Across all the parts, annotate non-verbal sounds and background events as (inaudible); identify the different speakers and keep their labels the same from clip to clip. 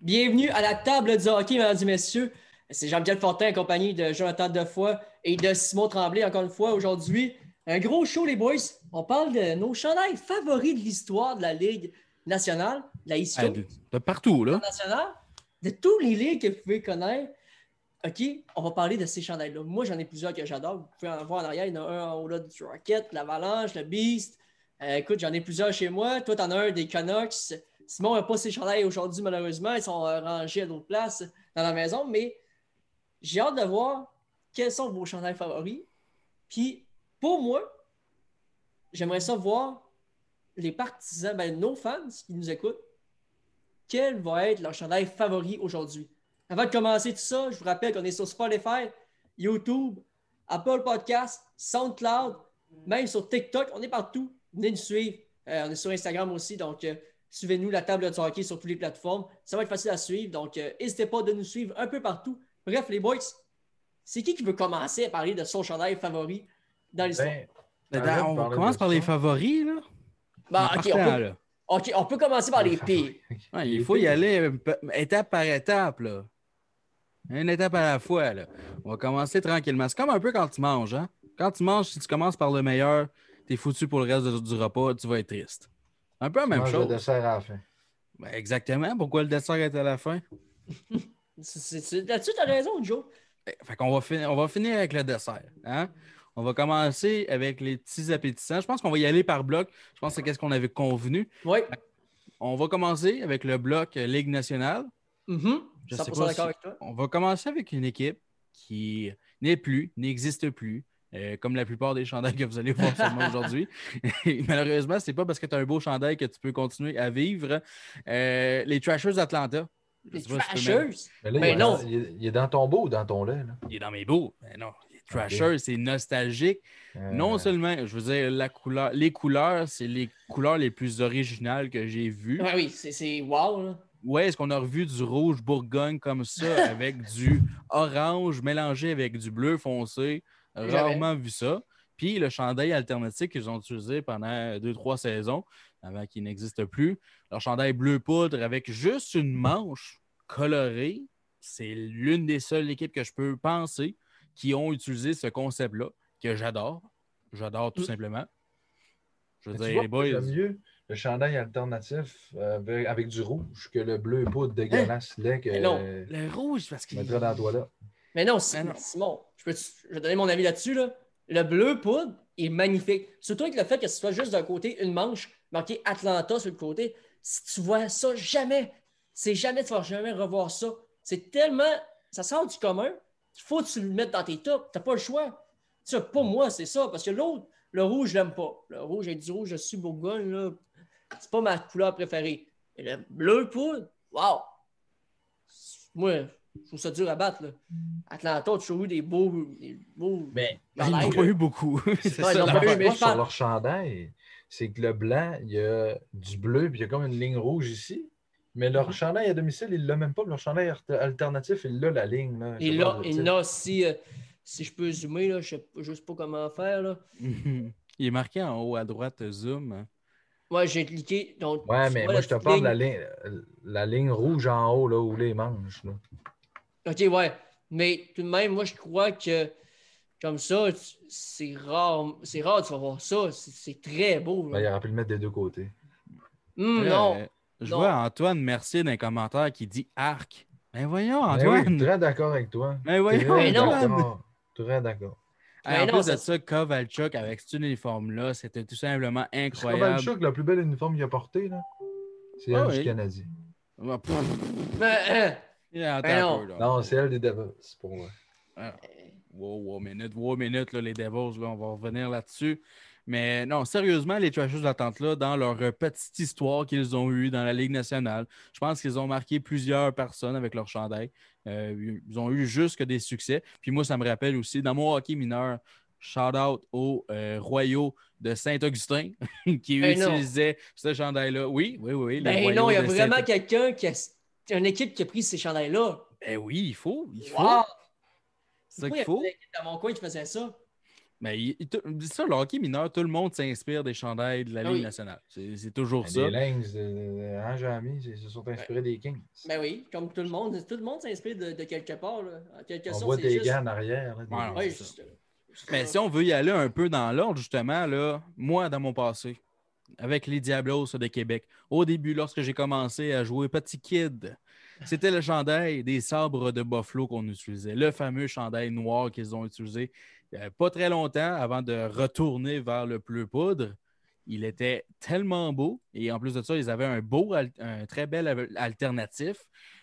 Speaker 1: Bienvenue à la table du hockey, mesdames et messieurs. C'est Jean-Michel Fortin en compagnie de Jonathan Defoy et de Simon Tremblay, encore une fois, aujourd'hui. Un gros show, les boys. On parle de nos chandails favoris de l'histoire de la Ligue nationale, de la ISO,
Speaker 2: Ah, de, de partout, là.
Speaker 1: nationale, de tous les ligues que vous pouvez connaître. OK, on va parler de ces chandails-là. Moi, j'en ai plusieurs que j'adore. Vous pouvez en voir en arrière. Il y en a un en haut là du Rocket, l'Avalanche, le Beast. Euh, écoute, j'en ai plusieurs chez moi. Toi, t'en as un des Canucks. Simon n'a pas ses chandails aujourd'hui, malheureusement. Ils sont euh, rangés à d'autres places dans la maison. Mais j'ai hâte de voir quels sont vos chandails favoris. Puis, pour moi, j'aimerais ça voir les partisans, ben, nos fans qui nous écoutent, quel va être leur chandail favori aujourd'hui. Avant de commencer tout ça, je vous rappelle qu'on est sur Spotify, YouTube, Apple Podcast, SoundCloud, même sur TikTok. On est partout. Venez nous suivre. Euh, on est sur Instagram aussi. Donc, euh, suivez-nous la table de hockey sur toutes les plateformes. Ça va être facile à suivre. Donc, euh, n'hésitez pas de nous suivre un peu partout. Bref, les boys, c'est qui qui veut commencer à parler de son chandail favori dans l'histoire?
Speaker 3: Ben,
Speaker 2: Dedans,
Speaker 3: arrête de
Speaker 2: on
Speaker 3: parler
Speaker 2: commence
Speaker 3: de
Speaker 2: par
Speaker 3: ça. Bah,
Speaker 2: les favoris, là.
Speaker 1: Ben,
Speaker 2: En
Speaker 1: OK, on
Speaker 2: partant,
Speaker 1: peut,
Speaker 2: là.
Speaker 1: OK, on peut commencer par les pires.
Speaker 2: Ouais,
Speaker 3: Les
Speaker 2: il faut y
Speaker 3: pires.
Speaker 2: aller euh, pe- étape par étape, là. Une étape à la fois, là. On va commencer tranquillement. C'est comme un peu quand tu manges, hein. Quand tu manges, si tu commences par le meilleur, t'es foutu pour le reste de- du repas, tu vas être triste. Un peu la même
Speaker 3: Mange le
Speaker 2: chose.
Speaker 3: dessert à la fin.
Speaker 2: Ben, exactement. Pourquoi le dessert est à la fin?
Speaker 1: C'est- c'est- c'est- Là-dessus, t'as raison, Joe.
Speaker 2: Ben, Fait qu'on va, fin- on va finir avec le dessert. hein. On va commencer avec les petits appétissants. Je pense qu'on va y aller par bloc. Je pense que c'est ce qu'on avait convenu.
Speaker 1: Oui.
Speaker 2: On va commencer avec le bloc euh, Ligue nationale.
Speaker 1: Mhm.
Speaker 2: Je sais
Speaker 1: 100%
Speaker 2: pas
Speaker 1: d'accord
Speaker 2: si-
Speaker 1: avec toi.
Speaker 2: On va commencer avec une équipe qui n'est plus, n'existe plus, euh, comme la plupart des chandails que vous allez voir seulement aujourd'hui. Et Malheureusement, c'est pas parce que tu as un beau chandail que tu peux continuer à vivre. Euh, les Trashers d'Atlanta. Je
Speaker 1: Les
Speaker 2: sais pas si tu peux mettre-
Speaker 1: trasheuses.
Speaker 3: Mais là,
Speaker 1: Ben
Speaker 3: il, est
Speaker 1: non.
Speaker 3: Dans, il, est- il est dans ton beau ou dans ton lait? Là.
Speaker 2: Il est dans mes beaux. Mais non, les Trashers, c'est nostalgique.
Speaker 3: Euh,
Speaker 2: Non seulement, je veux dire, la couleur, les couleurs, c'est les couleurs les plus originales que j'ai vues.
Speaker 1: Ouais, oui, c'est- c'est wow. là.
Speaker 2: Ouais, est-ce qu'on a revu du rouge bourgogne comme
Speaker 3: (laughs)
Speaker 2: ça, avec du orange mélangé avec du bleu foncé?
Speaker 1: Jamais.
Speaker 2: Rarement vu ça. Puis le chandail alternatif qu'ils ont utilisé pendant deux, trois saisons, avant qu'il n'existe plus, leur chandail bleu poudre avec juste une manche colorée, c'est l'une des seules équipes que je peux penser qui ont utilisé ce concept-là, que j'adore. J'adore tout
Speaker 1: Mm.
Speaker 2: simplement. Je veux
Speaker 3: Mais tu
Speaker 2: dire,
Speaker 3: vois,
Speaker 2: les boys.
Speaker 3: j'aime mieux le chandail alternatif euh, avec, avec du rouge que le bleu poudre dégueulasse lait que
Speaker 1: Hein? Mais non.
Speaker 3: euh,
Speaker 2: Le rouge, parce
Speaker 3: tu
Speaker 2: qu'il.
Speaker 3: mettrais dans toi là.
Speaker 1: Mais non, Si-
Speaker 2: Mais non.
Speaker 1: Simon, je, peux, je vais donner mon avis là-dessus. Là. Le bleu poudre est magnifique. Surtout avec le fait que ce soit juste d'un côté une manche marquée Atlanta sur le côté. Si tu vois ça, jamais. C'est jamais, tu vas jamais revoir ça. C'est tellement. Ça sort du commun qu'il faut que tu le mettes dans tes tops. T'as pas le choix. Ça, pour moi, c'est ça. Parce que l'autre, le rouge, je l'aime pas. Le rouge, avec du rouge, je suis bourgogne. Là. C'est pas ma couleur préférée. Et le bleu poudre, waouh! Moi, je trouve ça dur à battre. Là. Atlanta, tu as eu des beaux. Des beaux...
Speaker 2: Ben,
Speaker 1: Dans
Speaker 2: ils
Speaker 1: l'air,
Speaker 2: n'ont
Speaker 1: là.
Speaker 2: pas eu beaucoup. (laughs) C'est
Speaker 1: Non,
Speaker 2: ça,
Speaker 1: ils n'ont
Speaker 2: l'affaire.
Speaker 1: pas eu, mais je
Speaker 3: sur
Speaker 1: parle-
Speaker 3: leur chandail, c'est que le blanc, il y a du bleu, puis il y a comme une ligne rouge ici. Mais leur chandail à domicile, il l'a même pas. Leur chandail art- alternatif, il l'a la ligne. Là, Je
Speaker 1: Et
Speaker 3: sais
Speaker 1: là,
Speaker 3: pas, le
Speaker 1: et
Speaker 3: titre.
Speaker 1: là, si, euh, si je peux zoomer, là, je sais juste pas comment faire. Là.
Speaker 2: Mhm. (laughs) Il est marqué en haut à droite,
Speaker 1: Hmm.
Speaker 2: zoom.
Speaker 1: Moi, j'ai cliqué. Donc,
Speaker 3: Ouais,
Speaker 1: tu
Speaker 3: mais
Speaker 1: vois
Speaker 3: moi,
Speaker 1: la
Speaker 3: je te
Speaker 1: petite
Speaker 3: parle de
Speaker 1: ligne.
Speaker 3: la ligne, la ligne rouge en haut, là, où les manches. là.
Speaker 1: OK, ouais. Mais tout de même, moi, je crois que comme ça, tu- c'est rare. C'est rare, tu vas voir ça. C'est, c'est très beau.
Speaker 3: Ben, il
Speaker 1: là.
Speaker 3: aurait pu le mettre des deux côtés.
Speaker 1: Hum,
Speaker 2: Euh,
Speaker 1: non.
Speaker 2: je
Speaker 1: non.
Speaker 2: vois Antoine Mercier dans les commentaires qui dit arc. Ben voyons,
Speaker 3: Ben oui,
Speaker 2: Antoine.
Speaker 3: très d'accord avec toi.
Speaker 2: Ben voyons,
Speaker 3: Très
Speaker 1: Mais non.
Speaker 2: Antoine.
Speaker 3: d'accord. Très d'accord.
Speaker 2: Hey,
Speaker 1: Mais
Speaker 2: en
Speaker 1: non,
Speaker 2: plus
Speaker 1: ça-
Speaker 2: de ça, Kovalchuk avec cet uniforme-là, c'était tout simplement
Speaker 3: C'est pas
Speaker 2: incroyable.
Speaker 3: le plus bel uniforme qu'il a porté, là. C'est
Speaker 2: Ah
Speaker 3: elle
Speaker 2: oui.
Speaker 3: du Canadien.
Speaker 2: Ah, pff,
Speaker 1: Mais,
Speaker 2: attends
Speaker 1: Ben
Speaker 2: un
Speaker 1: non.
Speaker 2: peu, là.
Speaker 3: Non, c'est elle des Devils, pour moi.
Speaker 1: euh,
Speaker 2: Wow, wow, minute, wow, minute, là, les Devils, là, on va revenir là-dessus. Mais non, sérieusement, les Trashers d'attente là, dans leur euh, petite histoire qu'ils ont eue dans la Ligue nationale, je pense qu'ils ont marqué plusieurs personnes avec leur chandail. Euh, ils ont eu jusque des succès. Puis moi, ça me rappelle aussi, dans mon hockey mineur, shout out aux euh, Royaux de Saint-Augustin (laughs) qui
Speaker 1: Ben non.
Speaker 2: utilisaient ce chandail-là. Oui, oui, oui. les
Speaker 1: ben
Speaker 2: Royaux
Speaker 1: non, il y a
Speaker 2: de
Speaker 1: vraiment
Speaker 2: Saint-
Speaker 1: quelqu'un qui a. Une équipe qui a pris ces chandails-là.
Speaker 2: Ben oui, il faut. Il faut.
Speaker 1: Wow!
Speaker 2: C'est
Speaker 1: Pourquoi
Speaker 2: ça qu'il
Speaker 1: il y avait
Speaker 2: faut.
Speaker 1: une équipe dans mon coin qui faisait ça?
Speaker 2: Mais il- il- tout- ça, le hockey mineur, tout le monde s'inspire des chandails de la
Speaker 1: Ah
Speaker 2: Ligue
Speaker 1: oui. Ah,
Speaker 2: nationale. C'est c'est toujours ça.
Speaker 3: Les Ben, Lynx, euh, hein, Jamie, ils se sont inspirés des Kings.
Speaker 1: Ben oui, comme tout le monde, tout le monde s'inspire de, de quelque part. Là. En quelque
Speaker 3: On
Speaker 1: sorte,
Speaker 3: voit
Speaker 1: c'est
Speaker 3: des
Speaker 1: juste-
Speaker 3: gars en arrière. là, des-
Speaker 2: Ouais,
Speaker 1: Ouais,
Speaker 2: c'est ça.
Speaker 1: juste- juste-
Speaker 2: Mais Ben, si on veut y aller un peu dans l'ordre, justement, là, moi, dans mon passé, avec les Diablos de Québec, au début, lorsque j'ai commencé à jouer petit kid, c'était le chandail des sabres de Buffalo qu'on utilisait, le fameux chandail noir qu'ils ont utilisé euh, pas très longtemps avant de retourner vers le bleu poudre. Il était tellement beau et en plus de ça, ils avaient un beau, al- un très bel al- alternatif.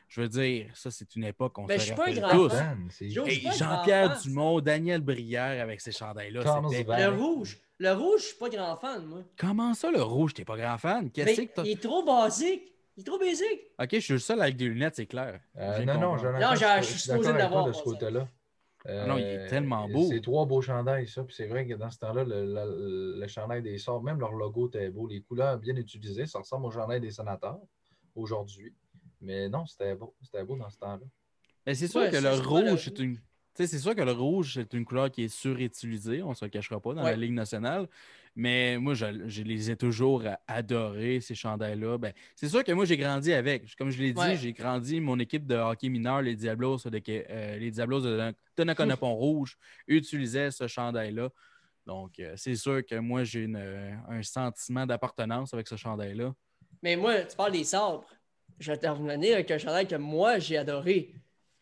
Speaker 2: Je veux dire, ça, c'est une époque qu'on
Speaker 1: Ben,
Speaker 2: se
Speaker 1: je suis pas un
Speaker 2: rappelle
Speaker 1: grand
Speaker 2: tous.
Speaker 1: fan.
Speaker 3: Dan, c'est-
Speaker 1: Joe,
Speaker 2: Hey,
Speaker 1: suis pas un grand
Speaker 2: Jean-Pierre
Speaker 1: fan.
Speaker 2: Dumont, Daniel Brière avec ces chandails-là.
Speaker 3: Thomas
Speaker 2: c'était-
Speaker 3: Vanek.
Speaker 1: Le rouge. Le rouge, je suis pas grand fan, moi.
Speaker 2: Comment ça, le rouge, t'es pas grand fan?
Speaker 1: Mais
Speaker 2: Qu'est-ce que t'as-
Speaker 1: il est trop basique. Il est trop basique.
Speaker 2: Ok, je suis le seul avec des lunettes, c'est clair.
Speaker 3: Euh,
Speaker 2: J'ai
Speaker 3: non, non,
Speaker 2: compris.
Speaker 3: Jonathan,
Speaker 1: Non, j'ai-
Speaker 3: je
Speaker 1: je
Speaker 3: suis
Speaker 1: suis
Speaker 3: d'accord
Speaker 1: supposé
Speaker 3: avec toi
Speaker 1: l'avoir,
Speaker 3: de ce
Speaker 1: par exemple.
Speaker 3: côté-là. Euh,
Speaker 2: Ah non, il est tellement beau.
Speaker 3: C'est trois beaux chandails, ça. Puis c'est vrai que dans ce temps-là, le, le- le chandail des sorts, même leur logo était beau. Les couleurs bien utilisées, ça ressemble au chandail des sénateurs aujourd'hui. Mais non, c'était beau. C'était beau dans ce temps-là.
Speaker 2: Mais c'est sûr
Speaker 1: Ouais,
Speaker 2: que
Speaker 1: ça,
Speaker 2: le
Speaker 1: c'est pas le-
Speaker 2: rouge, c'est une. tu sais, c'est sûr que le rouge, c'est une couleur qui est surutilisée, on ne se le cachera pas dans la
Speaker 1: Ouais.
Speaker 2: Ligue nationale. Mais moi, je, je les ai toujours a- adorés, ces chandails-là. Ben, c'est sûr que moi, j'ai grandi avec. Comme je l'ai dit,
Speaker 1: Ouais.
Speaker 2: j'ai grandi mon équipe de hockey mineur, les Diablos de, Qué- euh, les Diablos de
Speaker 1: (laughs)
Speaker 2: Tonaconapon Rouge, utilisait ce chandail-là. Donc, euh, c'est sûr que moi, j'ai une, euh, un sentiment d'appartenance avec ce chandail-là.
Speaker 1: Mais moi, tu parles des sabres. Je vais te revenir avec un chandail que moi, j'ai adoré.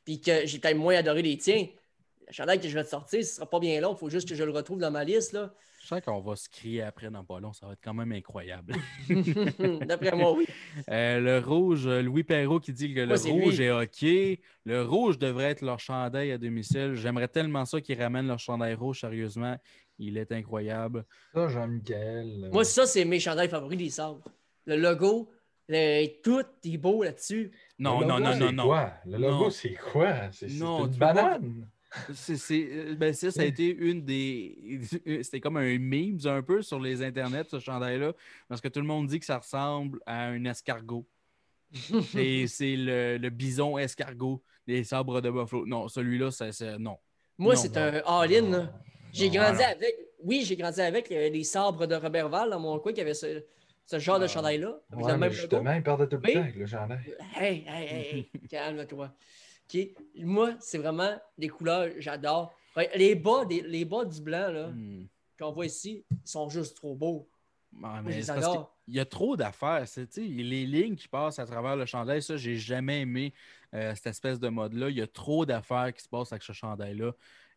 Speaker 1: Puis que j'ai peut-être moins adoré les tiens. Le chandail que je vais te sortir, ce sera pas bien long. Il faut juste que je le retrouve dans ma liste. là. (laughs)
Speaker 2: Je sens qu'on va se crier après dans pas long. Ça va être quand même incroyable.
Speaker 1: D'après moi, oui.
Speaker 2: Euh, le rouge, euh, Louis Perrault qui dit que le
Speaker 1: Ouais, c'est
Speaker 2: rouge
Speaker 1: lui.
Speaker 2: est OK. Le rouge devrait être leur chandail à domicile. J'aimerais tellement ça qu'ils ramènent leur chandail rouge, sérieusement. Il est incroyable.
Speaker 3: Ça, Jean-Michel. euh,
Speaker 1: Moi, ça, c'est mes chandails favoris des sabres. Le logo, le- tout est beau là-dessus.
Speaker 2: Non,
Speaker 3: le
Speaker 2: non,
Speaker 3: logo,
Speaker 2: non,
Speaker 3: c'est
Speaker 2: non, non.
Speaker 3: quoi? Le logo,
Speaker 2: Non.
Speaker 3: c'est quoi? C'est c'est
Speaker 2: Non,
Speaker 3: une
Speaker 2: tu vois-
Speaker 3: banane.
Speaker 2: C'est, c'est- euh, ben, ça, ça a été une des. (laughs) C'était comme un meme un peu sur les internets, ce chandail-là, parce que tout le monde dit que ça ressemble à un escargot.
Speaker 3: (laughs)
Speaker 2: c'est, c'est le, le bison escargot des sabres de Buffalo. Non, celui-là, ça, ça- non.
Speaker 1: Moi,
Speaker 2: Non,
Speaker 1: c'est
Speaker 2: non.
Speaker 1: un all-in. là.
Speaker 3: Ah,
Speaker 1: J'ai
Speaker 3: Non,
Speaker 1: grandi
Speaker 2: non.
Speaker 1: avec, oui, j'ai grandi avec euh, les sabres de Robert Val dans mon coin qui avait ce, ce genre de
Speaker 2: Ah.
Speaker 1: chandail-là. Avec
Speaker 3: Ouais,
Speaker 1: le
Speaker 3: mais
Speaker 1: même logo.
Speaker 3: justement, il perdait tout le
Speaker 1: Mais-
Speaker 3: temps avec le chandail.
Speaker 1: Hey, hey, hey,
Speaker 2: (laughs)
Speaker 1: hey, calme-toi. OK? Moi, c'est vraiment des couleurs, j'adore. Ouais, Les bas, des- les bas du blanc,
Speaker 3: Ah.
Speaker 1: là,
Speaker 2: Hmm.
Speaker 1: qu'on voit ici, ils sont juste trop beaux.
Speaker 2: Ah,
Speaker 1: je
Speaker 2: mais
Speaker 1: les
Speaker 2: c'est parce que
Speaker 1: adore.
Speaker 2: Il y a trop d'affaires. c'est- tu sais, Les lignes qui passent à travers le chandail, ça, j'ai jamais aimé euh, cette espèce de mode-là. Il y a trop d'affaires qui se passent avec ce chandail-là.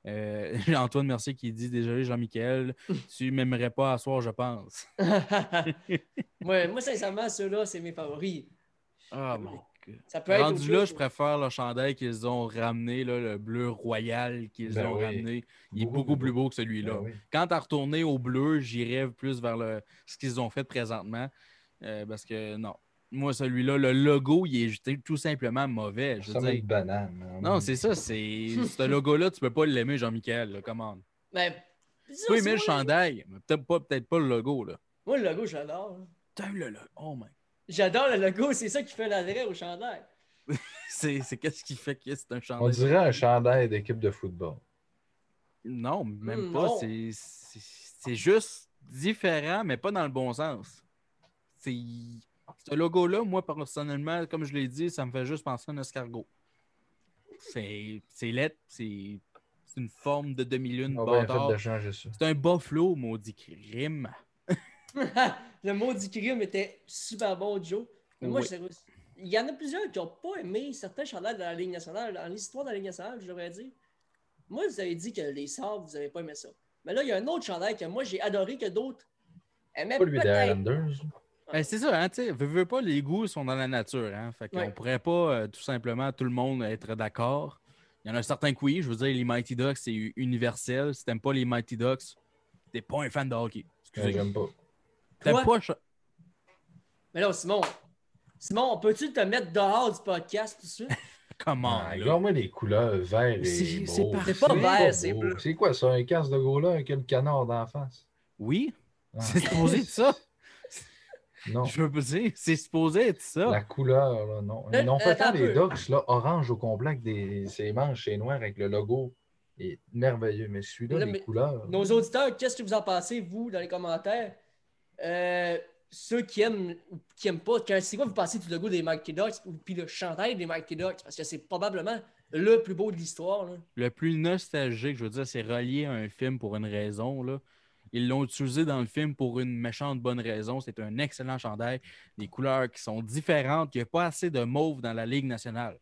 Speaker 2: Euh, (laughs) Antoine Mercier qui dit Désolé, (laughs) Jean-Michel, tu m'aimerais pas à soir, je pense.
Speaker 1: (laughs) moi, moi, sincèrement, ceux-là, c'est mes favoris.
Speaker 2: Ah,
Speaker 1: my
Speaker 2: God.
Speaker 1: Ça peut être.
Speaker 2: Rendu
Speaker 1: autre
Speaker 2: là,
Speaker 1: chose.
Speaker 2: je préfère le chandail qu'ils ont ramené, là, le bleu royal qu'ils
Speaker 3: Ben
Speaker 2: ont
Speaker 3: oui.
Speaker 2: ramené. Il est beaucoup plus beau que celui-là.
Speaker 3: Ben oui.
Speaker 2: Quand à retourner au bleu, j'irais plus vers le, ce qu'ils ont fait présentement. euh, parce que non. Moi, celui-là, le logo, il est juste- tout simplement mauvais. Je
Speaker 3: Ça
Speaker 2: veux
Speaker 3: ressemble à
Speaker 2: dire.
Speaker 3: une banane. hein.
Speaker 2: Non, c'est ça. C'est ce logo-là, tu peux pas l'aimer, Jean-Michel. là, Commande.
Speaker 1: Mais,
Speaker 2: Tu peux aimer le
Speaker 1: moi,
Speaker 2: chandail, mais peut-être pas, peut-être pas le logo. Là.
Speaker 1: moi, le logo, j'adore.
Speaker 2: Putain, le logo. Oh my.
Speaker 1: J'adore le logo, c'est ça qui fait l'adresse au chandail.
Speaker 2: (laughs) C'est c'est qu'est-ce qui fait que c'est un
Speaker 3: On
Speaker 2: chandail?
Speaker 3: dirait un chandail d'équipe de football.
Speaker 2: Non, même
Speaker 1: Hmm,
Speaker 2: pas.
Speaker 1: non.
Speaker 2: C'est- C'est c'est juste différent, mais pas dans le bon sens. C'est ce logo-là, moi, personnellement, comme je l'ai dit, ça me fait juste penser à un escargot. C'est c'est laid, c'est c'est une forme de demi-lune
Speaker 3: On va
Speaker 2: bâtard.
Speaker 3: faire de changer ça.
Speaker 2: C'est un buffalo, maudit crime.
Speaker 1: (laughs) le mot du crime était super bon, Joe. Mais moi,
Speaker 2: Oui.
Speaker 1: je sais pas- il y en a plusieurs qui n'ont pas aimé certains chandails de la Ligue nationale, dans l'histoire de la Ligue nationale, je devrais dire. Moi, vous avez dit que les sabres, vous n'avez pas aimé ça. Mais là, il y a un autre chandail que moi, j'ai adoré, que d'autres aimaient
Speaker 3: Pas lui des
Speaker 1: Eh, peut-être.
Speaker 3: Highlanders.
Speaker 2: Ben, c'est ça, hein, tu sais, veux, veux pas, les goûts sont dans la nature, hein. Fait qu'on
Speaker 1: Ouais.
Speaker 2: pourrait pas euh, tout simplement tout le monde être d'accord. Il y en a certains que oui, je veux dire, les Mighty Ducks, c'est u- universel. Si t'aimes pas les Mighty Ducks, t'es pas un fan de hockey.
Speaker 3: Ouais,
Speaker 2: Excusez.
Speaker 3: J'aime pas.
Speaker 2: T'aimes
Speaker 1: Euh, Toi-
Speaker 2: pas. cha-
Speaker 1: Mais là, Simon, Simon, peux-tu te mettre dehors du podcast tout de suite?
Speaker 2: Comment,
Speaker 3: Ah,
Speaker 2: là?
Speaker 3: Regarde-moi les couleurs vert et
Speaker 2: C'est- c'est
Speaker 3: beau.
Speaker 2: parfait.
Speaker 1: C'est pas vert, c'est
Speaker 3: beau.
Speaker 1: bleu.
Speaker 3: C'est quoi ça, un casque de gola avec le canard d'en face?
Speaker 2: Oui,
Speaker 3: Ah.
Speaker 2: c'est supposé être ça.
Speaker 3: (laughs) Non,
Speaker 2: Je veux pas dire, c'est supposé être ça.
Speaker 3: la couleur, là, non.
Speaker 1: Euh,
Speaker 3: Ils n'ont pas
Speaker 1: attends
Speaker 3: tant
Speaker 1: un
Speaker 3: les
Speaker 1: peu.
Speaker 3: docks, là, orange au complet avec des, ses manches et noires avec le logo est merveilleux. Mais celui-là,
Speaker 1: Là,
Speaker 3: les
Speaker 1: mais-
Speaker 3: couleurs.
Speaker 1: Nos auditeurs, qu'est-ce que vous en pensez, vous, dans les commentaires? Euh, ceux qui aiment ou qui n'aiment pas, quand- c'est quoi vous pensez du logo des Mighty Ducks ou puis le chandail des Mighty Ducks? Parce que c'est probablement le plus beau de l'histoire. là.
Speaker 2: le plus nostalgique, je veux dire, c'est relié à un film pour une raison. Là. Ils l'ont utilisé dans le film pour une méchante bonne raison. C'est un excellent chandail. Des couleurs qui sont différentes. Il n'y a pas assez de mauve dans la Ligue nationale.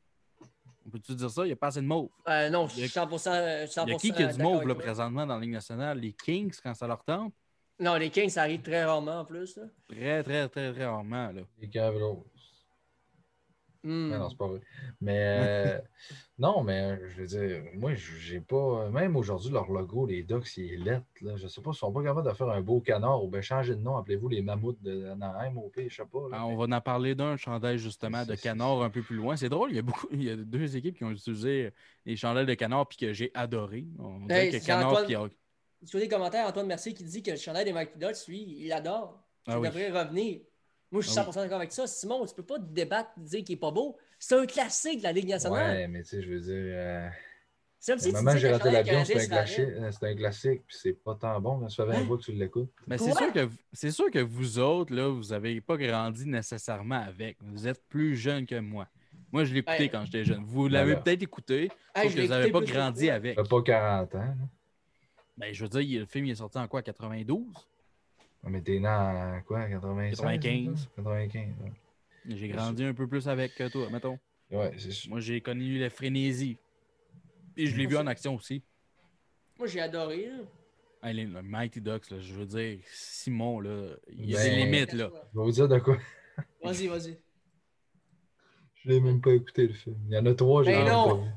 Speaker 2: On peut-tu dire ça? Il n'y a pas assez de mauve.
Speaker 1: Euh, non, je
Speaker 2: Il y a-
Speaker 1: suis 100%, euh, 100
Speaker 2: Il y a qui qui a du
Speaker 1: d'accord
Speaker 2: mauve là,
Speaker 1: avec toi.
Speaker 2: présentement dans la Ligue nationale? Les Kings, quand ça leur tente?
Speaker 1: Non, les Kings, ça arrive très rarement en plus. là.
Speaker 2: Très, très, très, très rarement. Là.
Speaker 3: Les Cavaliers.
Speaker 1: Hmm.
Speaker 3: Mais non, c'est pas vrai.
Speaker 1: (laughs)
Speaker 3: Mais euh, non, mais euh, je veux dire, moi, j'ai pas. euh, Même aujourd'hui, leur logo, les Ducks, il est laid, là. Je sais pas, ils sont pas capables de faire un beau canard ou bien changer de nom, appelez-vous les mammouths de Anaheim au pire, je sais pas. là.
Speaker 2: Ah, on va en parler d'un chandail justement de
Speaker 3: C'est- c'est-
Speaker 2: canard un peu plus loin. C'est drôle, il y a beaucoup, il y a deux équipes qui ont utilisé les chandails de canard puis que j'ai adoré. On dirait
Speaker 1: Hey,
Speaker 2: que
Speaker 1: c'est
Speaker 2: canard
Speaker 1: Antoine-
Speaker 2: puis hockey-
Speaker 1: Sur les commentaires, Antoine Mercier qui dit que le chandail des Mighty Ducks, lui, il adore. Ça
Speaker 2: Ah oui.
Speaker 1: devrait revenir. Moi, je suis
Speaker 2: Ah oui.
Speaker 1: 100% d'accord avec ça. Simon, tu peux pas te débattre, dire qu'il est pas beau. C'est un classique de la Ligue nationale.
Speaker 3: Ouais, mais tu sais, je veux dire. euh,
Speaker 1: C'est comme si
Speaker 3: le
Speaker 1: tu
Speaker 3: moment que
Speaker 1: disais
Speaker 3: j'ai
Speaker 1: que
Speaker 3: raté
Speaker 1: Chandail
Speaker 3: l'avion, c'est un,
Speaker 1: canadien,
Speaker 3: glacier-
Speaker 1: c'est
Speaker 3: euh, c'est un classique, puis c'est pas tant bon. là. Ça fait 20
Speaker 1: Hein?
Speaker 3: fois que tu l'écoutes.
Speaker 2: Mais c'est
Speaker 1: Quoi?
Speaker 2: sûr que c'est sûr que vous autres, là, vous n'avez pas grandi nécessairement avec. Vous êtes plus jeune que moi. Moi, je l'ai écouté
Speaker 1: Ouais.
Speaker 2: quand j'étais jeune. Vous l'avez
Speaker 3: Voilà.
Speaker 2: peut-être écouté,
Speaker 1: Hey,
Speaker 2: sauf
Speaker 1: je
Speaker 2: que
Speaker 1: l'ai
Speaker 2: vous n'avez
Speaker 1: écouté
Speaker 2: pas
Speaker 1: plus que
Speaker 2: grandi
Speaker 1: toi.
Speaker 2: avec.
Speaker 3: Ça fait pas 40 ans. là.
Speaker 2: Ben, je veux dire, il- le film il est sorti en quoi, 92?
Speaker 3: Mais t'es né en quoi, 96?
Speaker 2: 95.
Speaker 3: 95.
Speaker 2: J'ai
Speaker 3: Bien
Speaker 2: grandi un peu plus avec que toi, mettons.
Speaker 3: Ouais, ouais c'est sûr.
Speaker 2: Moi, j'ai connu la frénésie. Et je l'ai vu en action aussi.
Speaker 1: Moi, j'ai adoré. là.
Speaker 2: Hey, les- le Mighty Ducks, là, je veux dire, Simon, là, il y a
Speaker 3: Ben-
Speaker 2: des limites, là.
Speaker 3: Je vais vous dire de quoi.
Speaker 1: Vas-y, vas-y.
Speaker 3: Je l'ai même pas écouté le film. Il y en a trois, j'ai
Speaker 1: Ben
Speaker 3: même
Speaker 1: non.
Speaker 3: pas vu.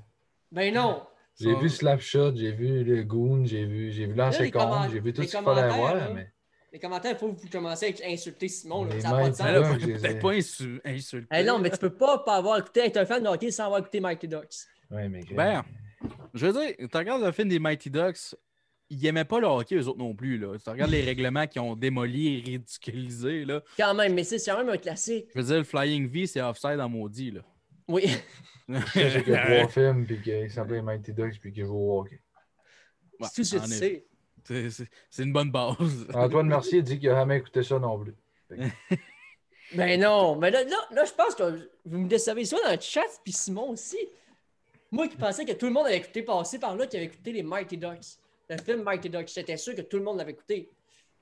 Speaker 1: Ben non!
Speaker 3: J'ai
Speaker 2: Ça-
Speaker 3: vu Slapshot, j'ai vu le Goon, j'ai vu, j'ai vu
Speaker 1: Là, les
Speaker 3: l'ancien
Speaker 1: comment-
Speaker 3: j'ai vu tout
Speaker 1: les
Speaker 3: ce qu'il fallait
Speaker 1: commentaires,
Speaker 3: voir,
Speaker 1: là.
Speaker 3: mais
Speaker 1: Les commentaires, il faut que vous commenciez à insulter Simon. Là.
Speaker 3: Les
Speaker 1: Ça n'a pas de
Speaker 3: mêmes.
Speaker 1: sens.
Speaker 2: Ben là,
Speaker 3: Ouais,
Speaker 2: faut
Speaker 3: je les ai.
Speaker 2: (laughs) peut-être pas insu- insulter.
Speaker 1: Hey, Eh non, mais tu peux pas, pas avoir écouté, être un fan de hockey sans avoir écouté Mighty Ducks.
Speaker 3: ouais, mais que-
Speaker 2: Ben, je veux dire, tu regardes le film des Mighty Ducks, ils n'aimaient pas le hockey, eux autres non plus. Là. Tu regardes les règlements qui ont démoli et ridiculisé. Là.
Speaker 1: Quand même, mais c'est c'est quand même un classique.
Speaker 2: Je veux dire, le Flying V, c'est offside en
Speaker 1: (laughs)
Speaker 2: maudit. Là.
Speaker 1: Oui.
Speaker 3: que
Speaker 2: (laughs)
Speaker 3: j'ai que trois films puis qu'il s'appelait Mighty Ducks puis qu'il joue au hockey.
Speaker 2: Ouais,
Speaker 1: c'est tout ce que
Speaker 2: en
Speaker 1: tu
Speaker 2: effet.
Speaker 1: sais.
Speaker 2: C'est- c'est- C'est une bonne base.
Speaker 3: Antoine Mercier dit qu'il a jamais écouté ça non plus.
Speaker 1: Ben non, mais là, là, là, je pense que vous me décevez soit dans le chat, puis Simon aussi. Moi qui pensais que tout le monde avait écouté passer par là, qui avait écouté les Mighty Ducks. Le film Mighty Ducks, j'étais sûr que tout le monde l'avait écouté.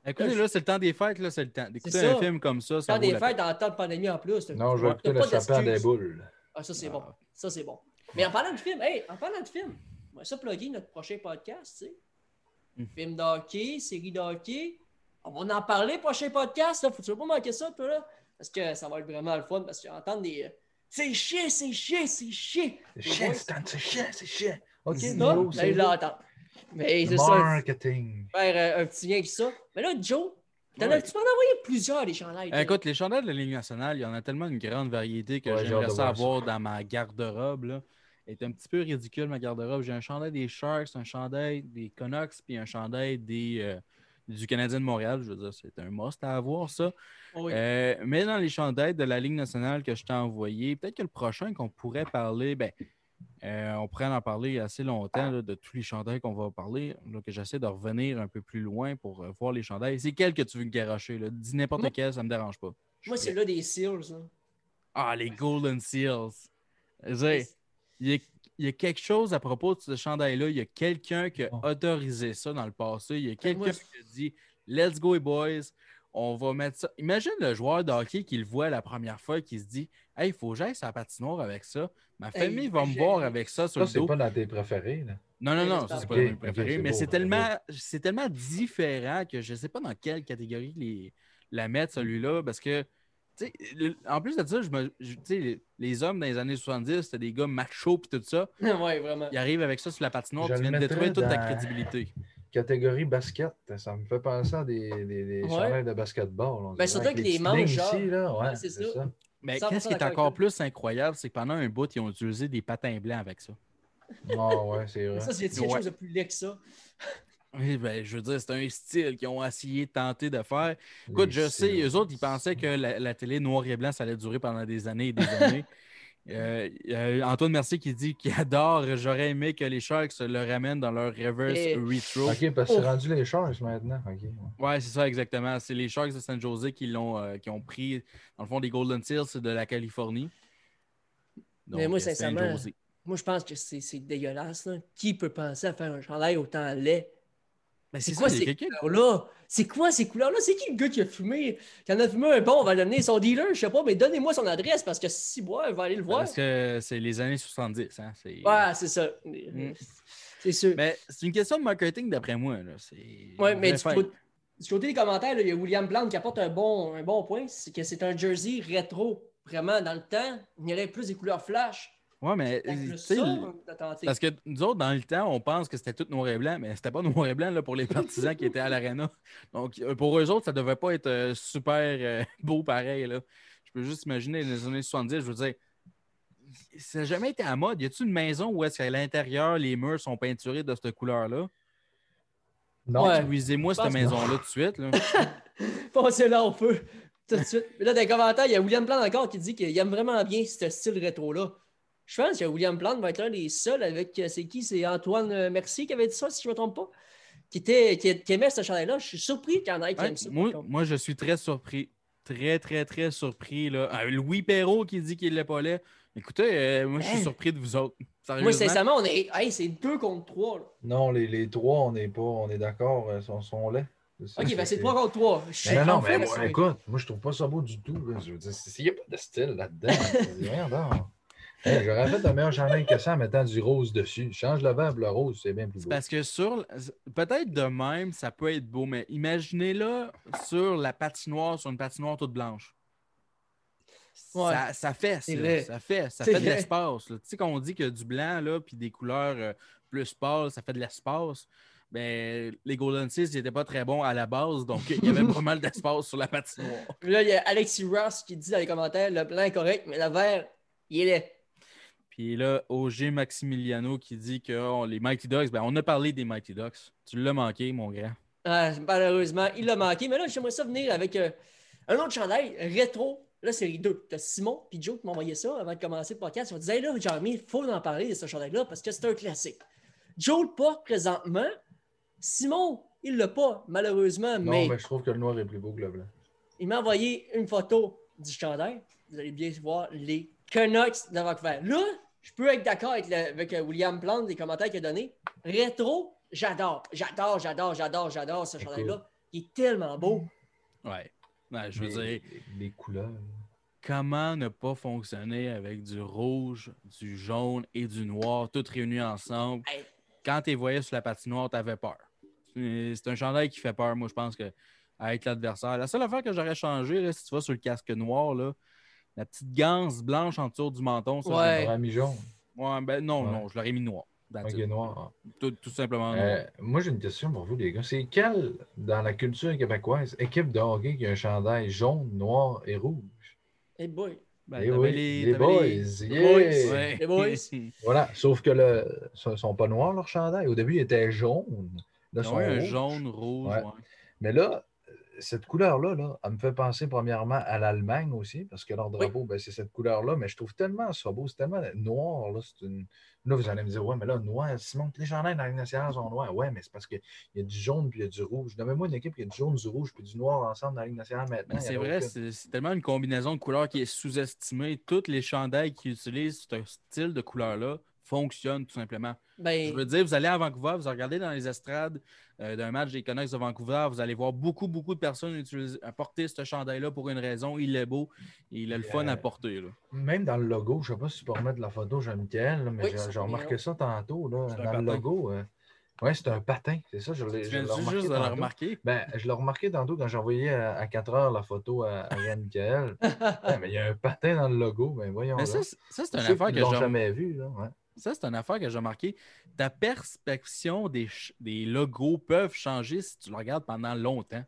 Speaker 2: Écoutez, là, c'est le temps des fêtes. là, C'est le temps. D'écouter
Speaker 1: ça.
Speaker 2: un film comme ça, ça
Speaker 1: Dans
Speaker 2: vaut
Speaker 1: des
Speaker 2: la
Speaker 1: fêtes, en temps de pandémie en plus. t'as-
Speaker 3: Non, je
Speaker 1: t'as
Speaker 3: vais écouter
Speaker 1: pas
Speaker 3: le serpent
Speaker 1: d'excuses.
Speaker 3: des boules.
Speaker 1: Ah, ça, c'est
Speaker 2: Ah.
Speaker 1: bon. Ça, c'est bon. Mais en parlant de film, hey, en parlant de film, on va ça plugger notre prochain podcast, tu sais.
Speaker 2: Mm.
Speaker 1: Film de hockey, série de hockey. On va en parler, prochain podcast, là. Faut-tu pas manquer ça, peu, là? Parce que ça va être vraiment le fun, parce que entendre des. C'est chier, c'est chier, c'est chier.
Speaker 3: C'est chiant, Stan, c'est chiant, c'est chiant. Ok,
Speaker 1: Sinon,
Speaker 3: Milo,
Speaker 1: vous
Speaker 3: c'est
Speaker 1: allez
Speaker 3: le
Speaker 1: l'entendre. Mais c'est ça,
Speaker 3: marketing.
Speaker 1: faire euh, un petit lien avec ça. Mais là, Joe, t'en
Speaker 2: Ouais.
Speaker 1: as- tu m'en as envoyé plusieurs, les chandails.
Speaker 2: Eh, Écoute, les chandelles de la Ligue nationale, il y en a tellement une grande variété que
Speaker 3: Ouais, j'ai hâte
Speaker 2: j'aimerais
Speaker 3: de
Speaker 2: ça
Speaker 3: voir ça.
Speaker 2: avoir dans ma garde-robe. là. Elle est un petit peu ridicule, ma garde-robe. J'ai un chandail des Sharks, un chandail des Canucks, puis un chandail des, euh, du Canadien de Montréal. Je veux dire, c'est un must à avoir, ça.
Speaker 1: Ah Oui.
Speaker 2: Euh, mais dans les chandelles de la Ligue nationale que je t'ai envoyé, peut-être que le prochain qu'on pourrait parler, ben, euh, on pourrait en parler assez longtemps là, de tous les chandails qu'on va parler. Donc, j'essaie de revenir un peu plus loin pour euh, voir les chandails. C'est quel que tu veux garocher? Là? Dis n'importe
Speaker 1: Moi-
Speaker 2: quel, ça me dérange pas. Je
Speaker 1: Moi,
Speaker 2: suis
Speaker 1: c'est là des Seals. là.
Speaker 2: ah, les Golden Seals. Je veux dire, Il y, a, il y a quelque chose à propos de ce chandail-là. Il y a quelqu'un qui a
Speaker 3: Oh.
Speaker 2: autorisé ça dans le passé. Il y a
Speaker 3: Ben,
Speaker 2: quelqu'un
Speaker 1: moi,
Speaker 2: qui a dit Let's go, les boys. On va mettre ça. Imagine le joueur de hockey qui le voit la première fois et qui se dit Hey, il faut que j'aille sur la patinoire avec ça. Ma
Speaker 1: Hey,
Speaker 2: famille va me
Speaker 1: j'ai-
Speaker 2: voir avec ça sur
Speaker 3: Ça,
Speaker 2: le dos.
Speaker 3: c'est pas dans tes préférés. Là.
Speaker 2: Non, non, non,
Speaker 1: Ok,
Speaker 2: ça, c'est pas
Speaker 3: ok,
Speaker 2: mon
Speaker 3: ok,
Speaker 2: préféré,
Speaker 3: c'est
Speaker 2: mais
Speaker 3: beau,
Speaker 2: c'est
Speaker 3: c'est
Speaker 2: tellement, c'est tellement différent que je ne sais pas dans quelle catégorie les, la mettre, celui-là, parce que, tu sais, le- en plus de ça, je me, je- tu sais, les, les hommes dans les années 70, c'était des gars machos et tout ça,
Speaker 1: (laughs) ouais, vraiment.
Speaker 2: ils arrivent avec ça sur la patinoire,
Speaker 3: Je
Speaker 2: tu
Speaker 3: le
Speaker 2: viens de
Speaker 3: mettrais
Speaker 2: détruire toute ta
Speaker 3: dans-
Speaker 2: crédibilité.
Speaker 3: Catégorie basket, ça me fait penser à des, des, des
Speaker 1: Ouais.
Speaker 3: chandails de basketball. on
Speaker 1: Ben,
Speaker 3: dirait,
Speaker 1: surtout
Speaker 3: avec
Speaker 1: avec les
Speaker 3: petites
Speaker 1: manches,
Speaker 3: lignes
Speaker 1: genre.
Speaker 3: ici, là. Ouais,
Speaker 1: Ouais, c'est
Speaker 3: c'est
Speaker 1: ça.
Speaker 3: ça.
Speaker 2: Mais
Speaker 1: 100%
Speaker 2: qu'est-ce qui est
Speaker 1: d'accord avec
Speaker 2: encore
Speaker 1: toi.
Speaker 2: plus incroyable, c'est que pendant un bout, ils ont utilisé des patins blancs avec ça.
Speaker 3: Ah, ouais, c'est vrai.
Speaker 1: (laughs) Ça, c'est quelque
Speaker 2: Ouais.
Speaker 1: chose de plus laid que ça.
Speaker 2: Oui, ben, je veux dire, c'est un style qu'ils ont essayé de tenter de faire.
Speaker 3: Les
Speaker 2: Écoute, je sais,
Speaker 3: cils. (laughs)
Speaker 2: eux autres, ils pensaient que la, la télé noir et blanc, ça allait durer pendant des années et des années. Euh, euh, Antoine Mercier qui dit qu'il adore J'aurais aimé que les Sharks le ramènent dans leur reverse
Speaker 1: Et-
Speaker 2: retro.
Speaker 3: OK, parce que c'est
Speaker 1: Ouf.
Speaker 3: rendu les Sharks maintenant. OK. ouais.
Speaker 2: Ouais, c'est ça, exactement. C'est les Sharks de San Jose qui l'ont euh, qui ont pris, dans le fond, des Golden Seals de la Californie.
Speaker 1: Mais moi,
Speaker 2: euh, San
Speaker 1: sincèrement,
Speaker 2: Jose.
Speaker 1: Moi, je pense que c'est c'est dégueulasse. là. Qui peut penser à faire un chandail autant laid?
Speaker 2: Ben,
Speaker 1: c'est
Speaker 2: c'est
Speaker 1: quoi
Speaker 2: ça, il y a
Speaker 1: ces
Speaker 2: quelqu'un-
Speaker 1: couleurs-là? C'est quoi ces couleurs-là? C'est qui le gars qui a fumé? Qui en a fumé un bon, on va le donner son dealer, je sais pas, mais donnez-moi son adresse parce que si moi, je vais aller le voir.
Speaker 2: Parce que c'est les années 70. Hein? c'est-
Speaker 1: Ouais, c'est ça.
Speaker 2: Mm.
Speaker 1: C'est sûr.
Speaker 2: Mais c'est une question de marketing, d'après moi. Là. C'est-
Speaker 1: Ouais, mais du,
Speaker 2: Enfin,
Speaker 1: côté- du côté des commentaires, là, il y a William Blanc qui apporte un bon, un bon point, c'est que c'est un jersey rétro. Vraiment, dans le temps, il y aurait plus des couleurs flash.
Speaker 2: ouais, mais
Speaker 1: Fait que
Speaker 2: tu sais,
Speaker 1: ça, on a tenté.
Speaker 2: Parce que nous autres, dans le temps, on pense que c'était tout noir et blanc, mais c'était pas (laughs) noir et blanc là, pour les partisans qui étaient à l'arena. Donc, euh, pour eux autres, ça devait pas être euh, super euh, (laughs) beau pareil. Là. Je peux juste imaginer les années 70, je veux dire, ça n'a jamais été à mode. Y a-t-il une maison où est-ce qu'à l'intérieur, les murs sont peinturés de cette couleur-là?
Speaker 3: Non,
Speaker 1: Ouais.
Speaker 2: Cuisez-moi
Speaker 1: Je pense
Speaker 2: cette
Speaker 1: pas.
Speaker 2: maison-là tout de
Speaker 1: (laughs)
Speaker 2: suite. là.
Speaker 1: Passez là, on peut. Tout de suite. Mais là, dans les commentaires, il y a William Plant encore qui dit qu'il aime vraiment bien ce style rétro-là. Je pense que William Plant va être l'un des seuls avec. euh, C'est qui C'est Antoine euh, Mercier qui avait dit ça, si je ne me trompe pas. Qui, était, qui, qui aimait ce chandail-là. Je suis surpris qu'il y en ait qui
Speaker 2: Ouais,
Speaker 1: aiment ça.
Speaker 2: moi, moi, je suis très surpris. Très, très, très surpris. Là. Euh, Louis Perrault qui dit qu'il l'est pas laid. Écoutez, euh, moi, je suis
Speaker 1: Hein?
Speaker 2: surpris de vous autres.
Speaker 1: Moi,
Speaker 2: Sérieusement.
Speaker 1: sincèrement, on est. Hey, c'est deux contre trois. là.
Speaker 3: non les, les trois, on n'est pas, on est d'accord, ils sont, sont laids. Ça,
Speaker 1: Ok, ben c'est
Speaker 3: c'est-
Speaker 1: trois contre trois. Je suis
Speaker 3: Mais non,
Speaker 1: en
Speaker 3: mais
Speaker 1: fait,
Speaker 3: moi,
Speaker 1: c'est-
Speaker 3: écoute, moi je trouve pas ça beau du tout. là. Je veux dire, s'il n'y a pas de style
Speaker 1: (laughs)
Speaker 3: là-dedans, je dis, voyons donc. Hey, J'aurais fait un meilleur chandail que ça en mettant du rose dessus. Change le verbe, le rose, c'est bien plus
Speaker 2: C'est
Speaker 3: beau.
Speaker 2: parce que sur. la- Peut-être de même, ça peut être beau, mais imaginez-le sur la patinoire, sur une patinoire toute blanche.
Speaker 1: Ouais.
Speaker 2: Ça, ça fait,
Speaker 1: C'est
Speaker 2: ça,
Speaker 1: vrai.
Speaker 2: ça fait, ça
Speaker 1: C'est
Speaker 2: fait de
Speaker 1: vrai.
Speaker 2: l'espace. là. Tu sais, quand on dit que du blanc, là, puis des couleurs euh, plus pâles, ça fait de l'espace. Ben, les Golden Seas, ils n'étaient pas très bons à la base, donc il y avait
Speaker 1: (laughs)
Speaker 2: pas mal d'espace sur la patinoire.
Speaker 1: Puis là, il y a Alexis Ross qui dit dans les commentaires le plan est correct, mais le vert, il est laid.
Speaker 2: Puis là, OG Maximiliano qui dit que oh, les Mighty Ducks, ben, on a parlé des Mighty Ducks. Tu l'as manqué, mon grand.
Speaker 1: Ah, malheureusement, il l'a manqué. Mais là, j'aimerais ça venir avec euh, un autre chandail rétro. Là, c'est les deux. T'as Simon et Joe qui m'ont envoyé ça avant de commencer le podcast. Ils ont dit Hey, là, Jeremy, il faut en parler de ce chandail-là parce que c'est un classique. Joe le porte présentement. Simon, il l'a pas, malheureusement,
Speaker 3: Non,
Speaker 1: mais
Speaker 3: mais je trouve que le noir est plus beau que le blanc.
Speaker 1: il m'a envoyé une photo du chandail. Vous allez bien voir les Canucks de Vancouver. Là, je peux être d'accord avec, le- avec, euh, William Plant des commentaires qu'il a donnés. Rétro, j'adore. J'adore, j'adore, j'adore, j'adore ce chandail-là. Il est tellement beau.
Speaker 2: Ouais. Ouais, je veux dire.
Speaker 3: Les- Les couleurs.
Speaker 2: comment ne pas fonctionner avec du rouge, du jaune et du noir, toutes réunis ensemble.
Speaker 1: Hey.
Speaker 2: Quand tu les voyais sur la patinoire, tu avais peur. C'est c'est un chandail qui fait peur, moi, je pense que avec l'adversaire. La seule affaire que j'aurais changé, là, si tu vas sur le casque noir, là, la petite ganse blanche en dessous du menton, ça,
Speaker 1: Ouais.
Speaker 2: je l'aurais-
Speaker 3: Leur ami jaune,
Speaker 2: Ouais, ben, non,
Speaker 3: Ouais.
Speaker 2: non, je l'aurais mis noir. That's
Speaker 3: ok,
Speaker 2: it.
Speaker 3: noir.
Speaker 2: Tout, tout simplement noir.
Speaker 3: Euh, moi, j'ai une question pour vous, les gars. C'est quelle, dans la culture québécoise, équipe de hockey qui a un chandail jaune, noir et rouge?
Speaker 1: Hey boy.
Speaker 2: Ben,
Speaker 3: Eh
Speaker 2: t'avais
Speaker 3: oui,
Speaker 2: les-
Speaker 3: les
Speaker 2: t'avais
Speaker 3: boys.
Speaker 2: les-
Speaker 3: yeah!
Speaker 2: Ouais.
Speaker 1: Les boys.
Speaker 3: Voilà, sauf que le, sont, sont pas noirs leurs chandails. Au début, ils étaient jaunes. Là, ils sont
Speaker 2: (laughs) Ah Ouais, un
Speaker 3: rouges.
Speaker 2: jaune, rouge.
Speaker 3: Ouais.
Speaker 2: ouais.
Speaker 3: Mais là, euh, cette couleur-là, là, elle me fait penser premièrement à l'Allemagne aussi, parce que leur drapeau, ben, c'est cette couleur-là, mais je trouve tellement ça beau, c'est tellement noir. Là, c'est une... là, vous allez me dire, ouais, mais là, noir, Simon, tous les chandails dans la Ligue nationale sont noirs. Ouais, mais c'est parce qu'il y a du jaune puis il y a du rouge. Nommez-moi une équipe qui a du jaune, du rouge puis du noir ensemble dans la Ligue nationale maintenant.
Speaker 2: Ben,
Speaker 3: il y en
Speaker 2: c'est
Speaker 3: a
Speaker 2: vrai,
Speaker 3: aucune.
Speaker 2: c'est c'est tellement une combinaison de couleurs qui est sous-estimée. Toutes les chandails qui utilisent ce style de couleur-là fonctionnent tout simplement. Je
Speaker 1: Ben,
Speaker 2: veux dire, vous allez à Vancouver, vous regardez dans les estrades euh, d'un match des Canucks de Vancouver, vous allez voir beaucoup, beaucoup de personnes utiliser, porter ce chandail-là pour une raison. Il est beau et il a le
Speaker 3: Et,
Speaker 2: fun à
Speaker 3: euh,
Speaker 2: porter. là.
Speaker 3: Même dans le logo, je ne sais pas si tu peux remettre la photo, Jean-Michel, là, mais
Speaker 1: Oui,
Speaker 3: j'ai-
Speaker 1: ça
Speaker 3: j'ai
Speaker 1: fait bien.
Speaker 3: remarqué ça tantôt. Là,
Speaker 2: C'est un
Speaker 3: dans le
Speaker 2: patin.
Speaker 3: logo, euh, ouais, c'est un patin. C'est ça, je l'ai
Speaker 2: Tu
Speaker 3: je
Speaker 2: viens
Speaker 3: l'ai
Speaker 2: juste
Speaker 3: remarqué.
Speaker 2: de le
Speaker 3: tantôt.
Speaker 2: remarquer?
Speaker 3: Ben, je l'ai remarqué tantôt quand j'ai envoyé euh, à, 4 heures la photo à, à Jean-Michel. Ah, mais il y a un patin dans le logo. Ben, voyons.
Speaker 2: Mais
Speaker 3: donc.
Speaker 2: ça, c'est- ça, c'est une
Speaker 3: Ceux qui
Speaker 2: affaire que Ah,
Speaker 3: l'ont
Speaker 2: j'ai
Speaker 3: jamais vu. Là, ouais.
Speaker 2: Ça, c'est une affaire que j'ai remarqué. Ta perception des, ch- des logos peuvent changer si tu le regardes pendant longtemps.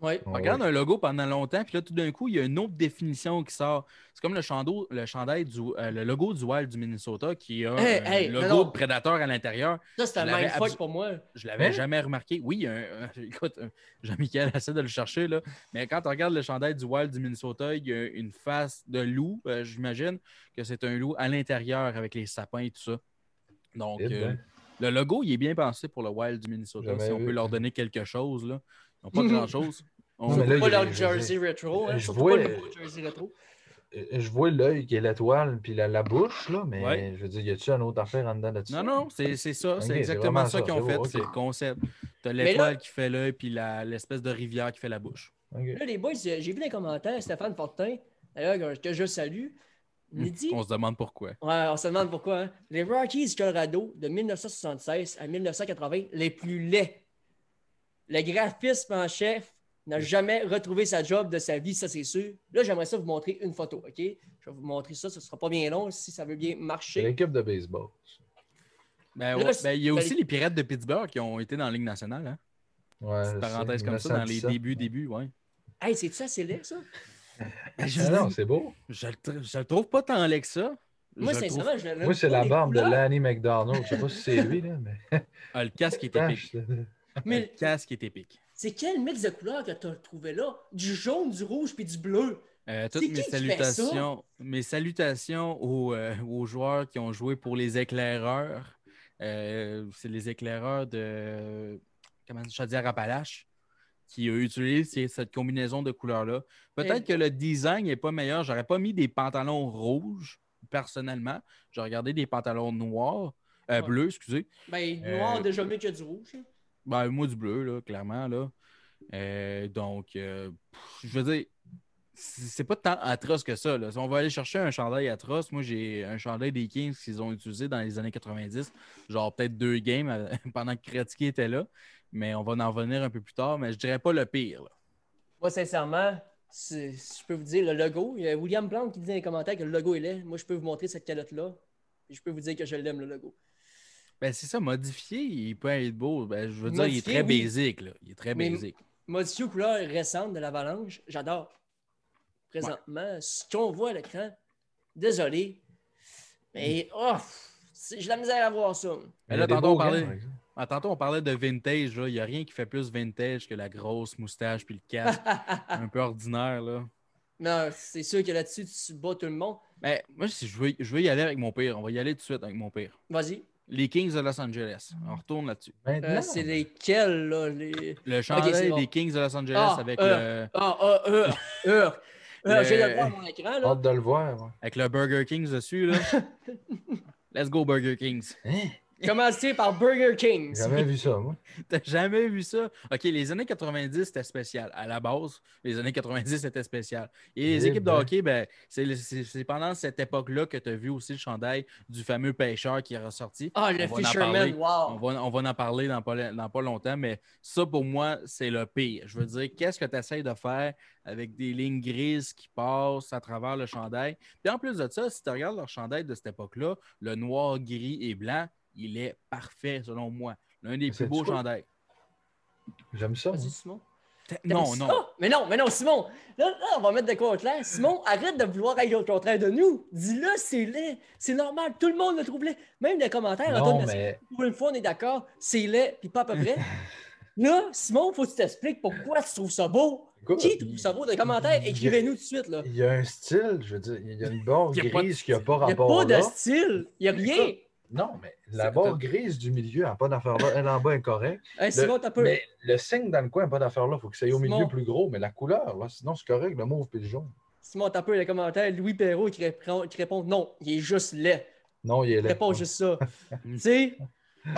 Speaker 1: Oui.
Speaker 3: Ah
Speaker 2: On regarde un logo pendant longtemps, puis là, tout d'un coup, il y a une autre définition qui sort. C'est comme le, chandeau, le chandail du euh, le logo du Wild du Minnesota qui a
Speaker 1: Hey,
Speaker 2: un
Speaker 1: hey,
Speaker 2: logo
Speaker 1: non, non.
Speaker 2: de prédateur à l'intérieur.
Speaker 1: Ça, c'est
Speaker 2: Je
Speaker 1: un
Speaker 2: l'avais
Speaker 1: mindfuck
Speaker 2: abs-
Speaker 1: pour moi.
Speaker 2: Je l'avais
Speaker 3: Hein?
Speaker 2: jamais remarqué. Oui, il y a un- un- (laughs) écoute, un- Jean-Michel essaie de le chercher, là. Mais quand on regarde le chandail du Wild du Minnesota, il y a une face de loup. Euh, J'imagine que c'est un loup à l'intérieur avec les sapins et tout ça. Donc,
Speaker 3: Eh ben.
Speaker 2: euh, le logo, il est bien pensé pour le Wild du Minnesota.
Speaker 3: J'avais
Speaker 2: Si on
Speaker 3: vu.
Speaker 2: peut leur donner quelque chose, là.
Speaker 1: (laughs)
Speaker 2: Ils n'ont pas grand-chose. On-
Speaker 3: Non, mais là,
Speaker 1: Pas
Speaker 3: il-
Speaker 1: leur
Speaker 3: je-
Speaker 1: jersey rétro. Hein,
Speaker 3: je
Speaker 1: surtout
Speaker 3: vois-
Speaker 1: pas le nouveau jersey rétro.
Speaker 3: Euh, Je vois l'œil qui est l'étoile, puis la, la bouche, là, mais
Speaker 2: Ouais.
Speaker 3: je veux dire, y a-tu un autre affaire en dedans là-dessus?
Speaker 2: Non, non, c'est c'est ça.
Speaker 3: Ok,
Speaker 2: C'est
Speaker 3: c'est
Speaker 2: exactement
Speaker 3: vraiment
Speaker 2: ça
Speaker 3: ça,
Speaker 2: qu'ils ont
Speaker 3: c'est beau,
Speaker 2: fait.
Speaker 3: ok.
Speaker 2: C'est le concept. T'as
Speaker 1: là-
Speaker 2: l'étoile qui fait l'œil, puis la- l'espèce de rivière qui fait la bouche.
Speaker 3: Ok.
Speaker 1: Là, les boys, euh, j'ai vu dans les commentaires Stéphane Fortin, d'ailleurs, que je salue, il dit
Speaker 2: Hum, On se demande pourquoi. Ben
Speaker 1: Ouais, on se demande pourquoi. hein. Les Rockies du Colorado de 1976 à 1980, les plus laids. Le graphiste en chef n'a jamais retrouvé sa job de sa vie, ça c'est sûr. Là, j'aimerais ça vous montrer une photo, OK? Je vais vous montrer ça, ce ne sera pas bien long si ça veut bien
Speaker 3: C'est
Speaker 1: marcher.
Speaker 3: l'équipe de baseball.
Speaker 2: Ben,
Speaker 1: Là,
Speaker 2: ouais,
Speaker 1: c'est-
Speaker 2: ben, il y a
Speaker 1: ben,
Speaker 2: aussi les pirates de Pittsburgh qui ont été dans la Ligue nationale. Hein?
Speaker 3: Ouais, je
Speaker 2: Petite
Speaker 3: sais,
Speaker 2: parenthèse comme ça dans les
Speaker 3: 1917.
Speaker 2: débuts, débuts, ouais.
Speaker 1: Hey, c'est ça, c'est laid, ça?
Speaker 2: Ben, je,
Speaker 3: Ah non, c'est beau.
Speaker 2: le tr- je le trouve pas tant laid que ça.
Speaker 1: Moi,
Speaker 2: Je le trouve-
Speaker 1: sincèrement, je l'aime
Speaker 3: Moi, c'est
Speaker 1: pas,
Speaker 3: la
Speaker 1: les
Speaker 3: barbe de
Speaker 1: couleurs,
Speaker 3: Lanny McDonald. Je sais pas si c'est lui, là,
Speaker 2: (laughs)
Speaker 3: mais.
Speaker 2: Ah, le casque est
Speaker 3: Ah,
Speaker 2: épique.
Speaker 3: je-
Speaker 2: Le
Speaker 1: Mais
Speaker 2: casque est épique.
Speaker 1: c'est quel mix de couleurs que tu as trouvé là? Du jaune, du rouge, puis du bleu.
Speaker 2: Euh,
Speaker 1: C'est
Speaker 2: toutes
Speaker 1: qui
Speaker 2: mes
Speaker 1: qui fait
Speaker 2: salutations, mes salutations aux, euh, aux joueurs qui ont joué pour les éclaireurs. Euh, c'est les éclaireurs de comment Chaudière-Appalaches qui utilisent ces- cette combinaison de couleurs-là. Peut-être que
Speaker 1: Et-
Speaker 2: le design n'est pas meilleur. J'aurais pas mis des pantalons rouges personnellement. J'ai regardé des pantalons noirs, euh,
Speaker 1: Ouais.
Speaker 2: bleus, excusez.
Speaker 1: Ben, noir
Speaker 2: Euh,
Speaker 1: déjà mieux que du rouge. hein.
Speaker 2: Ben, moi, du bleu, là, clairement. Là. Euh, donc, euh, pff, je veux dire, c'est c'est pas tant atroce que ça. Là. Si on va aller chercher un chandail atroce, moi, j'ai un chandail des Kings qu'ils ont utilisé dans les années 90, genre peut-être deux games euh, (laughs) pendant que Kretzky était là. Mais on va en revenir un peu plus tard, mais je dirais pas le pire. là.
Speaker 1: Moi, sincèrement, c'est- je peux vous dire le logo. Il y a William Plante qui dit dans les commentaires que le logo est laid. Moi, je peux vous montrer cette calotte-là. Et Je peux vous dire que je l'aime, le logo.
Speaker 2: Ben, c'est ça, modifié, il peut être beau. Ben, je veux dire, il est
Speaker 1: Modifié,
Speaker 2: très
Speaker 1: oui.
Speaker 2: basique. Là. Il est très
Speaker 1: Mais-
Speaker 2: basique.
Speaker 1: Modifié aux couleurs récentes de l'avalanche, j'adore. Présentement, ce qu'on voit à l'écran, désolé, mais oh, c'est- j'ai de la misère à voir ça.
Speaker 3: Il y a
Speaker 2: là,
Speaker 3: des
Speaker 2: tantôt, on
Speaker 3: beaux gars,
Speaker 2: parlait-
Speaker 3: par exemple.
Speaker 2: Ah, tantôt, on parlait de vintage. là. Il n'y a rien qui fait plus vintage que la grosse moustache puis le
Speaker 1: (laughs)
Speaker 2: casque un peu ordinaire. Là.
Speaker 1: non, c'est sûr que là-dessus, tu bats tout le monde.
Speaker 2: Ben, moi, si je veux, je veux y aller avec mon pire. On va y aller tout de suite avec mon pire.
Speaker 1: Vas-y.
Speaker 2: Les Kings de Los Angeles.
Speaker 1: Mm.
Speaker 2: On retourne là-dessus.
Speaker 1: Euh,
Speaker 3: Maintenant,
Speaker 1: c'est lesquels, là? Les...
Speaker 2: Le chandail
Speaker 1: c'est bon.
Speaker 2: des Kings de Los Angeles
Speaker 1: Ah,
Speaker 2: avec, le,
Speaker 1: Ah, ah, ah, ah, ah, J'ai
Speaker 2: Le-
Speaker 1: le voir à mon écran, là.
Speaker 3: hâte de le voir. ouais.
Speaker 2: avec le Burger Kings
Speaker 1: (laughs)
Speaker 2: dessus. Là. Let's go, Burger Kings. (laughs)
Speaker 3: Hein?
Speaker 1: Commencez par Burger King.
Speaker 3: Jamais vu ça, moi.
Speaker 2: T'as jamais vu ça? OK, les années 90, c'était spécial. À la base, les années 90, c'était spécial. Et les
Speaker 3: Eh
Speaker 2: équipes de
Speaker 3: ben.
Speaker 2: hockey, ben, c'est le- c'est c'est pendant cette époque-là que tu as vu aussi le chandail du fameux pêcheur qui est ressorti.
Speaker 1: Ah, le
Speaker 2: On va en parler.
Speaker 1: Fisherman,
Speaker 2: On
Speaker 1: wow!
Speaker 2: va, on va en parler dans pas, dans pas longtemps, mais ça, pour moi, c'est le pire. Je veux dire, qu'est-ce que tu essaies de faire avec des lignes grises qui passent à travers le chandail? Puis en plus de ça, si tu regardes leur chandail de cette époque-là, le noir, gris et blanc, il est parfait, selon moi. L'un des plus
Speaker 3: C'est
Speaker 2: beaux
Speaker 3: tout.
Speaker 2: chandails.
Speaker 3: J'aime ça. moi.
Speaker 1: Vas-y, Simon.
Speaker 2: T'as-
Speaker 1: T'aimes
Speaker 2: Non,
Speaker 1: ça?
Speaker 2: non.
Speaker 1: Mais non, mais non, Simon! Là, là, on va mettre de quoi au clair. Simon, arrête de vouloir aller au contraire de nous. Dis-le, c'est laid. C'est normal. Tout le monde le trouve laid. Même les commentaires,
Speaker 3: Non,
Speaker 1: Antoine, parce
Speaker 3: mais
Speaker 1: que pour une fois, on est d'accord. C'est laid, puis pas à peu
Speaker 2: (laughs)
Speaker 1: près. là, Simon, faut que tu t'expliques pourquoi tu trouves ça beau.
Speaker 3: écoute,
Speaker 1: Qui trouve ça beau? Dans les commentaires, écrivez-nous tout de suite, là.
Speaker 3: il y a un style, je veux dire, il y a une barre
Speaker 2: Il y a pas de
Speaker 3: grise qui n'a
Speaker 2: style.
Speaker 3: pas
Speaker 1: Il n'y a
Speaker 3: rapport
Speaker 1: pas de
Speaker 3: là.
Speaker 1: style. Il n'y a rien.
Speaker 3: Écoute, Non, mais la
Speaker 2: C'est-
Speaker 3: barre grise du milieu n'a pas d'affaire là. Elle en bas est correcte.
Speaker 1: Hey, Simon, t'as peur.
Speaker 3: Mais le signe dans le coin n'a pas d'affaire là. Il faut que ça aille au milieu
Speaker 1: Simon.
Speaker 3: plus gros. Mais la couleur, là, sinon c'est correct, le mauve puis le jaune.
Speaker 1: Simon, t'as peur les commentaires. Louis Perrault qui répond, qui répond non, il est juste laid.
Speaker 3: Non, il est là.
Speaker 1: Réponds juste ça. tu sais,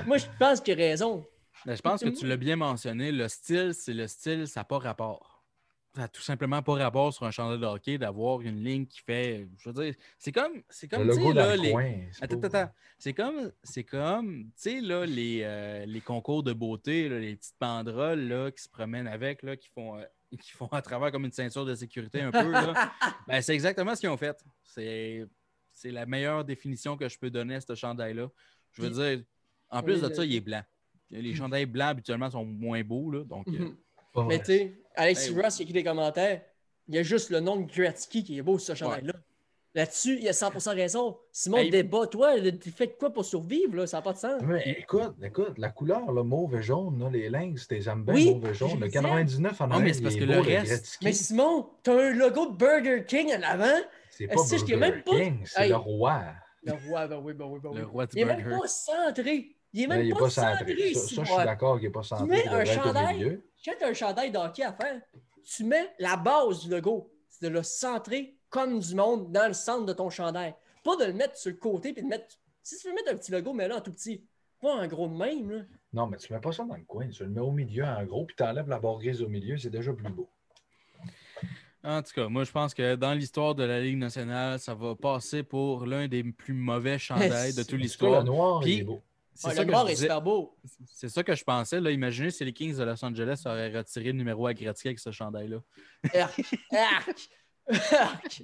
Speaker 1: moi, je pense qu'il a raison.
Speaker 2: Mais je pense que tu l'as bien mentionné. Le style, c'est le style, ça n'a pas rapport. Ça n'a tout simplement pas rapport sur un chandail de hockey d'avoir une ligne qui fait. Je veux dire, c'est comme. C'est
Speaker 3: Le
Speaker 2: comme tu
Speaker 3: logo
Speaker 2: sais,
Speaker 3: dans
Speaker 2: là,
Speaker 3: le
Speaker 2: les.
Speaker 3: coin. c'est
Speaker 2: Attends,
Speaker 3: beau.
Speaker 2: attends, attends. C'est comme, c'est comme, tu sais, là, les, euh, les concours de beauté, là, les petites banderoles là, qui se promènent avec, là, qui font, euh, (laughs) qui font à travers comme une ceinture de sécurité un peu. là.
Speaker 1: (laughs)
Speaker 2: Ben, c'est exactement ce qu'ils ont fait. C'est, c'est la meilleure définition que je peux donner à ce chandail-là. Je veux dire, en plus
Speaker 1: Oui,
Speaker 2: de
Speaker 1: le- (laughs)
Speaker 2: ça, il est blanc. Les chandails blancs, habituellement, sont moins beaux, là, donc euh,
Speaker 1: Mhm.
Speaker 3: Pas
Speaker 1: Mais
Speaker 3: vrai.
Speaker 1: tu sais, Alexis
Speaker 2: Ben
Speaker 1: Ross, il a écrit des commentaires. Il y a juste le nom de Gretzky qui est beau sur ce chandail-là. Là-dessus, il a 100% raison. Simon,
Speaker 2: Hey.
Speaker 1: débat, toi, le- tu fais de quoi pour survivre? Là? Ça n'a pas de sens.
Speaker 3: Mais écoute, écoute, la couleur, le mauve et jaune, là, les lingues, c'était j'aime bien
Speaker 1: Oui,
Speaker 3: mauve et
Speaker 1: je Ah,
Speaker 3: jaune.
Speaker 1: le
Speaker 3: Le
Speaker 1: disais.
Speaker 3: 99 en
Speaker 2: Non,
Speaker 3: arrière,
Speaker 2: mais c'est
Speaker 3: il
Speaker 2: parce
Speaker 3: est
Speaker 2: que
Speaker 3: beau,
Speaker 2: le reste-
Speaker 3: Gretzky.
Speaker 1: Mais Simon, t'as un logo de Burger King en avant.
Speaker 3: c'est pas
Speaker 1: est-ce que je
Speaker 3: Burger
Speaker 1: l'ai même pas-
Speaker 3: King, c'est
Speaker 1: Hey.
Speaker 3: le roi.
Speaker 1: Le roi, ben oui, ben oui, ben oui.
Speaker 2: Le roi du
Speaker 1: Il n'est même
Speaker 2: burger.
Speaker 1: pas centré. Il n'est même
Speaker 3: Là, Ben, il n'est
Speaker 1: pas, centré.
Speaker 3: Ça,
Speaker 1: si
Speaker 3: ça, je
Speaker 1: moi.
Speaker 3: suis d'accord qu'il n'est pas centré.
Speaker 1: mets
Speaker 3: il
Speaker 1: un
Speaker 3: devrait être au
Speaker 1: chandail.
Speaker 3: milieu.
Speaker 1: Quand tu as un chandail d'hockey à faire, tu mets la base du logo. C'est de le centrer comme du monde dans le centre de ton chandail. Pas de le mettre sur le côté puis de mettre. Si tu veux mettre un petit logo, mets-le en tout petit. Pas en gros de même. Là.
Speaker 3: Non, mais tu ne mets pas ça dans le coin. Tu le mets au milieu, en gros, puis tu enlèves la barre grise au milieu. C'est déjà plus beau.
Speaker 2: En tout cas, moi, je pense que dans l'histoire de la Ligue nationale, ça va passer pour l'un des plus mauvais chandails
Speaker 1: (laughs)
Speaker 2: de
Speaker 1: c'est-
Speaker 2: toute
Speaker 3: En tout cas,
Speaker 2: l'histoire.
Speaker 3: Le noir,
Speaker 2: Puis-
Speaker 3: il est beau.
Speaker 2: C'est
Speaker 1: Ouais,
Speaker 2: ça
Speaker 1: Ah, le
Speaker 2: que
Speaker 1: noir
Speaker 2: je
Speaker 1: est
Speaker 2: disais-
Speaker 1: super beau.
Speaker 2: c'est ça que je pensais. Là. Imaginez si les Kings de Los Angeles auraient retiré le numéro à Gretzky avec ce chandail-là.
Speaker 1: Arc, arc, arc.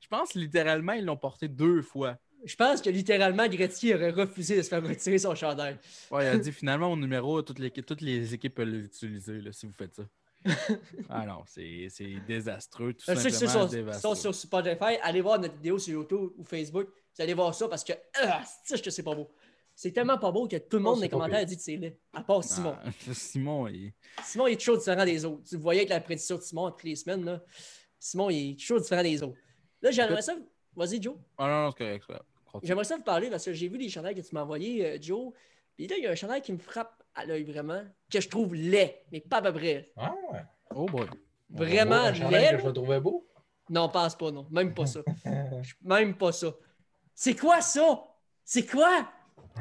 Speaker 2: Je pense littéralement, ils l'ont porté deux fois.
Speaker 1: Je pense que littéralement, Gretzky aurait refusé de se faire retirer son chandail.
Speaker 2: Ouais, il a dit finalement, mon numéro, toutes les, toutes les équipes peuvent l'utiliser là, si vous
Speaker 1: (laughs)
Speaker 2: faites ça. ah non, c'est c'est désastreux, tout
Speaker 1: Euh, Je sais que c'est
Speaker 2: simplement
Speaker 1: sur,
Speaker 2: dévastateur.
Speaker 1: sont sur Spotify. Allez voir notre vidéo sur YouTube ou Facebook. Vous allez voir ça parce que, ah, c'est que c'est pas beau. C'est tellement pas beau que tout le
Speaker 3: Non,
Speaker 1: monde dans
Speaker 3: c'est
Speaker 1: les
Speaker 3: pas
Speaker 1: commentaires
Speaker 3: pire.
Speaker 1: dit que c'est laid. À part Simon.
Speaker 2: Ah, (laughs) Simon, il-
Speaker 1: Simon, il est toujours différent des autres. Tu le voyais avec la prédiction de Simon toutes les semaines. Là. Simon, il est toujours différent des autres. Là, j'aimerais ça. Vas-y, Joe.
Speaker 2: Ah non, non, c'est correct. c'est correct. Continue.
Speaker 1: J'aimerais ça vous parler parce que j'ai vu les chandails que tu m'as envoyés, euh, Joe. Puis là, il y a un chandail qui me frappe à l'œil vraiment, que je trouve laid, mais pas à peu près.
Speaker 3: Ah,
Speaker 2: Oh boy.
Speaker 3: on va
Speaker 1: Vraiment
Speaker 3: voir un chandail
Speaker 1: laid.
Speaker 3: que je le trouvais beau.
Speaker 1: Non, pense pas, non. Même pas ça.
Speaker 3: (laughs)
Speaker 1: Je- Même pas ça. C'est quoi ça? C'est quoi?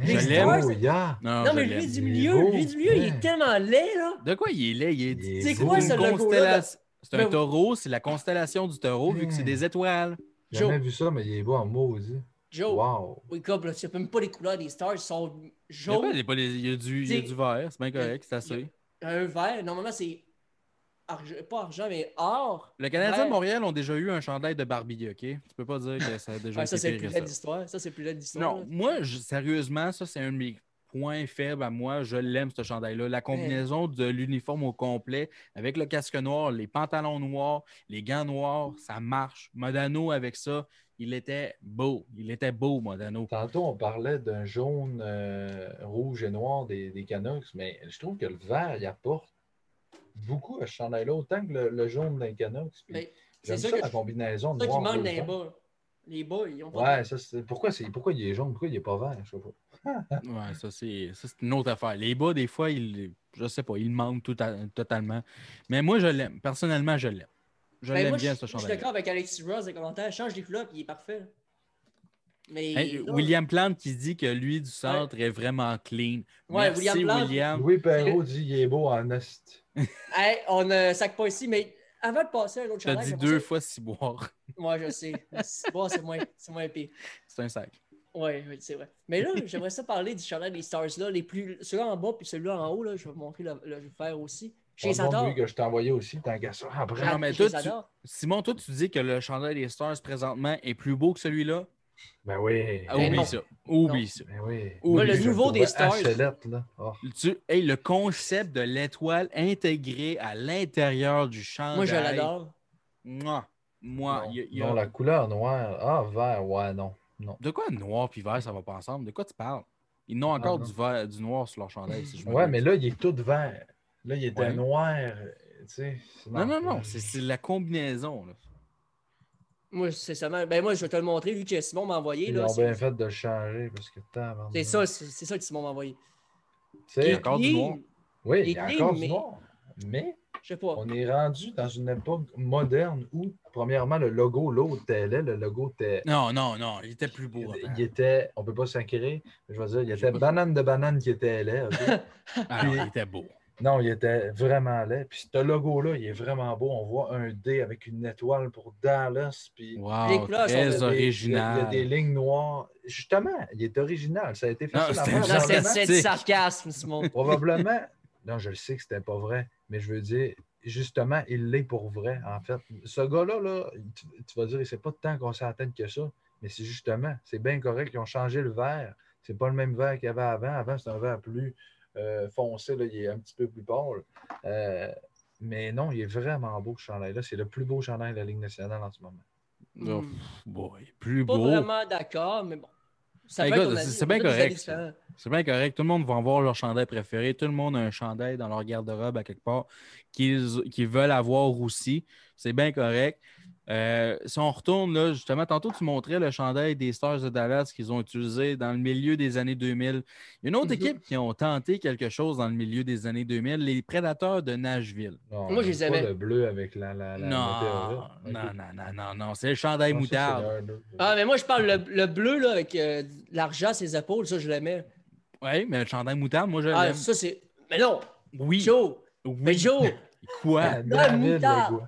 Speaker 1: Les
Speaker 3: Il est
Speaker 1: Stars-
Speaker 3: beau, yeah.
Speaker 2: Non,
Speaker 1: Non,
Speaker 2: je
Speaker 1: mais
Speaker 2: l'aime.
Speaker 1: lui du
Speaker 3: Il est
Speaker 1: milieu,
Speaker 3: beau.
Speaker 1: lui du milieu, il est
Speaker 3: Ouais.
Speaker 1: tellement laid, là.
Speaker 2: De quoi il est laid? Il est...
Speaker 3: Il est
Speaker 1: C'est
Speaker 3: beau.
Speaker 1: quoi
Speaker 2: une
Speaker 1: ce logo-là?
Speaker 2: constellation. C'est un
Speaker 1: Ben-
Speaker 2: taureau, c'est la constellation du taureau, vu que c'est
Speaker 3: Hmm.
Speaker 2: des étoiles.
Speaker 3: J'ai jamais vu ça, mais il est beau en maudit.
Speaker 1: Joe,
Speaker 3: Wow.
Speaker 1: wake up, là, tu sais même pas les couleurs des stars, ils sont
Speaker 2: Mais ben,
Speaker 1: jaunes.
Speaker 2: il, est pas les- il y a du, il y a
Speaker 1: C'est-
Speaker 2: du vert, c'est bien correct, c'est
Speaker 1: Il y
Speaker 2: assez.
Speaker 1: Un vert, normalement, c'est arge- pas argent, mais or.
Speaker 2: Le Canadien
Speaker 1: Ouais.
Speaker 2: de Montréal ont déjà eu un chandail de Barbie, OK? Tu peux pas dire que ça a déjà
Speaker 1: Ouais, ça,
Speaker 2: été
Speaker 1: c'est
Speaker 2: pire
Speaker 1: plus
Speaker 2: que
Speaker 1: laid d'histoire. Ça, c'est plus laid d'histoire.
Speaker 2: Non, moi, je- sérieusement, ça, c'est un de mes points faibles à moi. Je l'aime, ce chandail-là. La combinaison de l'uniforme au complet, avec le casque noir, les pantalons noirs, les gants noirs, ça marche. Modano, avec ça, il était beau. Il était beau, Modano.
Speaker 3: Tantôt, on parlait d'un jaune, euh, rouge et noir des, des Canucks, mais je trouve que le vert, il apporte beaucoup à ce chandail-là, autant que le, le jaune d'un Canucks. Puis
Speaker 1: Ben,
Speaker 3: J'aime
Speaker 1: c'est
Speaker 3: ça,
Speaker 1: sûr que
Speaker 3: la
Speaker 1: je-
Speaker 3: combinaison
Speaker 1: C'est ça qui
Speaker 3: noir,
Speaker 1: manque dans
Speaker 3: rouge,
Speaker 1: les
Speaker 3: vert.
Speaker 1: bas. Les bas, ils ont pas.
Speaker 3: Ouais, ça, c'est... Pourquoi, c'est... pourquoi il est jaune? Pourquoi il n'est pas vert? Je sais pas.
Speaker 2: Ouais, ça, c'est ça, c'est une autre affaire. Les bas, des fois, il, je sais pas, il manque tout à- totalement. Mais moi, je l'aime. Personnellement, je l'aime. Je
Speaker 1: Ben,
Speaker 2: l'aime
Speaker 1: moi,
Speaker 2: bien,
Speaker 1: je-
Speaker 2: ce
Speaker 1: Je suis
Speaker 2: chandail.
Speaker 1: d'accord avec Alexis Ross, les commentaires. Change les couleurs, puis il est parfait. Mais.
Speaker 2: Hey,
Speaker 1: là,
Speaker 2: William Plant qui dit que lui du centre est vraiment clean.
Speaker 1: Ouais,
Speaker 2: Merci,
Speaker 1: William Plant.
Speaker 2: William.
Speaker 3: Louis Perrault dit qu'il est beau en asti.
Speaker 1: hey, on ne sac pas ici, mais avant de passer à un autre
Speaker 2: Je
Speaker 1: chandail.
Speaker 2: dit
Speaker 1: j'aimerais
Speaker 2: deux
Speaker 1: ça-
Speaker 2: fois Ciboire.
Speaker 1: Moi, je sais. (laughs) C'est bon, c'est moins, c'est moins pire.
Speaker 2: (laughs) C'est un sac.
Speaker 1: Oui, oui, c'est vrai. Mais là, j'aimerais ça parler du chandail des Stars, là, les plus... celui-là en bas puis celui-là en haut, là, je vais vous montrer le, le- je vais vous faire aussi. Chez les
Speaker 3: J'ai
Speaker 1: Centaures.
Speaker 3: que je t'ai envoyé aussi, tant qu'à ça.
Speaker 1: Ah,
Speaker 3: Ah,
Speaker 2: Non,
Speaker 3: bravo.
Speaker 2: mais
Speaker 1: chez les
Speaker 2: toi, tu-
Speaker 1: Centaures.
Speaker 2: Simon, toi, tu dis que le chandail des Stars présentement est plus beau que celui-là?
Speaker 3: Ben oui.
Speaker 2: Ah,
Speaker 1: Ben
Speaker 2: oublie
Speaker 1: non.
Speaker 2: ça. Oublie ça.
Speaker 3: Ben oui.
Speaker 2: Moi,
Speaker 3: Oui,
Speaker 2: le
Speaker 3: je
Speaker 1: nouveau
Speaker 3: trouvais
Speaker 1: des Stars.
Speaker 3: assez lettre, là. Oh.
Speaker 2: Tu- hey, le concept de l'étoile intégrée à l'intérieur du chandail.
Speaker 1: Moi, je l'adore.
Speaker 2: Moi, moi,
Speaker 3: non.
Speaker 2: il y a- il y a-
Speaker 3: Non, la couleur noire. Ah, vert, ouais, non. Non.
Speaker 2: De quoi noir puis vert, ça va pas ensemble? De quoi tu parles? Ils n'ont encore
Speaker 3: Ah, non.
Speaker 2: du, vert, du noir sur leur chandail. si je me
Speaker 3: Ouais,
Speaker 2: trompe.
Speaker 3: mais là, il est tout vert. Là, il était
Speaker 2: Ouais.
Speaker 3: noir. euh, Tu sais.
Speaker 2: Non, non, non, c'est c'est la combinaison. là.
Speaker 1: Moi, c'est ça. Ben, moi, je vais te le montrer, lui que Simon m'a envoyé.
Speaker 3: Ils
Speaker 1: Là,
Speaker 3: ont
Speaker 1: c'est...
Speaker 3: bien fait de le changer parce que tabarnak.
Speaker 1: c'est ça, c'est, c'est ça que Simon m'a envoyé.
Speaker 3: Tu sais,
Speaker 1: Il est
Speaker 2: encore du
Speaker 1: clean.
Speaker 2: noir.
Speaker 3: Oui,
Speaker 1: il
Speaker 3: il y a
Speaker 1: est
Speaker 3: encore
Speaker 1: clean, mais-
Speaker 3: du noir. Mais
Speaker 1: Je sais pas.
Speaker 3: on est rendu dans une époque moderne où, premièrement, le logo, l'autre était laid, le logo était.
Speaker 2: Non, non, non, il était plus beau. avant.
Speaker 3: Il était, on peut pas s'inquiéter, mais je veux dire, il
Speaker 2: J'ai
Speaker 3: était
Speaker 2: pas-
Speaker 3: banane de banane qui était laid.
Speaker 2: (laughs)
Speaker 3: ok?
Speaker 2: Ah non, il était beau.
Speaker 3: non, il était vraiment laid. Puis ce logo-là, il est vraiment beau. On voit un dé avec une étoile pour Dallas. Puis
Speaker 2: Wow,
Speaker 1: Les couleurs sont
Speaker 2: très
Speaker 3: Il y a des-
Speaker 2: original.
Speaker 3: Il y a des lignes noires. Justement, il est original. Ça a été
Speaker 2: Non,
Speaker 3: facile à
Speaker 2: c'était-
Speaker 3: faire.
Speaker 1: Là, c'est,
Speaker 2: Probablement-
Speaker 1: c'est du sarcasme,
Speaker 2: (laughs)
Speaker 1: Simon.
Speaker 3: Probablement. Non, je le sais que c'était pas vrai, mais je veux dire, justement, il l'est pour vrai, en fait. Ce gars-là, là, tu, tu vas dire, c'est pas tant qu'on s'attend que ça, mais c'est justement, c'est bien correct. Ils ont changé le verre. C'est pas le même verre qu'il y avait avant. Avant, c'était un verre plus euh, foncé, là, il est un petit peu plus pâle. Euh, Mais non, il est vraiment beau, ce chandail-là. C'est le plus beau chandail de la Ligue nationale en ce moment.
Speaker 2: Oh,
Speaker 1: Hmm.
Speaker 2: boy, plus
Speaker 1: Pas
Speaker 2: beau.
Speaker 1: vraiment d'accord, mais bon. Ça
Speaker 2: Hey,
Speaker 1: fait
Speaker 2: gars,
Speaker 1: qu'on a
Speaker 2: c'est-
Speaker 1: dit,
Speaker 2: c'est
Speaker 1: on
Speaker 2: bien
Speaker 1: a tous des
Speaker 2: correct,
Speaker 1: avis
Speaker 2: ça.
Speaker 1: différents.
Speaker 2: C'est bien correct. Tout le monde va avoir leur chandail préféré. Tout le monde a un chandail dans leur garde-robe à quelque part qu'ils qu'ils veulent avoir aussi. C'est bien correct. Euh, si on retourne, là, justement, tantôt, tu montrais le chandail des Stars de Dallas qu'ils ont utilisé dans le milieu des années 2000. Il y a une autre
Speaker 1: Mhm.
Speaker 2: équipe qui ont tenté quelque chose dans le milieu des années 2000, les Prédateurs de Nashville.
Speaker 3: Non,
Speaker 1: Moi, je les
Speaker 3: pas
Speaker 1: aimais.
Speaker 3: le bleu avec la. la, la
Speaker 2: non, non, non, non, non, non. C'est le chandail moutarde.
Speaker 1: Ah, mais moi, je parle le, le bleu là, avec euh, de l'argent à ses épaules, ça, je l'aimais.
Speaker 2: Oui, mais le chandail moutarde, moi, je
Speaker 1: Ah,
Speaker 2: l'aime.
Speaker 1: ça, c'est. Mais non,
Speaker 2: Oui.
Speaker 1: Joe!
Speaker 2: oui.
Speaker 1: Mais Joe!
Speaker 2: Quoi?
Speaker 1: (laughs)
Speaker 3: La
Speaker 1: La moutarde.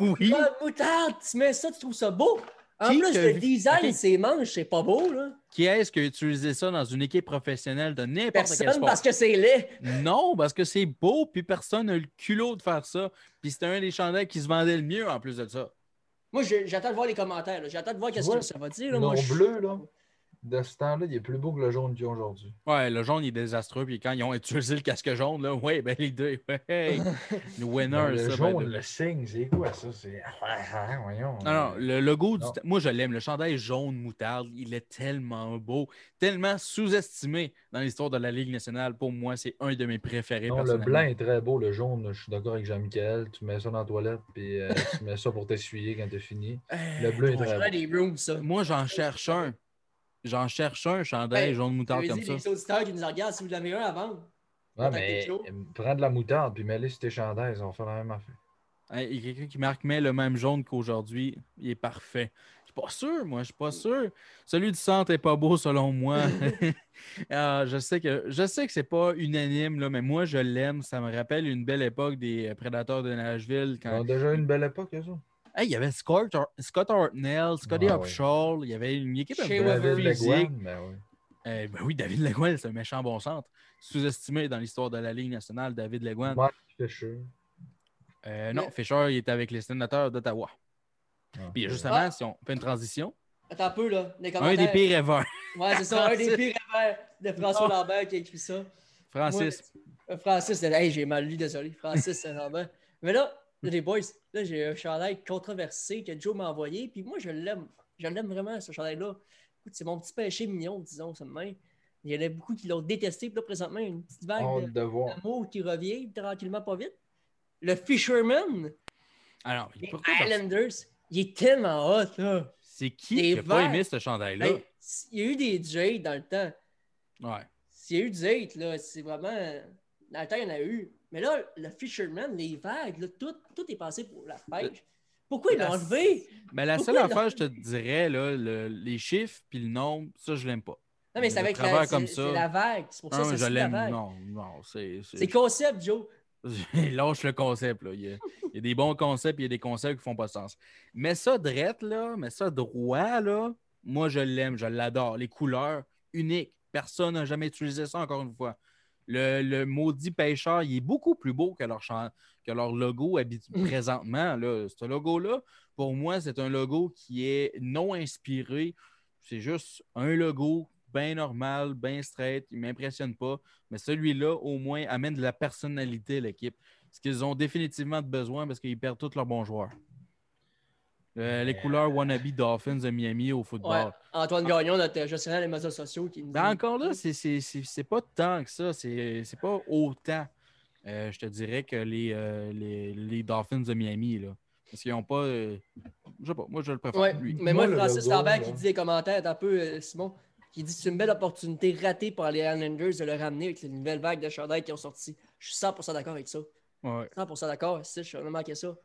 Speaker 2: Oui.
Speaker 1: Ah, moutarde, tu mets ça, tu trouves ça beau. En
Speaker 2: Qui
Speaker 1: plus,
Speaker 2: t'a
Speaker 1: le
Speaker 2: vu-
Speaker 1: design,
Speaker 2: Ok.
Speaker 1: ses manches, c'est pas beau, là.
Speaker 2: Qui est-ce qui a utilisé ça dans une équipe professionnelle de n'importe quel
Speaker 1: Personne
Speaker 2: sport?
Speaker 1: parce que c'est laid.
Speaker 2: Non, parce que c'est beau, puis personne n'a eu le culot de faire ça. Puis c'était un des chandails qui se vendait le mieux en plus de ça.
Speaker 1: Moi, je- j'attends de voir les commentaires. là. J'attends de voir qu'est-ce
Speaker 3: Ouais.
Speaker 1: que ça va dire. là.
Speaker 3: Non,
Speaker 1: Moi, je-
Speaker 3: bleu, là. De ce temps-là, il est plus beau que le jaune qu'il y a aujourd'hui.
Speaker 2: Ouais, le jaune, il est désastreux. Puis quand ils ont utilisé le casque jaune, là, ouais, ben les deux, ouais. Le
Speaker 3: Non,
Speaker 2: winner,
Speaker 3: le
Speaker 2: ça. ben,
Speaker 3: jaune,
Speaker 2: de-
Speaker 3: le signe, c'est quoi ça? C'est. Ah, ah, ah, voyons.
Speaker 2: Non, non, le logo du.
Speaker 3: Non.
Speaker 2: Moi, je l'aime. Le chandail jaune moutarde, il est tellement beau, tellement sous-estimé dans l'histoire de la Ligue nationale. Pour moi, c'est un de mes préférés.
Speaker 3: Non, le
Speaker 2: personnellement.
Speaker 3: blanc est très beau, le jaune, je suis d'accord avec Jean-Michel. Tu mets ça dans la toilette, puis
Speaker 2: (laughs)
Speaker 3: euh, tu mets ça pour t'essuyer quand t'es fini. Le bleu est
Speaker 1: Euh, Moi,
Speaker 3: très
Speaker 1: j'aurais
Speaker 3: beau.
Speaker 1: des brooms, ça.
Speaker 2: Moi, j'en cherche un. J'en cherche un chandail
Speaker 1: Hey,
Speaker 2: jaune moutarde
Speaker 1: J'avais
Speaker 2: comme
Speaker 1: dit les
Speaker 2: ça.
Speaker 1: auditeurs qui nous regardent, si vous en avez un avant.
Speaker 3: Ouais,
Speaker 1: Tant que
Speaker 3: mais
Speaker 1: t'es chaud.
Speaker 3: euh, prends de la moutarde, puis mets-les sur tes chandails, on fait la même affaire.
Speaker 2: Hey, Il y a quelqu'un qui marque mais le même jaune qu'aujourd'hui. Il est parfait. Je suis pas sûr, moi, je suis pas sûr. Celui du centre est pas beau
Speaker 1: (laughs)
Speaker 2: selon moi. (laughs) Ah, je sais que je sais que c'est pas unanime, là, mais moi je l'aime. Ça me rappelle une belle époque des euh, prédateurs de Nashville.
Speaker 3: Ils
Speaker 2: Quand...
Speaker 3: ont déjà eu une belle époque, eux autres.
Speaker 2: Hey, il y avait Scott, Ar- Scott Hartnell, Scotty
Speaker 3: Ah,
Speaker 2: Upshaw, il y avait une équipe un
Speaker 1: Shea
Speaker 2: peu
Speaker 1: Weber.
Speaker 3: David
Speaker 2: physique.
Speaker 3: Leguane, ben oui.
Speaker 2: Euh, ben oui, David Leguan, c'est un méchant bon centre. Sous-estimé dans l'histoire de la Ligue nationale, David Leguan.
Speaker 3: Mike Fisher.
Speaker 2: Euh, non,
Speaker 1: Mais-
Speaker 2: Fisher, il était avec les sénateurs d'Ottawa.
Speaker 3: Ah.
Speaker 2: Puis justement,
Speaker 1: Ah.
Speaker 2: si on fait une transition,
Speaker 1: Attends un peu, là. Les
Speaker 2: un
Speaker 1: commentaires.
Speaker 2: des pires rêveurs, (laughs)
Speaker 1: Ouais, c'est ça, un des
Speaker 2: Francis.
Speaker 1: pires rêveurs de François
Speaker 2: Non.
Speaker 1: Lambert qui a écrit ça.
Speaker 2: Francis.
Speaker 1: Euh, Francis, euh, hey, j'ai mal lu, désolé. Francis Lambert. Mais là, là, les boys, là, j'ai un chandail controversé que Joe m'a envoyé, puis moi, je l'aime. Je l'aime vraiment, ce chandail-là. Écoute, c'est mon petit péché mignon, disons, ça de même. Il y en a beaucoup qui l'ont détesté, puis là, présentement, il y a une petite vague de-
Speaker 3: Honte de voir.
Speaker 1: un mot qui revient tranquillement pas vite. Le Fisherman,
Speaker 2: Alors,
Speaker 1: les
Speaker 2: pourquoi parce-
Speaker 1: Islanders, il est tellement hot, là.
Speaker 2: c'est qui
Speaker 1: Des
Speaker 2: qui a pas
Speaker 1: verts.
Speaker 2: aimé ce chandail-là?
Speaker 1: Hey, s- il y a eu des Jays dans le temps.
Speaker 2: Ouais.
Speaker 1: S'il y a eu du hate, là, c'est vraiment. Dans le temps, il y en a eu. Mais là, le Fisherman, les vagues, là, tout, tout est passé pour la pêche. Pourquoi il
Speaker 2: La-
Speaker 1: l'a enlevé?
Speaker 2: Mais Ben, la seule
Speaker 1: Pourquoi il a-
Speaker 2: affaire, je te dirais, là, le- les chiffres puis le nombre, ça, je l'aime pas.
Speaker 1: Non, mais
Speaker 2: Le
Speaker 1: c'est avec
Speaker 2: travers
Speaker 1: la, c'est-
Speaker 2: comme ça.
Speaker 1: c'est la vague. C'est pour ça
Speaker 2: Un,
Speaker 1: que
Speaker 2: je
Speaker 1: c'est la
Speaker 2: l'aime.
Speaker 1: vague.
Speaker 2: Non, non, c'est. c'est-
Speaker 1: C'est
Speaker 2: (laughs)
Speaker 1: concept, Joe.
Speaker 2: Lâche le concept. Là. Il, y a, il y a des bons concepts, il y a des concepts qui font pas de sens. Mais ça, drette, là, mais ça, droit, là, moi, je l'aime, je l'adore. Les couleurs uniques. Personne n'a jamais utilisé ça, encore une fois. Le, le maudit pêcheur, il est beaucoup plus beau que leur, chan- que leur logo habitu- présentement. Là. Ce logo-là, pour moi, c'est un logo qui est non inspiré. C'est juste un logo bien normal, bien straight. Il ne m'impressionne pas. Mais celui-là, au moins, amène de la personnalité à l'équipe. Ce qu'ils ont définitivement de besoin parce qu'ils perdent tous leurs bons joueurs. Euh, les
Speaker 3: Mais,
Speaker 2: couleurs wannabe Dolphins de Miami au football.
Speaker 1: Ouais. Antoine Gagnon, notre euh, gestionnaire des médias sociaux, qui nous
Speaker 2: Ben,
Speaker 3: Mm.
Speaker 1: dit-
Speaker 2: encore là, c'est- c'est c'est- c'est pas tant que ça. C'est c'est pas autant. Euh, je te dirais que les, euh, les, les Dolphins de Miami, là. Parce qu'ils n'ont pas. euh, je sais pas, moi je le préfère.
Speaker 1: Ouais,
Speaker 2: lui.
Speaker 1: mais moi,
Speaker 3: Moi, le
Speaker 1: Francis
Speaker 3: logo,
Speaker 1: Lambert
Speaker 3: là.
Speaker 1: qui dit les commentaires, attends un peu, euh, Simon, qui dit c'est une belle opportunité ratée pour les Islanders de le ramener avec les nouvelles vagues de chandail qui ont sorti. Je suis 100% d'accord avec ça.
Speaker 2: Ouais.
Speaker 1: 100% d'accord. Si, je me manqué ça.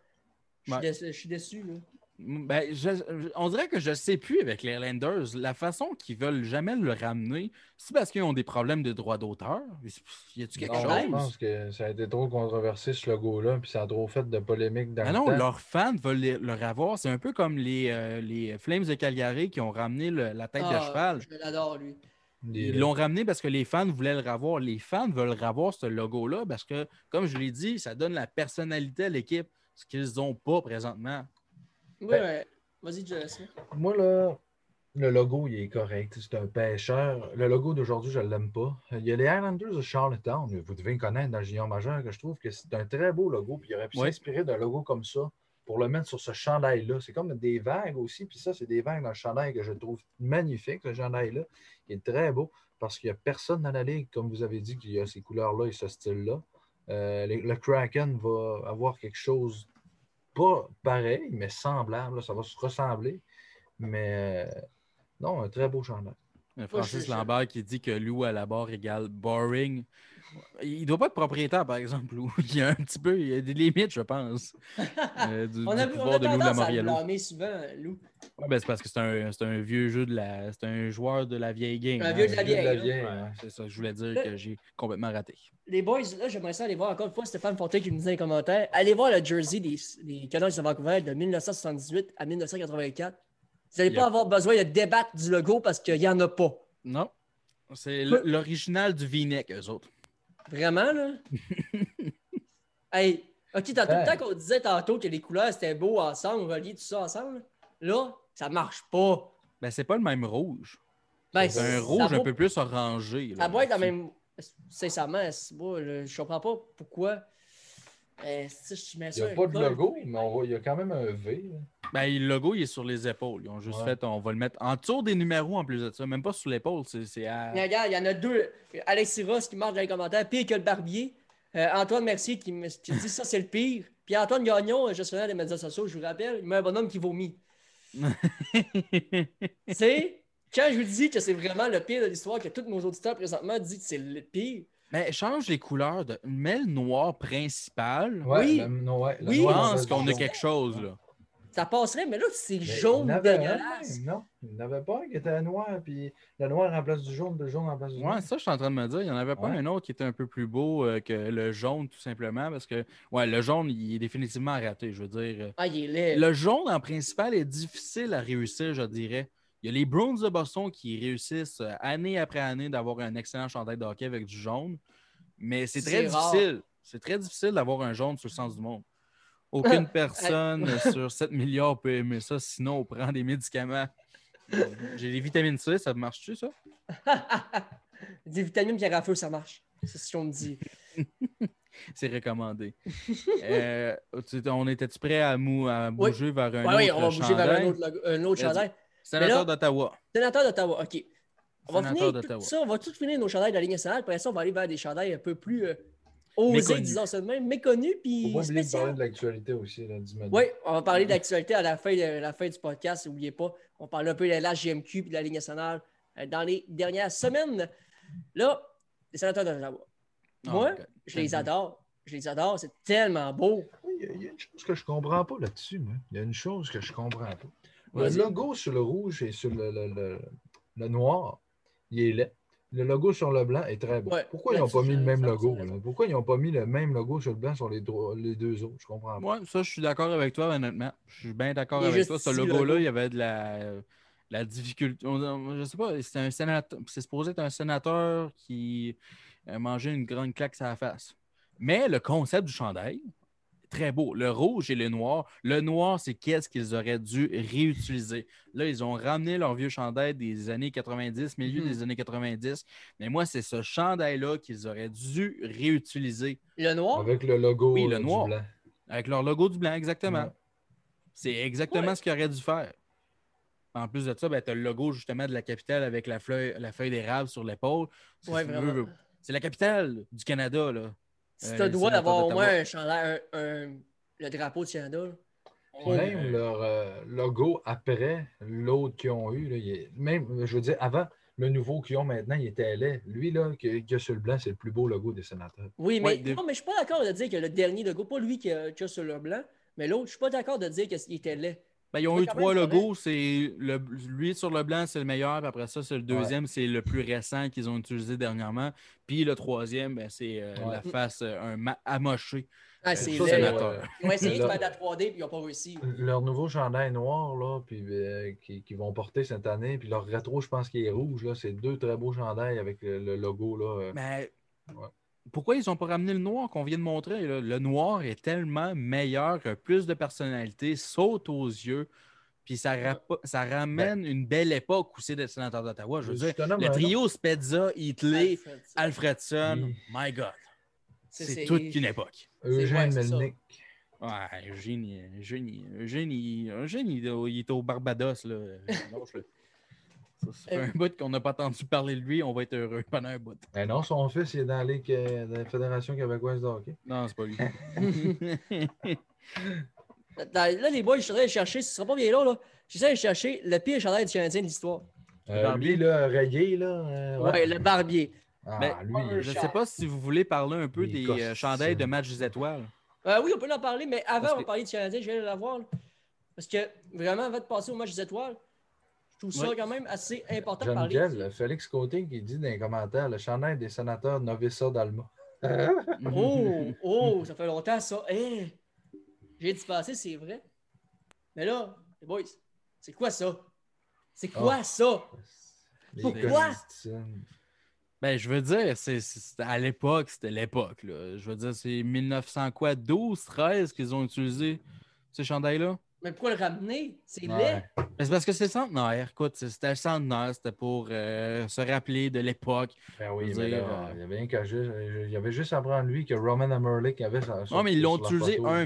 Speaker 1: Je suis
Speaker 2: Ouais.
Speaker 1: déçu- je suis déçu. là.
Speaker 2: Ben, je- je- on dirait que je sais plus avec les Islanders la façon qu'ils veulent jamais le ramener. C'est parce qu'ils ont des problèmes de droit d'auteur. Y a-tu quelque
Speaker 3: Non, Je
Speaker 2: chose?
Speaker 3: pense que ça a été trop controversé, ce logo-là, puis ça a trop fait de polémique dans
Speaker 2: Ah
Speaker 3: le
Speaker 2: non,
Speaker 3: temps.
Speaker 2: leurs fans veulent les- le revoir. C'est un peu comme les, euh, les Flames de Calgary qui ont ramené le- la tête de
Speaker 1: Ah,
Speaker 2: cheval.
Speaker 1: Je l'adore, lui.
Speaker 3: Des- euh,
Speaker 2: Ils l'ont ramené parce que les fans voulaient le revoir. Les fans veulent revoir ce logo-là parce que, comme je l'ai dit, ça donne la personnalité à l'équipe, ce qu'ils n'ont pas présentement.
Speaker 1: Ouais, Vas-y, Justin.
Speaker 3: Moi, là, Le logo, il est correct. C'est un pêcheur. Le logo d'aujourd'hui, je ne l'aime pas. Il y a les Highlanders de Charlottetown. Vous devez connaître dans Gion Majeur que je trouve que c'est un très beau logo. Puis il aurait pu
Speaker 2: Ouais.
Speaker 3: s'inspirer d'un logo comme ça pour le mettre sur ce chandail-là. C'est comme des vagues aussi. Puis ça, c'est des vagues dans le chandail que je trouve magnifique, ce chandail-là. Il est très beau parce qu'il n'y a personne dans la ligue, comme vous avez dit, qui a ces couleurs-là et ce style-là. Euh, les- le Kraken va avoir quelque chose pas pareil, mais semblable. là. Ça va se ressembler. Mais euh, non, un très beau chandail.
Speaker 2: Euh, Francis
Speaker 1: je- je-
Speaker 2: Lambert qui dit que Lou à la barre égale boring. Il doit pas être propriétaire, par exemple, Lou. (laughs) Il y a un petit peu, il y a des limites, je pense, euh,
Speaker 1: (laughs)
Speaker 2: du,
Speaker 1: On
Speaker 2: du
Speaker 1: a, on
Speaker 2: pouvoir
Speaker 1: a
Speaker 2: de
Speaker 1: tendance à
Speaker 2: Lou
Speaker 1: le
Speaker 2: Lamoriello.
Speaker 1: blâmer souvent, Lou.
Speaker 2: Ouais, ben, c'est parce que c'est un, c'est un vieux jeu de la. C'est un joueur de la vieille game.
Speaker 1: Un vieux de la
Speaker 3: Un vieux
Speaker 1: vieille, Euh, là.
Speaker 2: Ouais, c'est ça que je voulais dire
Speaker 1: Le-
Speaker 2: que j'ai complètement raté.
Speaker 1: Les boys, là, j'aimerais ça aller voir encore une fois Stéphane Fontaine qui nous disait un commentaire. Allez voir le jersey des, des Canucks de Vancouver de 1978 à 1984. Vous n'allez
Speaker 2: Il y
Speaker 1: pas
Speaker 2: a-
Speaker 1: avoir besoin de débattre du logo parce qu'il n'y en a pas.
Speaker 2: Non. C'est l- l'original du V-neck, eux autres.
Speaker 1: Vraiment, là?
Speaker 2: (laughs)
Speaker 1: hey, OK, dans tout le
Speaker 3: Ouais.
Speaker 1: temps qu'on disait tantôt que les couleurs, c'était beau ensemble, relié tout ça ensemble, là, ça marche pas.
Speaker 2: Ben, c'est pas le même rouge.
Speaker 1: Ben,
Speaker 2: C'est un
Speaker 1: ça
Speaker 2: rouge un
Speaker 1: vaut-
Speaker 2: peu plus orangé. là,
Speaker 1: Ça doit être la
Speaker 2: là-dessus.
Speaker 1: même... Sincèrement, c'est- moi, là, je comprends pas pourquoi... Euh, si je mets
Speaker 3: Il
Speaker 1: ça
Speaker 3: n'y
Speaker 1: un
Speaker 3: a pas de
Speaker 1: col-
Speaker 3: logo, mais on voit- il y a quand même un V. là.
Speaker 2: Ben, le logo, il est sur les épaules. Ils ont juste
Speaker 3: Ouais.
Speaker 2: fait, on va le mettre en dessous des numéros en plus de ça. Même pas sur l'épaule, c'est c'est
Speaker 3: hein.
Speaker 2: à...
Speaker 1: Mais regarde, il y en a deux. Alexis Ross qui marche dans les commentaires, pire que le barbier. Euh, Antoine Mercier qui, me, qui dit ça, c'est le pire. Puis Antoine Gagnon, euh, gestionnaire des médias sociaux, je vous rappelle, il met un bonhomme qui
Speaker 2: (laughs)
Speaker 1: vomit. Tu sais, quand je vous dis que c'est vraiment le pire de l'histoire, que tous nos auditeurs présentement disent que c'est le pire,
Speaker 2: Mais change les couleurs. De... Mets le noir principal.
Speaker 3: Ouais,
Speaker 1: Oui.
Speaker 3: le- non, ouais, le
Speaker 1: Oui.
Speaker 2: Je
Speaker 3: noir,
Speaker 2: pense
Speaker 3: c'est
Speaker 2: qu'on a
Speaker 3: jaune.
Speaker 2: quelque chose, là.
Speaker 1: ça passerait, mais là, c'est
Speaker 3: Mais
Speaker 1: jaune
Speaker 3: il y en avait
Speaker 1: dégueulasse.
Speaker 3: un, non, il n'y en avait pas un qui était noir, puis le noir en place du jaune, le jaune en place du
Speaker 2: Ouais,
Speaker 3: noir.
Speaker 2: ça, je suis en train de me dire. Il n'y en avait pas
Speaker 3: Ouais.
Speaker 2: un autre qui était un peu plus beau euh, que le jaune, tout simplement, parce que, ouais, le jaune, il est définitivement raté, je veux dire.
Speaker 1: Ah, il est laid.
Speaker 2: Le jaune, en principal, est difficile à réussir, je dirais. Il y a les Bruins de Boston qui réussissent euh, année après année d'avoir un excellent chandail de hockey avec du jaune, mais c'est très
Speaker 1: C'est rare.
Speaker 2: difficile. C'est très difficile d'avoir un jaune sur le sens du monde.
Speaker 1: (laughs)
Speaker 2: Aucune personne (laughs) sur 7 milliards peut aimer ça, sinon on prend des
Speaker 1: (laughs)
Speaker 2: médicaments. J'ai les vitamines C, ça marche-tu, ça?
Speaker 1: Des vitamines pierre à feu, ça marche. C'est ce qu'on me dit.
Speaker 2: C'est
Speaker 1: (laughs)
Speaker 2: recommandé. Euh, tu- on était-tu prêt à, mou- à
Speaker 1: Oui.
Speaker 2: bouger vers un
Speaker 1: Oui, oui, on va
Speaker 2: autre
Speaker 1: bouger vers un
Speaker 2: chandail?
Speaker 1: autre, logo- un autre
Speaker 2: Vas-y.
Speaker 1: chandail.
Speaker 2: Sénateur
Speaker 1: là-
Speaker 2: d'Ottawa.
Speaker 1: Sénateur d'Ottawa, OK. On va
Speaker 2: Sénateur
Speaker 1: finir tout
Speaker 2: d'Ottawa.
Speaker 1: ça, on va tout finir nos chandails de la Ligue nationale. Après ça, on va aller vers des chandails un peu plus euh, osés,
Speaker 2: Méconnus.
Speaker 1: disons ça de même, méconnus,
Speaker 3: Faut
Speaker 1: puis
Speaker 3: pas oublier de
Speaker 1: spéciaux.
Speaker 3: parler de l'actualité aussi, là, du
Speaker 1: Oui, on va parler d'actualité à la fin, à la fin du podcast, n'oubliez pas. On parle un peu de la GMQ et de la Ligue nationale euh, dans les dernières semaines. Là, les sénateurs d'Ottawa,
Speaker 2: Oh
Speaker 1: Moi,
Speaker 2: my God.
Speaker 1: je les adore. Je les adore, c'est tellement beau.
Speaker 3: Oui, Il y, a- il y a une chose que je comprends pas là-dessus, moi. Il y a une chose que je comprends pas. Le
Speaker 2: Vas-y.
Speaker 3: logo sur le rouge et sur le, le- le- le noir, il est laid. Le logo sur le blanc est très beau.
Speaker 1: Ouais,
Speaker 3: Pourquoi ils
Speaker 2: Ben,
Speaker 3: n'ont
Speaker 1: là-dessus,
Speaker 3: pas mis
Speaker 1: je-
Speaker 3: le même
Speaker 1: ça- ça
Speaker 3: logo?
Speaker 1: reste-
Speaker 3: là? Pourquoi ils n'ont pas mis le même logo sur le blanc sur les, dro- les deux autres? Je comprends pas.
Speaker 2: Oui, ça, je suis d'accord avec toi, honnêtement. Je suis bien d'accord
Speaker 1: Il est
Speaker 2: avec
Speaker 1: juste
Speaker 2: toi. Ce
Speaker 1: ici, le
Speaker 2: logo-là,
Speaker 1: logo.
Speaker 2: il y avait de la, euh, la difficulté. on- on- Je sais pas, c'est un sénateur. C'est supposé être un sénateur qui a mangé une grande claque sur la face. Mais le concept du chandail, très beau. Le rouge et le noir. Le noir, c'est qu'est-ce qu'ils auraient dû réutiliser. Là, ils ont ramené leur vieux chandail des années 90, milieu
Speaker 1: Mhm.
Speaker 2: des années 90. Mais moi, c'est ce chandail-là qu'ils auraient dû réutiliser.
Speaker 1: Le noir,
Speaker 3: Avec le logo
Speaker 2: Oui, le
Speaker 3: euh, du
Speaker 2: noir.
Speaker 3: blanc.
Speaker 2: Avec leur logo du blanc, exactement.
Speaker 3: Ouais.
Speaker 2: C'est exactement
Speaker 1: Ouais.
Speaker 2: ce qu'ils auraient dû faire. En plus de ça, tu as le logo justement de la capitale avec la feuille, la feuille d'érable sur l'épaule. Si
Speaker 1: Ouais,
Speaker 2: tu veux,
Speaker 1: vraiment.
Speaker 2: C'est la capitale du Canada, là.
Speaker 1: si
Speaker 2: Euh,
Speaker 1: tu as
Speaker 2: les
Speaker 1: le droit d'avoir au
Speaker 2: sénateurs
Speaker 1: moins un chandail, un- un- le drapeau du Canada, là.
Speaker 2: Ouais.
Speaker 3: Même leur euh, logo après l'autre qu'ils ont eu, là, il est- même, je veux dire, avant, le nouveau qu'ils ont maintenant, il était laid. Lui, là, que- qu'il y a sur le blanc, c'est le plus beau logo des sénateurs.
Speaker 1: Oui, mais,
Speaker 2: Ouais, des-
Speaker 1: non, mais je suis pas d'accord de dire que le dernier logo, pas lui qui a, qui a sur le blanc, mais l'autre, je suis pas d'accord de dire qu'il était laid.
Speaker 2: Ben, ils ont
Speaker 1: Mais
Speaker 2: eu
Speaker 1: quand
Speaker 2: trois
Speaker 1: même,
Speaker 2: logos. C'est le, lui sur le blanc, c'est le meilleur. puis après ça, c'est le deuxième, c'est le plus récent qu'ils ont utilisé dernièrement. Puis le troisième, ben, c'est euh,
Speaker 3: Ouais.
Speaker 2: la face euh, un ma- amoché
Speaker 1: Ah,
Speaker 2: euh,
Speaker 1: c'est
Speaker 2: du
Speaker 3: ça,
Speaker 1: laid.
Speaker 3: c'est-
Speaker 2: sénateur.
Speaker 1: Ils ont essayé de
Speaker 3: Là-
Speaker 1: faire de la 3D, puis ils n'ont pas réussi.
Speaker 3: Leur nouveau chandail noir, là, puis euh, qui- qu'ils vont porter cette année, puis leur rétro, je pense qu'il est rouge, là, c'est deux très beaux chandails avec le, le logo, là. euh,
Speaker 2: Mais
Speaker 3: Ouais.
Speaker 2: pourquoi ils n'ont pas ramené le noir qu'on vient de montrer? là? Le noir est tellement meilleur, a plus de personnalité, saute aux yeux. Puis ça, rapa- ça ramène une belle époque aussi des sénateurs d'Ottawa. Je veux dire,
Speaker 3: euh, te nomme
Speaker 2: le
Speaker 3: un nom.
Speaker 2: trio Spezza, Hitley,
Speaker 1: Alfred, Ah, ça.
Speaker 2: Alfredson,
Speaker 3: Oui.
Speaker 2: my God,
Speaker 1: C'est-
Speaker 2: Ah, c'est
Speaker 1: c'est-
Speaker 2: toute une époque.
Speaker 1: ouais,
Speaker 3: Eugène
Speaker 1: c'est ça.
Speaker 3: Melnick.
Speaker 2: Ouais, Eugénie, Eugénie, Eugénie, Eugénie, il est au Barbados, là. (laughs) Lâche-le. Ça, ça fait
Speaker 1: Euh.
Speaker 2: un bout qu'on n'a pas entendu parler de lui, on va être heureux pendant un bout.
Speaker 3: Ben non, son fils il est dans la Ligue euh, de la Fédération québécoise de hockey.
Speaker 2: Non, c'est pas lui.
Speaker 1: Dans- là, les boys, je suis en train de chercher, ce sera pas bien long, là. J'essaie de chercher le pire chandail du Canadien de l'histoire.
Speaker 3: Euh, lui, là, rayé, là. euh,
Speaker 1: Ouais, le barbier.
Speaker 3: Ah,
Speaker 2: Ben,
Speaker 3: lui, il est
Speaker 2: Je ne sais pas si vous voulez parler un peu
Speaker 3: Il est
Speaker 2: des
Speaker 3: costaud.
Speaker 2: euh, chandelles de matchs des (laughs) étoiles.
Speaker 1: Euh, oui, on peut en parler, mais avant,
Speaker 2: Parce
Speaker 1: on
Speaker 2: que-
Speaker 1: parlait du Canadien, je viens de l'avoir. là. Parce que vraiment, avant de passer au match des étoiles, je trouve ça
Speaker 2: Ouais.
Speaker 1: quand même assez important de parler.
Speaker 3: Geneviève, euh, Félix Côté qui dit dans les commentaires le chandail des sénateurs Novissa d'Alma.
Speaker 1: Oh, oh, ça fait longtemps ça. Hey, J'ai dispensé, c'est vrai. Mais là, les boys, c'est quoi ça? C'est quoi
Speaker 2: Ah.
Speaker 1: ça?
Speaker 3: Les
Speaker 1: Pourquoi?
Speaker 3: Constantines.
Speaker 2: (laughs) Ben, je veux dire, c'est, c'est- à l'époque, c'était l'époque. là. Je veux dire, c'est 1900 quoi, 12, 13 qu'ils ont utilisé ces chandails-là.
Speaker 1: Mais pourquoi le ramener? C'est
Speaker 3: Ouais.
Speaker 1: laid.
Speaker 2: Ben, c'est parce que c'est le centenaire. Écoute, c'est- c'était le centenaire, c'était pour euh, se rappeler de l'époque.
Speaker 3: Ben oui,
Speaker 2: Je veux
Speaker 3: mais là,
Speaker 2: dire, euh,
Speaker 3: il y avait rien qu'à juste, il y avait juste à prendre lui que Roman Amerlick avait sa.
Speaker 2: Non, mais ils l'ont utilisé un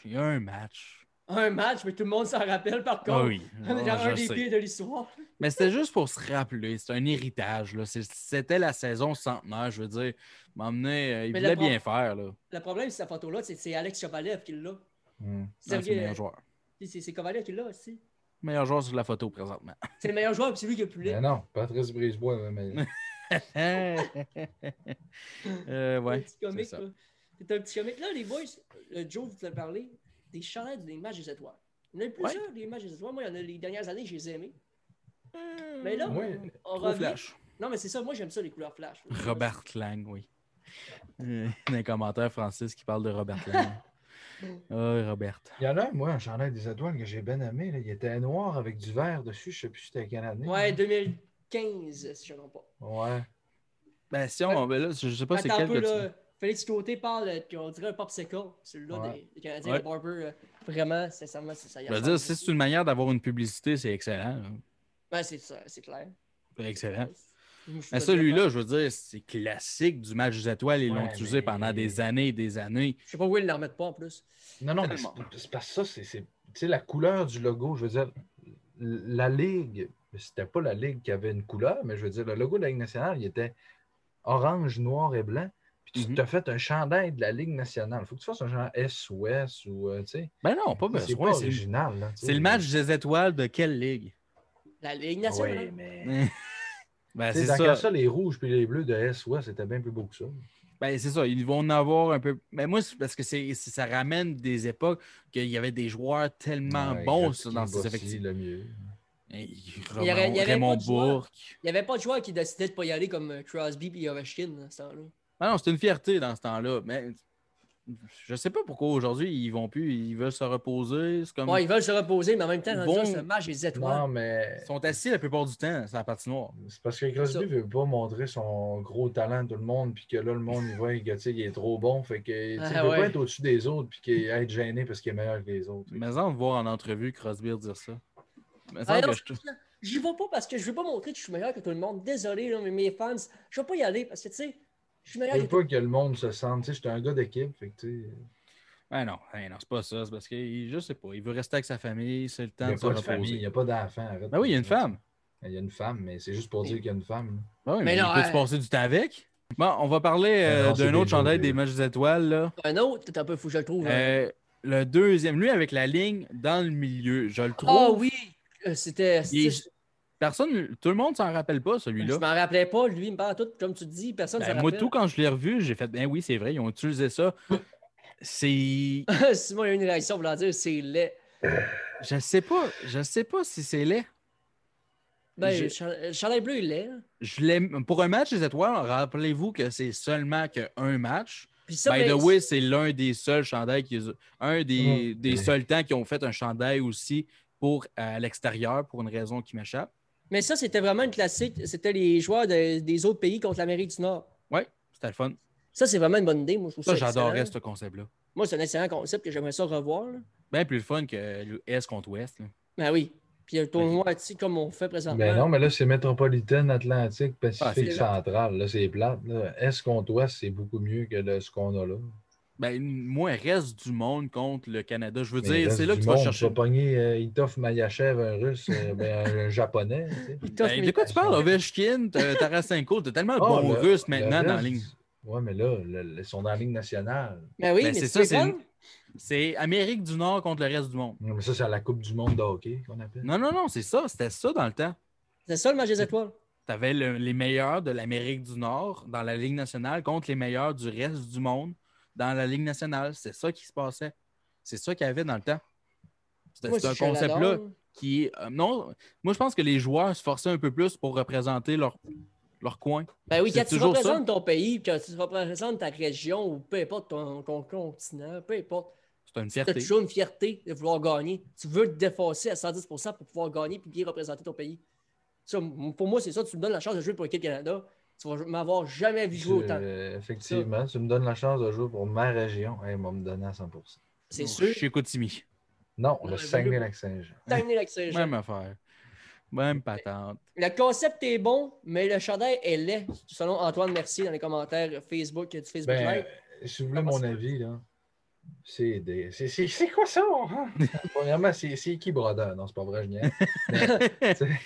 Speaker 2: match. Il y a un match.
Speaker 1: Un match, mais tout le monde s'en rappelle par contre.
Speaker 2: Ah
Speaker 1: (laughs)
Speaker 2: oui.
Speaker 1: On est dans
Speaker 2: Ah,
Speaker 1: un
Speaker 2: je
Speaker 1: des
Speaker 2: sais.
Speaker 1: pires de l'histoire.
Speaker 2: Mais c'était juste pour se rappeler. C'est un héritage. là. C'est- C'était la saison centenaire, je veux dire. M'emmener, euh, il
Speaker 1: Mais
Speaker 2: voulait
Speaker 1: le pro-
Speaker 2: bien faire. Là.
Speaker 1: Le problème, c'est cette photo-là, c'est- c'est Alex Kovalev qui l'a.
Speaker 3: Mm.
Speaker 2: Ouais, Ah, C'est le
Speaker 1: Sergei-
Speaker 2: meilleur joueur.
Speaker 1: C'est c'est Kovalev qui l'a aussi.
Speaker 2: Meilleur joueur sur la photo présentement. (laughs)
Speaker 1: C'est le meilleur joueur, puis c'est lui qui a
Speaker 2: Ben
Speaker 1: pu
Speaker 3: Mais non, Patrice Brisebois, mais
Speaker 2: Euh,
Speaker 1: un
Speaker 2: ouais,
Speaker 1: petit comique.
Speaker 2: c'est ça.
Speaker 1: là. C'est un petit comique. Là, les boys, euh, Joe vous a parlé des chandelles des matchs des étoiles. Il y en a eu plusieurs des matchs des étoiles. Moi, il y en a les dernières années, je les ai aimés. Mais Ben là,
Speaker 3: Oui.
Speaker 1: on
Speaker 2: Trop
Speaker 1: revient.
Speaker 2: flash.
Speaker 1: Non, mais c'est ça, moi j'aime ça les couleurs flash.
Speaker 2: Robert Lang, oui. Euh, dans les commentaires, Francis qui parle de Robert
Speaker 1: (laughs)
Speaker 2: Lang. Ah, Robert.
Speaker 3: il y en a un, moi, un chandail des étoiles que j'ai bien aimé. là. Il était noir avec du vert dessus. Je sais plus si c'était canadien. hein.
Speaker 1: Ouais, 2015, si je ne me trompe pas.
Speaker 3: Ouais.
Speaker 2: Ben, si on. ben là, je sais pas c'est
Speaker 1: Attends un
Speaker 2: quel
Speaker 1: peu,
Speaker 2: que tu-
Speaker 1: là. Félix Côté parle, euh, qu'on dirait un popsicle. Celui-là
Speaker 3: Ouais.
Speaker 1: des, des Canadiens,
Speaker 2: Ouais.
Speaker 1: le Barber, euh, vraiment, sincèrement, c'est ça. y
Speaker 2: Je veux
Speaker 1: ressemble.
Speaker 2: dire, si c'est une manière d'avoir une publicité, c'est excellent. là.
Speaker 1: Ouais, c'est ça, c'est clair.
Speaker 2: C'est excellent.
Speaker 1: Je me suis
Speaker 2: Mais
Speaker 1: fait
Speaker 2: celui-là, je veux dire, c'est classique du match des étoiles. Ils
Speaker 3: Ouais,
Speaker 2: l'ont utilisé
Speaker 3: mais-
Speaker 2: pendant des années et des années.
Speaker 1: Je sais pas où ils ne le remettent pas en plus.
Speaker 3: Non, non, mais
Speaker 2: Tellement.
Speaker 3: c'est- c'est parce que ça, c'est- c'est tu sais, la couleur du logo. Je veux dire, la Ligue, c'était pas la Ligue qui avait une couleur, mais je veux dire, le logo de la Ligue nationale, il était orange, noir et blanc. Puis tu
Speaker 2: Mhm.
Speaker 3: t'as fait un chandail de la Ligue nationale. faut que tu fasses un genre S ou S ou, euh, tu sais.
Speaker 2: Ben non, pas
Speaker 3: C'est
Speaker 2: besoin.
Speaker 3: pas
Speaker 2: c'est-
Speaker 3: original. là, tu sais.
Speaker 2: C'est le match des étoiles de quelle ligue?
Speaker 1: La Ligue nationale.
Speaker 3: Oui, mais.
Speaker 2: Ben,
Speaker 3: Tu sais,
Speaker 2: c'est
Speaker 3: dans
Speaker 2: ça.
Speaker 3: quel cas, les rouges puis les bleus de S, ouais, c'était bien plus beau que ça.
Speaker 2: Ben, c'est ça, ils vont en avoir un peu. Mais moi, c'est parce que c'est, c'est- ça ramène des époques qu'il y avait des joueurs tellement
Speaker 3: Ouais,
Speaker 2: bons
Speaker 3: Gretzky,
Speaker 2: ça, dans ces
Speaker 3: Bossy,
Speaker 2: effectifs.
Speaker 3: le mieux.
Speaker 2: Hey,
Speaker 1: Il y aurait- il y
Speaker 2: Raymond,
Speaker 1: aurait
Speaker 2: Raymond
Speaker 1: pas de joueurs.
Speaker 2: Bourque.
Speaker 1: Il n'y avait pas de joueur qui décidait de ne pas y aller comme euh, Crosby et Ovechkin à ce temps-là.
Speaker 2: Ah non, c'est une fierté dans ce temps-là. Mais je sais pas pourquoi aujourd'hui ils vont plus, ils veulent se reposer. C'est comme...
Speaker 1: Ouais, ils veulent se reposer, mais en même temps, dans
Speaker 2: Bon.
Speaker 1: le ce match, ils étoiles.
Speaker 3: Non, mais
Speaker 2: Ils sont assis la plupart du temps sur la patinoire.
Speaker 3: c'est parce que Crosby
Speaker 1: Ça.
Speaker 3: veut pas montrer son gros talent à tout le monde, puis que là, le monde, il voit que tu sais, il est trop bon, fait que tu sais,
Speaker 1: Ah,
Speaker 3: il veut
Speaker 1: ouais.
Speaker 3: pas être au-dessus des autres, puis qu'il être gêné parce qu'il est meilleur que les autres.
Speaker 2: Mais on va voir en entrevue Crosby dire ça. Mais ça
Speaker 1: Ah,
Speaker 2: que
Speaker 1: non,
Speaker 2: je-
Speaker 1: J'y vais pas parce que je veux pas montrer que je suis meilleur que tout le monde. Désolé, là, mais mes fans, je vais pas y aller parce que, tu sais, je suis meilleur
Speaker 3: Il
Speaker 1: que
Speaker 3: veut
Speaker 1: tout le
Speaker 3: pas que le monde se sente, tu sais, j'étais un gars d'équipe, fait que tu sais,
Speaker 2: Ben non, ben non, c'est pas ça. C'est parce que il- je sais pas. Il veut rester avec sa famille, c'est le
Speaker 3: il
Speaker 2: temps
Speaker 3: n'y
Speaker 2: de
Speaker 3: a
Speaker 2: se
Speaker 3: pas de
Speaker 2: reposer.
Speaker 3: famille, il n'y a pas d'enfant. arrête.
Speaker 2: Ben oui, il y a une femme.
Speaker 3: Il y a une femme, mais c'est juste pour
Speaker 1: Et-
Speaker 3: dire qu'il y a une femme. là.
Speaker 2: Ben oui,
Speaker 1: Mais
Speaker 2: mais,
Speaker 1: non,
Speaker 2: il peut
Speaker 1: euh,
Speaker 2: se passer du temps avec. Bon, on va parler euh,
Speaker 3: Ah non, c'est
Speaker 2: d'un autre
Speaker 3: déjà
Speaker 2: chandail
Speaker 3: des-
Speaker 2: des matchs des étoiles. Là.
Speaker 1: monde. Un autre, t'es un peu fou, je le trouve. hein.
Speaker 2: Euh, le deuxième, lui, avec la ligne dans le milieu. Je le trouve.
Speaker 1: Ah oui, euh, c'était.
Speaker 2: il est-
Speaker 1: c'était-
Speaker 2: Personne, tout le monde s'en rappelle pas,
Speaker 1: Je
Speaker 2: celui-là.
Speaker 1: m'en rappelais pas, lui, me parle tout, comme tu dis, personne ne
Speaker 2: Ben,
Speaker 1: s'en
Speaker 2: moi,
Speaker 1: rappelle.
Speaker 2: tout, quand je l'ai revu, j'ai fait, ben oui, c'est vrai, ils ont utilisé ça. C'est.
Speaker 1: (laughs) Simon il y a une réaction pour leur dire c'est laid.
Speaker 2: Je sais pas, je sais pas si c'est laid.
Speaker 1: Ben,
Speaker 2: J'ai-
Speaker 1: le chan- le chandail bleu, il est laid. hein. là.
Speaker 2: Je l'aime- Pour un match des étoiles, rappelez-vous que c'est seulement qu'un match.
Speaker 1: Puis ça,
Speaker 2: By
Speaker 1: ben,
Speaker 2: the way, c'est l'un des seuls chandails qui un des, des
Speaker 3: Mm.
Speaker 2: seuls temps qui ont fait un chandail aussi pour euh, à l'extérieur pour une raison qui m'échappe.
Speaker 1: Mais ça, c'était vraiment une classique. C'était les joueurs de- des autres pays contre l'Amérique du Nord.
Speaker 2: C'était le fun.
Speaker 1: Ça, c'est vraiment une bonne idée. Moi, je trouve ça.
Speaker 2: Ça, j'adorais
Speaker 1: excellent.
Speaker 2: ce concept-là. Ben,
Speaker 1: Moi, c'est un excellent concept que j'aimerais ça revoir. là.
Speaker 2: Bien plus le fun que le S contre Ouest. là.
Speaker 1: Ben oui. Puis il y a le tournoi ici, comme on fait présentement.
Speaker 3: Ben non, mais là, c'est métropolitaine, Atlantique,
Speaker 2: Ah,
Speaker 1: c'est
Speaker 3: Pacifique central. Là, c'est plate. là. Est-ce qu'on doit, c'est beaucoup mieux que de ce qu'on a là?
Speaker 2: Ben, moins reste du monde contre le Canada. Je veux
Speaker 3: Mais
Speaker 2: dire,
Speaker 3: reste
Speaker 2: c'est là
Speaker 3: du
Speaker 2: que tu vas
Speaker 3: monde,
Speaker 2: chercher.
Speaker 3: vas pogner euh, Itov Mayachev, un russe, euh, ben, un japonais. tu sais.
Speaker 1: Il t'offre
Speaker 2: Ben,
Speaker 1: mes-
Speaker 2: de quoi tu parles, Ovechkin,
Speaker 1: (laughs)
Speaker 2: t- Tarasenko? T'es tellement
Speaker 3: Ah,
Speaker 2: bon
Speaker 3: le-
Speaker 2: russe maintenant
Speaker 3: le
Speaker 2: dans la
Speaker 3: reste-
Speaker 2: ligne.
Speaker 3: Ouais, mais là, le- le- ils sont dans la ligne nationale.
Speaker 1: Ben oui, mais
Speaker 2: Ben, c'est
Speaker 1: c'est
Speaker 2: ça, c'est une- C'est Amérique du Nord contre le reste du monde.
Speaker 3: Non, mais ça, c'est à la Coupe du Monde de hockey qu'on appelle.
Speaker 2: Non, non, non, c'est ça. C'était ça dans le temps.
Speaker 1: C'est ça le match des étoiles.
Speaker 2: Tu avais les meilleurs de l'Amérique du Nord dans la Ligue nationale contre les meilleurs du reste du monde dans la Ligue nationale. C'est ça qui se passait. C'est ça qu'il y avait dans le temps. C'était
Speaker 1: Moi,
Speaker 2: c'est un
Speaker 1: si je suis
Speaker 2: concept-là
Speaker 1: Alador,
Speaker 2: qui. euh, non, moi, je pense que les joueurs se forçaient un peu plus pour représenter leur, leur coin.
Speaker 1: Ben oui,
Speaker 2: C'est
Speaker 1: quand tu
Speaker 2: toujours ça.
Speaker 1: représentes ton pays, quand tu représentes ta région ou peu importe ton, ton continent, peu importe,
Speaker 2: C'est une
Speaker 1: tu as
Speaker 2: fierté.
Speaker 1: toujours une fierté de vouloir gagner. Tu veux te défoncer à 110 pour pouvoir gagner et bien représenter ton pays. Ça, m- pour moi, c'est ça. Tu me donnes la chance de jouer pour l'équipe Canada. Tu vas m'avoir jamais vu jouer autant.
Speaker 3: Euh, effectivement, tu me donnes la chance de jouer pour ma région. Hey, moi, me donner à 100
Speaker 1: C'est
Speaker 2: Donc,
Speaker 1: sûr.
Speaker 2: Chez Koutimi.
Speaker 3: Non, le
Speaker 1: Ouais,
Speaker 3: Saguenay-Lac-Saint-Jean.
Speaker 1: Terminé avec ces gens.
Speaker 2: Même affaire. Même patente.
Speaker 1: Le concept est bon, mais le chandail est laid, selon Antoine Mercier dans les commentaires Facebook du Facebook
Speaker 3: Ben,
Speaker 1: Live.
Speaker 3: euh, si vous voulez
Speaker 1: Comment
Speaker 3: mon
Speaker 1: ça?
Speaker 3: avis, là, c'est des- c'est- c'est- c'est quoi ça?
Speaker 2: (laughs)
Speaker 3: hein? Premièrement, c'est c'est qui Brodeur? Non, c'est pas vrai, je niaise. Mais, tu sais,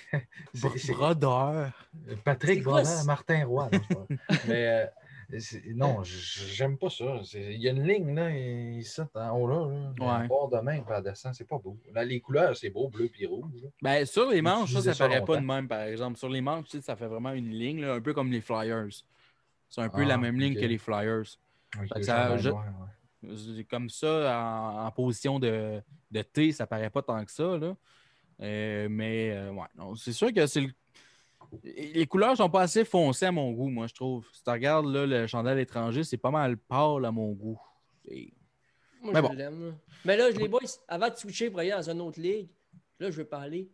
Speaker 3: c'est- c'est-
Speaker 2: Brodeur.
Speaker 1: C'est
Speaker 3: Patrick
Speaker 1: quoi
Speaker 3: Brodeur,
Speaker 1: ça?
Speaker 3: Martin Roy. non,
Speaker 2: (laughs)
Speaker 3: c'est pas vrai. Mais euh, c'est- non, j- j'aime pas ça. C'est- Il y a une ligne, là, ici, en haut, là. là
Speaker 2: Ouais.
Speaker 3: Elle part de même, puis elle descend, c'est pas beau. Là, les couleurs, c'est beau, bleu puis rouge. là.
Speaker 2: Ben, sur les manches, ça, ça
Speaker 3: Utilisez ça
Speaker 2: paraît pas
Speaker 3: longtemps.
Speaker 2: de même, par exemple. Sur les manches, tu sais, ça fait vraiment une ligne, là, un peu comme les Flyers. C'est un peu
Speaker 3: Ah,
Speaker 2: la même ligne
Speaker 3: ok.
Speaker 2: que les Flyers.
Speaker 3: Avec
Speaker 2: Fait que
Speaker 3: le
Speaker 2: ça-
Speaker 3: chandail
Speaker 2: je-
Speaker 3: noir, ouais.
Speaker 2: C'est Comme ça, en, en position de, de T, ça paraît pas tant que ça. Là. Euh, mais euh, ouais, non, c'est sûr que c'est le- les couleurs sont pas assez foncées à mon goût, moi, je trouve. Si tu regardes là, le chandail étranger, c'est pas mal pâle à mon goût. C'est-
Speaker 1: Moi,
Speaker 2: Mais
Speaker 1: je
Speaker 2: bon.
Speaker 1: l'aime. là. Mais là, je les boys, avant de switcher pour aller dans une autre ligue, là, je veux parler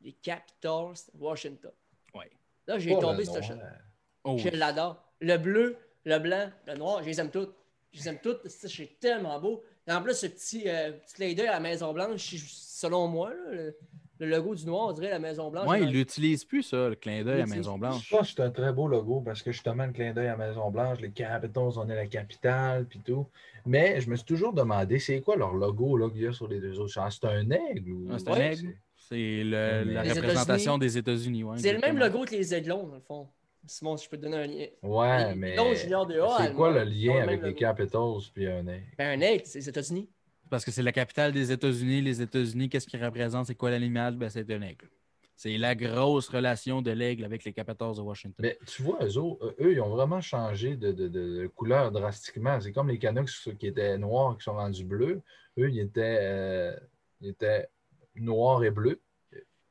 Speaker 1: des Capitals de Washington.
Speaker 2: Ouais.
Speaker 1: Là, j'ai
Speaker 3: Oh,
Speaker 1: tombé
Speaker 3: le
Speaker 1: sur ce
Speaker 3: noir.
Speaker 1: chandail.
Speaker 2: Oh, oui.
Speaker 1: Je l'adore. Le bleu, le blanc, le noir, je les aime toutes. Je les aime toutes. C'est c'est tellement beau. Et en plus, ce petit, euh, petit clin d'œil à la Maison-Blanche, je- selon moi, là, le, le logo du noir, on dirait la Maison-Blanche.
Speaker 2: Ouais,
Speaker 1: Dans-
Speaker 2: ils l'utilisent plus, ça, le clin d'œil à
Speaker 1: Ils l'utilisent
Speaker 2: Maison-Blanche.
Speaker 3: Je pense que c'est un très beau logo parce que justement, le clin d'œil à Maison-Blanche, les Capitals, on est la capitale, puis tout. Mais je me suis toujours demandé, c'est quoi leur logo là, qu'il y a sur les deux autres champs? C'est un aigle ou...
Speaker 2: Ah, c'est un
Speaker 3: Ouais,
Speaker 2: aigle. C'est le-
Speaker 3: Mais-
Speaker 2: la
Speaker 1: Les
Speaker 2: représentation des États-Unis. ouais,
Speaker 1: C'est le même
Speaker 2: exactement.
Speaker 1: logo que les aiglons, dans le fond. Simon, si je peux te donner un lien.
Speaker 3: c'est- Ouais,
Speaker 1: Les-
Speaker 3: Ah, mais.
Speaker 1: les autres juniors de A,
Speaker 2: Ah,
Speaker 3: C'est
Speaker 1: Allemands,
Speaker 3: quoi le
Speaker 1: ils ont
Speaker 3: lien
Speaker 1: même
Speaker 3: avec les
Speaker 1: logo.
Speaker 3: Capitals puis un aigle?
Speaker 1: Ben, un aigle, c'est les États-Unis.
Speaker 2: Parce que c'est la capitale des États-Unis. Les États-Unis, qu'est-ce qu'ils représentent? C'est quoi l'animal? Ben, c'est un aigle. C'est la grosse relation de l'aigle avec les Capitals de Washington.
Speaker 3: Mais tu vois, eux, autres, eux, ils ont vraiment changé de, de- de- de couleur drastiquement. C'est comme les Canucks ceux qui étaient noirs qui sont rendus bleus. Eux, ils étaient, euh, ils étaient noirs et bleus.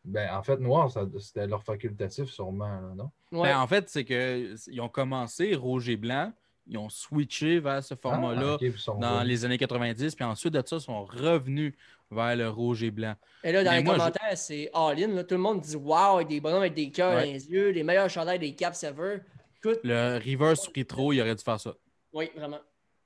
Speaker 3: Ben, en fait, noir, ça- c'était leur facultatif sûrement, là, non?
Speaker 1: Ouais.
Speaker 2: Ben, en fait, c'est qu'ils ont commencé rouge et blanc. Ils ont switché vers ce
Speaker 3: Ah,
Speaker 2: format-là
Speaker 3: ok, ils sont
Speaker 2: dans
Speaker 3: bleus.
Speaker 2: les années 90. Puis ensuite de ça, ils sont revenus vers le rouge et blanc.
Speaker 1: Et là, dans
Speaker 2: Mais
Speaker 1: les
Speaker 2: moi, je-
Speaker 1: commentaires, c'est all-in. là. Tout le monde dit Wow, avec des bonhommes avec des cœurs
Speaker 2: Ouais.
Speaker 1: dans les yeux, les meilleurs chandails des Caps ever. Écoute,
Speaker 2: Le reverse retro, il aurait dû faire ça.
Speaker 1: oui, vraiment.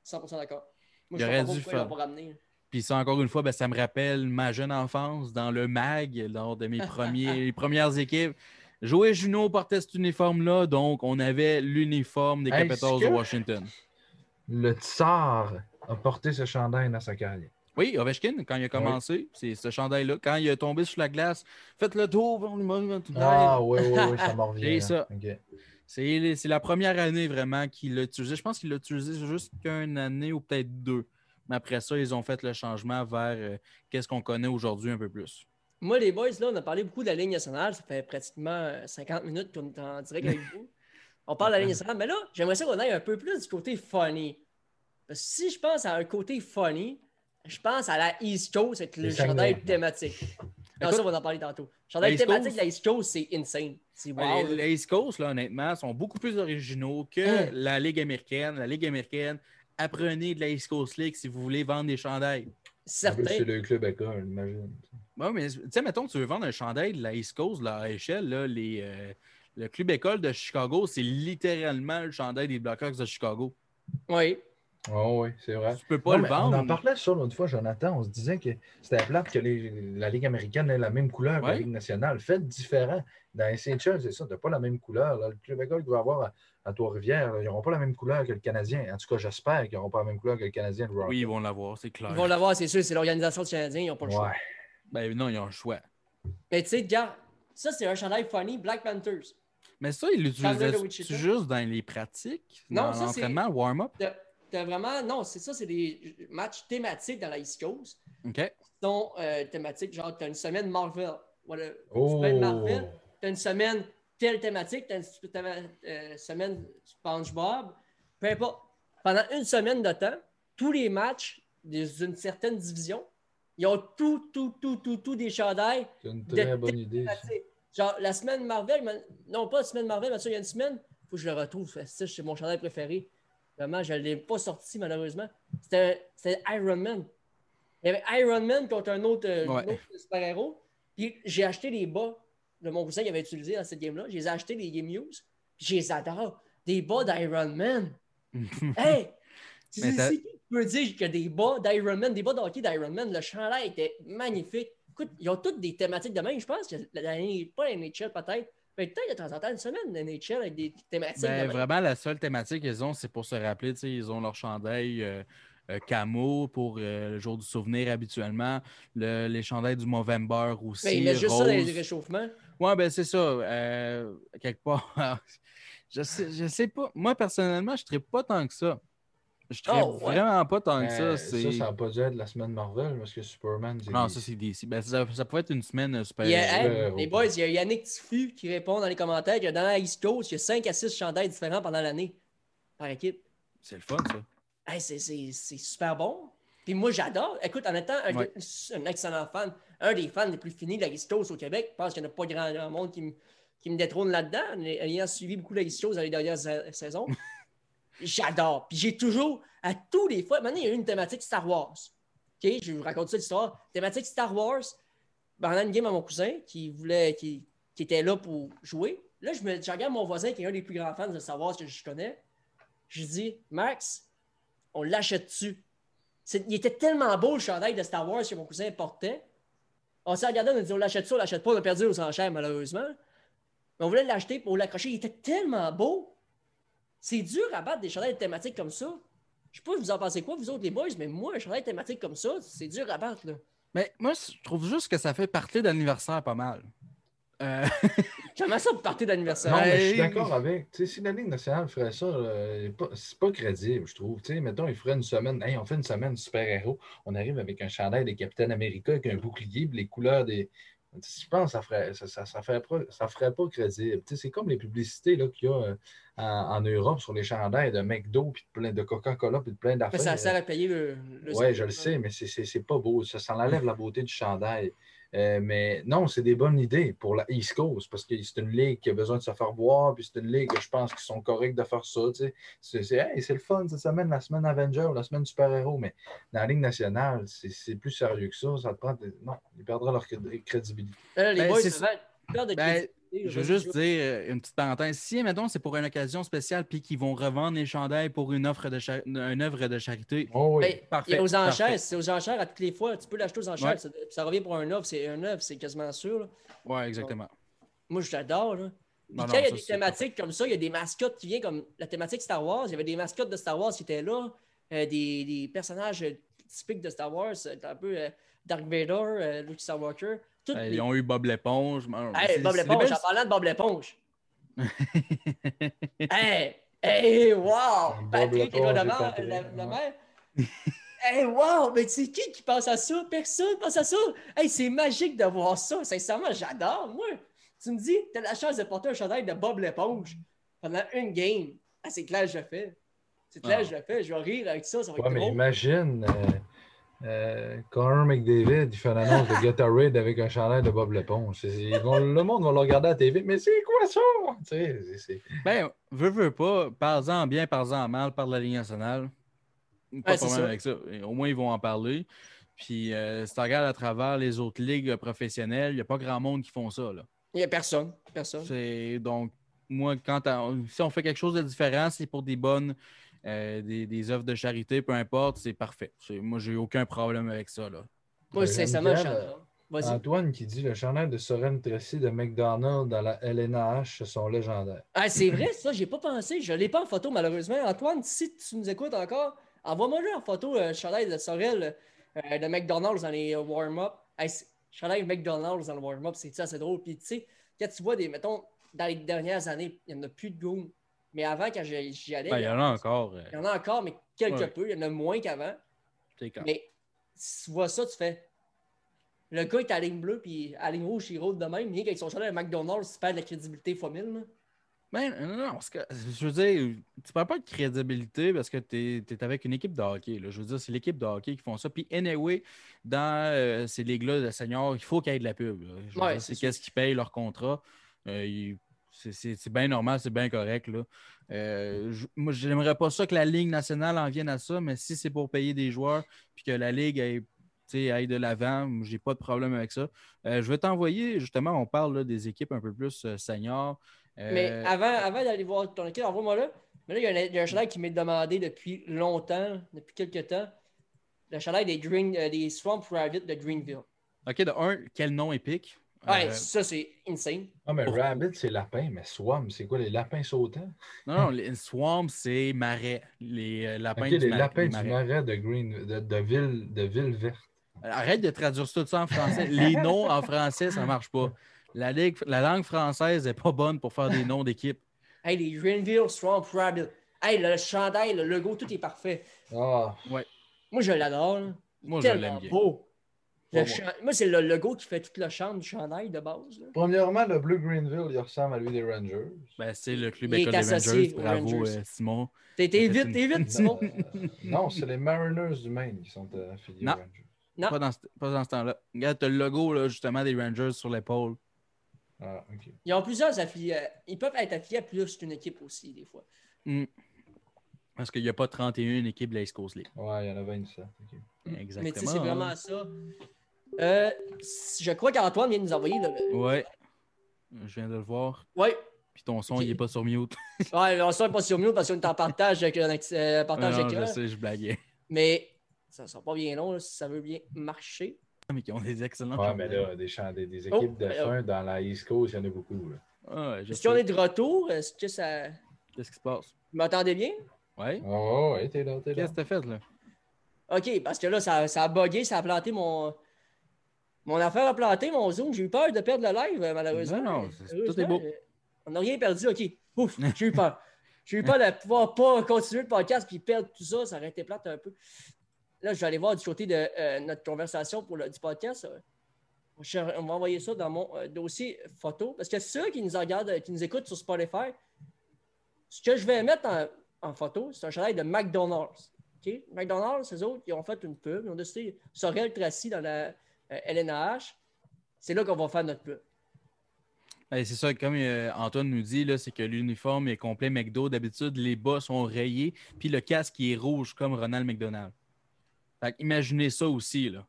Speaker 1: 100% d'accord. Moi,
Speaker 2: Il
Speaker 1: je
Speaker 2: aurait
Speaker 1: comprends pas
Speaker 2: dû
Speaker 1: pourquoi ils l'ont
Speaker 2: faire-
Speaker 1: pas ramené.
Speaker 2: Puis ça, encore une fois, ben, ça me rappelle ma jeune enfance dans le MAG, lors de mes premiers, les premières équipes. Joey Juno portait cet uniforme-là, donc on avait l'uniforme des
Speaker 3: Est-ce
Speaker 2: Capitals
Speaker 3: que-
Speaker 2: de Washington.
Speaker 3: Le tsar a porté ce chandail dans sa carrière.
Speaker 2: Oui, Ovechkin, quand il a commencé, c'est ce chandail-là. Quand il est tombé sur la glace, faites le tour, on lui montre le chandail.
Speaker 3: Ah oui, oui, oui,
Speaker 2: (laughs)
Speaker 3: ça m'en revient.
Speaker 2: J'ai
Speaker 3: là.
Speaker 2: ça.
Speaker 3: Ok.
Speaker 2: C'est c'est la première année vraiment qu'il l'a utilisé. Je pense qu'il l'a utilisé juste qu'une année ou peut-être deux. Mais après ça, ils ont fait le changement vers euh, qu'est-ce qu'on connaît aujourd'hui un peu plus.
Speaker 1: Moi, les boys, là, on a parlé beaucoup de la ligne nationale. Ça fait pratiquement euh, 50 minutes qu'on est en direct avec vous. On parle de la ligne nationale. Mais là, j'aimerais ça qu'on aille un peu plus du côté funny. Parce que si je pense à un côté funny, je pense à la East Coast avec le
Speaker 3: Les Saguenay.
Speaker 1: chandail thématique. Non, ça, on va en parler tantôt. Chandail
Speaker 2: East
Speaker 1: thématique
Speaker 2: Coast-
Speaker 1: de la East Coast, c'est insane. C'est wow. là.
Speaker 2: Ouais, Ben, les, les East Coast, là, honnêtement, sont beaucoup plus originaux que
Speaker 1: Hein.
Speaker 2: la Ligue américaine. La Ligue américaine, apprenez de la East Coast League si vous voulez vendre des chandails.
Speaker 3: En plus,
Speaker 1: Certain.
Speaker 3: C'est le club école, imagine.
Speaker 2: Oui, mais tu sais, mettons, tu veux vendre un chandail de la East Coast, là, à échelle, là, les, euh, le club école de Chicago, c'est littéralement le chandail des Blackhawks de Chicago.
Speaker 1: Oui.
Speaker 3: Oh, oui, c'est vrai.
Speaker 2: Tu peux pas
Speaker 3: Non,
Speaker 2: le
Speaker 3: mais On en
Speaker 2: vendre.
Speaker 3: parlait ça l'autre fois, Jonathan. On se disait que c'était plate que les- la Ligue américaine ait la même couleur que la
Speaker 2: Ouais.
Speaker 3: Ligue nationale. Faites différent. Dans les Saints, c'est ça, tu pas la même couleur. là. Le club école qu'il va avoir à, à Trois-Rivières, là, ils n'auront pas la même couleur que le Canadien. En tout cas, j'espère qu'ils n'auront pas la même couleur que le Canadien de Rock.
Speaker 2: Oui, ils vont l'avoir, c'est clair.
Speaker 1: Ils vont l'avoir, c'est sûr, c'est l'organisation du Canadien, ils n'ont pas le
Speaker 3: ouais.
Speaker 1: choix.
Speaker 2: Ben non, ils ont le choix.
Speaker 1: Mais tu sais, regarde, ça, c'est un chandail funny, Black Panthers.
Speaker 2: Mais ça, ils
Speaker 1: Carolina
Speaker 2: l'utilisaient
Speaker 1: Wichita.
Speaker 2: juste dans les pratiques,
Speaker 1: Non,
Speaker 2: dans
Speaker 1: ça, c'est-
Speaker 2: l'entraînement, warm-up.
Speaker 1: T'as t'as vraiment, non, c'est ça, c'est des matchs thématiques dans la East Coast.
Speaker 2: OK.
Speaker 1: dont euh, thématiques, genre, t'as une semaine Marvel. Voilà.
Speaker 3: Oh!
Speaker 1: Semaine Marvel, t'as une semaine telle thématique, t'as une s- t'as- euh, semaine SpongeBob. Peu importe. Pendant une semaine de temps, tous les matchs d'une certaine division, ils ont tout, tout, tout, tout, tout des chandails
Speaker 3: C'est une très
Speaker 1: de
Speaker 3: bonne idée. ça.
Speaker 1: thématiques. Genre, la semaine Marvel, mais- non pas la semaine Marvel, mais ça, il y a une semaine, faut que je le retrouve. Ça, C'est mon chandail préféré. Vraiment, je ne l'ai pas sorti, malheureusement. C'était c'était Iron Man. Il y avait Iron Man contre un autre, euh,
Speaker 2: Ouais.
Speaker 1: un autre super-héros. Puis j'ai acheté les bas de mon cousin qui avait utilisé dans cette game-là. Je les ai achetés, les Game News. Puis je les adore. Des bas d'Iron Man. Hey! Tu
Speaker 2: Mais
Speaker 1: sais,
Speaker 2: t'as-
Speaker 1: c'est qui qui peut dire que des bas d'Iron Man, des bas de hockey d'Iron Man, le chandail était magnifique. Écoute, ils ont toutes des thématiques de même, je pense. Que la, la- pas la NHL peut-être, mais peut-être de temps en temps, une semaine, la NHL avec des thématiques
Speaker 2: Ben,
Speaker 1: de même.
Speaker 2: vraiment, la seule thématique qu'ils ont, c'est pour se rappeler, tu sais, ils ont leur chandail euh, euh, camo pour euh, le jour du souvenir habituellement, le- les chandails du Movember aussi.
Speaker 1: Mais ils mettent Ben, juste ça dans les
Speaker 2: rose.
Speaker 1: réchauffements.
Speaker 2: Ouais, ben c'est ça. euh, quelque part. (laughs) je, sais, je sais pas. Moi, personnellement, je ne pas tant que ça. Je ne
Speaker 1: Oh, ouais.
Speaker 2: vraiment pas tant que ça.
Speaker 3: Euh,
Speaker 2: c'est-
Speaker 3: ça, ça n'a pas dû être la semaine Marvel parce que Superman. c'est
Speaker 2: Non,
Speaker 3: des-
Speaker 2: ça, c'est DC. Ben, ça, ça pourrait être une semaine euh, super.
Speaker 1: Il y a- hey,
Speaker 3: super-héros.
Speaker 1: les boys, il y a Yannick Tifu qui répond dans les commentaires que dans la East Coast, il y a 5 à 6 chandails différents pendant l'année par équipe.
Speaker 2: C'est le fun, ça.
Speaker 1: Hey, c'est- c'est c'est super bon. Puis moi, j'adore. Écoute, en étant un,
Speaker 2: Ouais.
Speaker 1: un excellent fan, un des fans les plus finis de la East Coast au Québec, je pense qu'il n'y en a pas grand, grand monde qui me, qui me détrône là-dedans, en ayant suivi beaucoup la East Coast dans les dernières sa- saisons. j'adore. Puis j'ai toujours, à tous les fois, maintenant, il y a eu une thématique Star Wars. OK? Je vous raconte ça l'histoire. Thématique Star Wars, pendant une game à mon cousin qui voulait, qui, qui était là pour jouer. Là, je, me, je regarde mon voisin qui est un des plus grands fans de Star Wars que je connais. Je dis, Max, on l'achète-tu? C'est- Il était tellement beau le chandail de Star Wars que mon cousin portait. On s'est regardé, on a dit on l'achète-tu, on l'achète pas, on a perdu aux enchères malheureusement. Mais on voulait l'acheter pour l'accrocher. Il était tellement beau. C'est dur à battre des chandails thématiques comme ça. Je sais pas vous en pensez quoi, vous autres les boys, mais moi, un chandail thématique comme ça, c'est dur à battre. Là.
Speaker 2: Mais Ben, moi, c- je trouve juste que ça fait partie d'anniversaire pas mal. Euh,
Speaker 1: Comment ça pour partir d'anniversaire?
Speaker 3: Non, mais je suis
Speaker 2: Hey.
Speaker 3: d'accord avec. Tu sais, si la Ligue nationale ferait ça, euh, c'est pas- c'est pas crédible, je trouve. Tu sais, mettons, ils feraient une semaine. Hey, on fait une semaine super-héros. On arrive avec un chandail des Capitaine America, avec un bouclier, puis les couleurs des. Je pense que ça ferait, ça, ça, ça ferait, pas- ça ferait pas crédible. Tu sais, c'est comme les publicités là, qu'il y a euh, en, en Europe sur les chandails de McDo, puis de plein de Coca-Cola, puis de plein
Speaker 1: Mais
Speaker 3: d'affaires.
Speaker 1: ça sert à payer le. le-
Speaker 3: Oui, je le sais, mais c'est- c'est c'est pas beau. Ça, ça enlève la beauté du chandail. Euh, mais non, c'est des bonnes idées pour la East Coast parce que c'est une ligue qui a besoin de se faire boire, puis c'est une ligue que je pense qu'ils sont corrects de faire ça. tu sais. C'est c'est, hey, c'est le fun cette semaine, la semaine Avenger, la semaine super-héros, mais dans la Ligue nationale, c'est- c'est plus sérieux que ça. Ça te prend. des- Non, ils perdront leur cré- crédibilité.
Speaker 1: Là, Euh, les
Speaker 2: Ben,
Speaker 1: boys,
Speaker 2: c'est-
Speaker 1: souvent, peur de
Speaker 2: ben,
Speaker 1: crédibilité,
Speaker 2: je veux juste dire euh, une petite parenthèse. Si, mettons, c'est pour une occasion spéciale, puis qu'ils vont revendre les chandails pour une, offre de cha- une œuvre de charité.
Speaker 3: Oh, oui.
Speaker 1: Ben,
Speaker 2: Parfait,
Speaker 1: il est aux
Speaker 2: parfait.
Speaker 1: enchères, c'est aux enchères à toutes les fois. Tu peux l'acheter aux enchères.
Speaker 2: Ouais.
Speaker 1: Ça, ça revient pour un offre, c'est un offre, c'est quasiment sûr. là.
Speaker 2: Ouais, exactement.
Speaker 1: Moi, je l'adore. là. Puis
Speaker 2: Non,
Speaker 1: quand
Speaker 2: non,
Speaker 1: il y a
Speaker 2: ça,
Speaker 1: des
Speaker 2: c'est-
Speaker 1: thématiques comme ça, il y a des mascottes qui viennent comme la thématique Star Wars. Il y avait des mascottes de Star Wars qui étaient là, euh, des, des personnages euh, typiques de Star Wars, euh, un peu euh, Dark Vader, euh, Luke Skywalker. Toutes
Speaker 2: Euh,
Speaker 1: les-
Speaker 2: Ils ont eu Bob l'éponge. man,
Speaker 1: Hey,
Speaker 2: c'est-
Speaker 1: Bob
Speaker 2: c'est des
Speaker 1: l'éponge,
Speaker 2: belles-
Speaker 1: en parlant de Bob
Speaker 2: (laughs)
Speaker 1: l'éponge. hey, hey, wow!
Speaker 3: Bob
Speaker 1: Patrick et
Speaker 3: l'éponge,
Speaker 1: la,
Speaker 3: Patrick,
Speaker 1: la, la
Speaker 3: ouais.
Speaker 1: mère. hey, wow! Mais c'est qui qui pense à ça? Personne pense à ça! Hey, c'est magique de voir ça. Sincèrement, j'adore, moi. Tu me dis, t'as la chance de porter un chandail de Bob l'éponge pendant une game. Ah, c'est clair, je le fais. C'est clair,
Speaker 2: Ah.
Speaker 1: je le fais. Je vais rire avec ça. Ça va
Speaker 3: Ouais,
Speaker 1: être
Speaker 3: mais
Speaker 1: drôle.
Speaker 3: imagine. euh, euh, Connor McDavid, il fait une annonce de Get a Rid avec un chandail de Bob Leponge. C'est- ils vont- le monde va le regarder à la TV. Mais c'est quoi ça? Tu sais, c'est- c'est-
Speaker 2: Ben, veux, veux pas, parle-en bien, parle-en mal, parle de la Ligue nationale. Pas
Speaker 1: Ouais,
Speaker 2: de
Speaker 1: c'est
Speaker 2: problème
Speaker 1: ça.
Speaker 2: avec ça. Et Au moins, ils vont en parler. Puis, euh, si tu regardes à travers les autres ligues professionnelles, il n'y a pas grand monde qui font ça. Là.
Speaker 1: Il n'y a personne. Personne.
Speaker 2: C'est donc, moi, quand à- si on fait quelque chose de différent, c'est pour des bonnes, euh, euh, des, des œuvres de charité, peu importe, c'est parfait. C'est- Moi, j'ai aucun problème avec ça. Là.
Speaker 1: Moi,
Speaker 3: Euh,
Speaker 1: sincèrement,
Speaker 3: Geneviève,
Speaker 1: Charles, vas-y.
Speaker 3: Antoine qui dit le chandail de Soren Tracy de McDonald's dans la LNH sont légendaires.
Speaker 1: Ah, c'est vrai, ça, j'ai pas pensé. Je l'ai pas en photo, malheureusement. Antoine, si tu nous écoutes encore, envoie-moi en photo euh, le chandail de Sorel, euh, de McDonald's dans les euh, warm-up. Hey, c'est- chandail McDonald's dans le warm-up, c'est ça, c'est drôle. Puis, tu sais, quand tu vois des, mettons, dans les dernières années, il n'y en a plus de goût. Mais avant, quand j'y j'y allais,
Speaker 2: Ben, il y en a encore. euh,
Speaker 1: il y en a encore, mais quelque
Speaker 2: Ouais.
Speaker 1: peu. Il y en a moins qu'avant.
Speaker 2: c'est quand-
Speaker 1: Mais si tu vois ça, tu fais. Le gars est à la ligne bleue, puis à la ligne rouge, il rôde de même. Rien qu'avec son chandail à McDonald's, tu perds de la crédibilité fois mille. là.
Speaker 2: Ben, non, non, parce que, je veux dire, tu parles pas de crédibilité parce que tu es, avec une équipe de hockey. là. Je veux dire, c'est l'équipe de hockey qui font ça. Puis, anyway, dans euh, ces ligues-là de seniors, il faut qu'il y ait de la pub. là. Je veux
Speaker 1: Ouais,
Speaker 2: dire,
Speaker 1: c'est
Speaker 2: c'est qu'est-ce qui paye leur contrat. Euh, ils- c'est- c'est c'est bien normal, c'est bien correct. Là. Euh, je- moi, j'aimerais pas ça que la Ligue nationale en vienne à ça, mais si c'est pour payer des joueurs puis que la Ligue aille, tu sais, aille de l'avant, j'ai pas de problème avec ça. Euh, je vais t'envoyer, justement, on parle là, des équipes un peu plus euh, seniors.
Speaker 1: Mais
Speaker 2: Euh,
Speaker 1: avant, avant d'aller voir ton équipe, envoie-moi là. Mais là, il y a un- il y, a un chandail qui m'est demandé depuis longtemps, depuis quelques temps. Le chandail des, Green, euh, des Swamp Rabbit de Greenville.
Speaker 2: OK, de un, quel nom épique.
Speaker 1: Ouais,
Speaker 2: Euh,
Speaker 1: ça, c'est insane.
Speaker 3: Ah, mais
Speaker 2: Pour-
Speaker 3: Rabbit, c'est lapin, mais Swam, c'est quoi les lapins sautants?
Speaker 2: non, non, les swamp, c'est marais. Les euh, lapins,
Speaker 3: Ok,
Speaker 2: du
Speaker 3: les
Speaker 2: mar-
Speaker 3: lapins
Speaker 2: des
Speaker 3: du
Speaker 2: marais.
Speaker 3: marais de Green, de, de ville, de ville verte.
Speaker 2: Euh, Arrête de traduire tout ça en français.
Speaker 1: (laughs)
Speaker 2: les noms en français, ça marche pas. La, ligue- la langue française n'est pas bonne pour faire des noms d'équipe.
Speaker 1: Hey, les Greenville Swamp Rabbit. Hey, le chandail, le logo, tout est parfait.
Speaker 3: Ah,
Speaker 1: Moi, je l'adore. là.
Speaker 2: Moi, je
Speaker 1: Tellement
Speaker 2: l'aime bien.
Speaker 1: beau. Le
Speaker 2: Ouais,
Speaker 1: chan- Moi, c'est le logo qui fait tout le chant du chandail de base. là.
Speaker 3: premièrement, le bleu Greenville, il ressemble à lui des Rangers.
Speaker 2: Ben, c'est le club
Speaker 1: Il est
Speaker 2: école des Rangers.
Speaker 1: associé aux
Speaker 2: Bravo,
Speaker 1: Rangers.
Speaker 2: euh, Simon.
Speaker 1: T'es t'es
Speaker 2: Ça fait
Speaker 1: vite, t'es
Speaker 2: une- (laughs)
Speaker 1: vite, (laughs) Simon.
Speaker 3: Euh, non, c'est les Mariners du Maine qui sont euh, affiliés
Speaker 2: Non.
Speaker 3: aux Rangers.
Speaker 1: Ah.
Speaker 2: Pas dans, ce- pas dans ce temps-là. Regarde, t'as le logo, là, justement, des Rangers sur l'épaule.
Speaker 3: Ah, ok.
Speaker 1: Ils ont plusieurs affiliés. Ils peuvent être affiliés à plus d'une équipe aussi, des fois.
Speaker 2: Parce qu'il n'y a pas 31 équipes de la East Coast League.
Speaker 3: Ouais, il y en a 27. ok.
Speaker 2: Exactement. hein.
Speaker 1: Mais tu sais, c'est vraiment ça. Euh, je crois qu'Antoine vient de nous envoyer. Là, le-
Speaker 2: Ouais. Je viens de le voir.
Speaker 1: Ouais.
Speaker 2: Puis ton son,
Speaker 1: Ok.
Speaker 2: il n'est pas sur mute.
Speaker 1: Ouais, on sort pas sur mieux parce qu'on est en partage avec un acc- euh, partage
Speaker 2: Ah Non,
Speaker 1: d'écran.
Speaker 2: je sais, je blaguais. (laughs)
Speaker 1: Mais ça sera pas bien long là, si ça veut bien marcher.
Speaker 2: mais qui ont des excellents
Speaker 3: Ouais, mais
Speaker 2: championnats.
Speaker 3: là, des, champs- des, des équipes de
Speaker 1: ben là.
Speaker 3: fin dans la East Coast, il y en a beaucoup. là.
Speaker 2: Ah, ouais, je
Speaker 1: Est-ce
Speaker 2: sais.
Speaker 1: qu'on est de retour? Est-ce que ça.
Speaker 2: Qu'est-ce qui se passe?
Speaker 1: Vous m'entendez bien?
Speaker 2: Ouais?
Speaker 3: Oh, ouais, t'es là, t'es là.
Speaker 2: Qu'est-ce que t'as fait, là?
Speaker 1: OK, parce que là, ça, ça a bugué, ça a planté mon. Mon affaire a planté, mon zoom. J'ai eu peur de perdre le live, euh, malheureusement.
Speaker 2: Non, non, c'est-
Speaker 1: Heureusement,
Speaker 2: tout est beau.
Speaker 1: euh, On n'a rien perdu, OK.
Speaker 2: (laughs)
Speaker 1: Ouf, j'ai eu peur. J'ai eu peur de pouvoir pas continuer le podcast puis perdre tout ça. Ça aurait été plate un peu. Là, je vais aller voir du côté de euh, notre conversation pour le, du podcast. euh. Je- on va envoyer ça dans mon euh, dossier photo. Parce que ceux qui nous regardent, euh, qui nous écoutent sur Spotify, ce que je vais mettre en, en photo, c'est un chandail de McDonald's. OK? McDonald's, eux autres, ils ont fait une pub. Ils ont décidé Sorel Tracy dans la euh, LNH. C'est là qu'on va faire notre pub.
Speaker 2: Eh, c'est ça, comme euh, Antoine nous dit, là, c'est que l'uniforme est complet McDo. D'habitude, les bas sont rayés, puis le casque il est rouge, comme Ronald McDonald. Fait que imaginez ça aussi, là.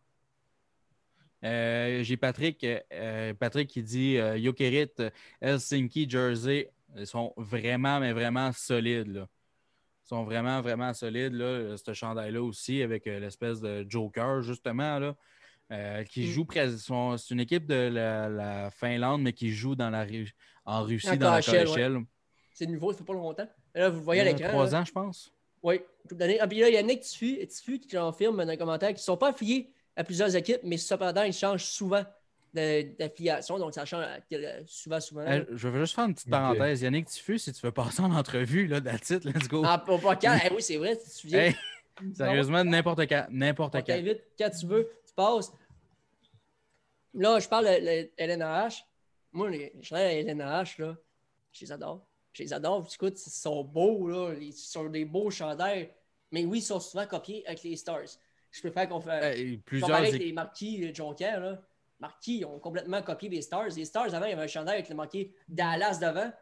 Speaker 2: Euh, J'ai Patrick, euh, euh, Patrick qui dit euh, Jokerit, euh, Helsinki, Jersey, ils sont vraiment, mais vraiment solides. Là. Ils sont vraiment, vraiment solides. Là, euh, ce chandail-là aussi, avec euh, l'espèce de Joker, justement, là, euh, qui
Speaker 1: Mm.
Speaker 2: joue pres- sont- C'est une équipe de la, la Finlande, mais qui joue dans la, Ru- en Russie,
Speaker 1: En
Speaker 2: dans la
Speaker 1: KHL,
Speaker 2: KHL.
Speaker 1: C'est nouveau, ça fait pas longtemps. Là, vous le voyez à
Speaker 2: Euh,
Speaker 1: l'écran.
Speaker 2: Trois ans, je pense.
Speaker 1: Oui, Coupe d'année. Ah, puis là, Yannick Tiffu, Tiffu qui confirme dans les commentaires qu'ils ne sont pas affiliés à plusieurs équipes, mais cependant, ils changent souvent de- d'affiliation. Donc, ça change euh, souvent, souvent.
Speaker 2: Euh, je veux juste faire une petite
Speaker 3: Ok.
Speaker 2: parenthèse. Yannick Tiffu, si tu veux passer en entrevue, là, that's it, let's go.
Speaker 1: Ah, au podcast, eh oui, c'est vrai, tu te souviens.
Speaker 2: Hey, Sérieusement, n'importe quand. N'importe
Speaker 1: On
Speaker 2: quand.
Speaker 1: t'invite quand tu veux, tu passes. Là, je parle de LNH. Moi, les chalets LNH, là, je les adore. Je les adore. Puis, écoute, ils sont beaux, là. Ils sont des beaux chandails. Mais oui, ils sont souvent copiés avec les Stars. Je préfère qu'on fasse.
Speaker 2: Euh, plusieurs
Speaker 1: Comparé avec
Speaker 2: équipes.
Speaker 1: les marquis de Jonquière, là, marquis ils ont complètement copié les Stars. Les Stars, avant, il y avait un chandail avec le marqué Dallas devant.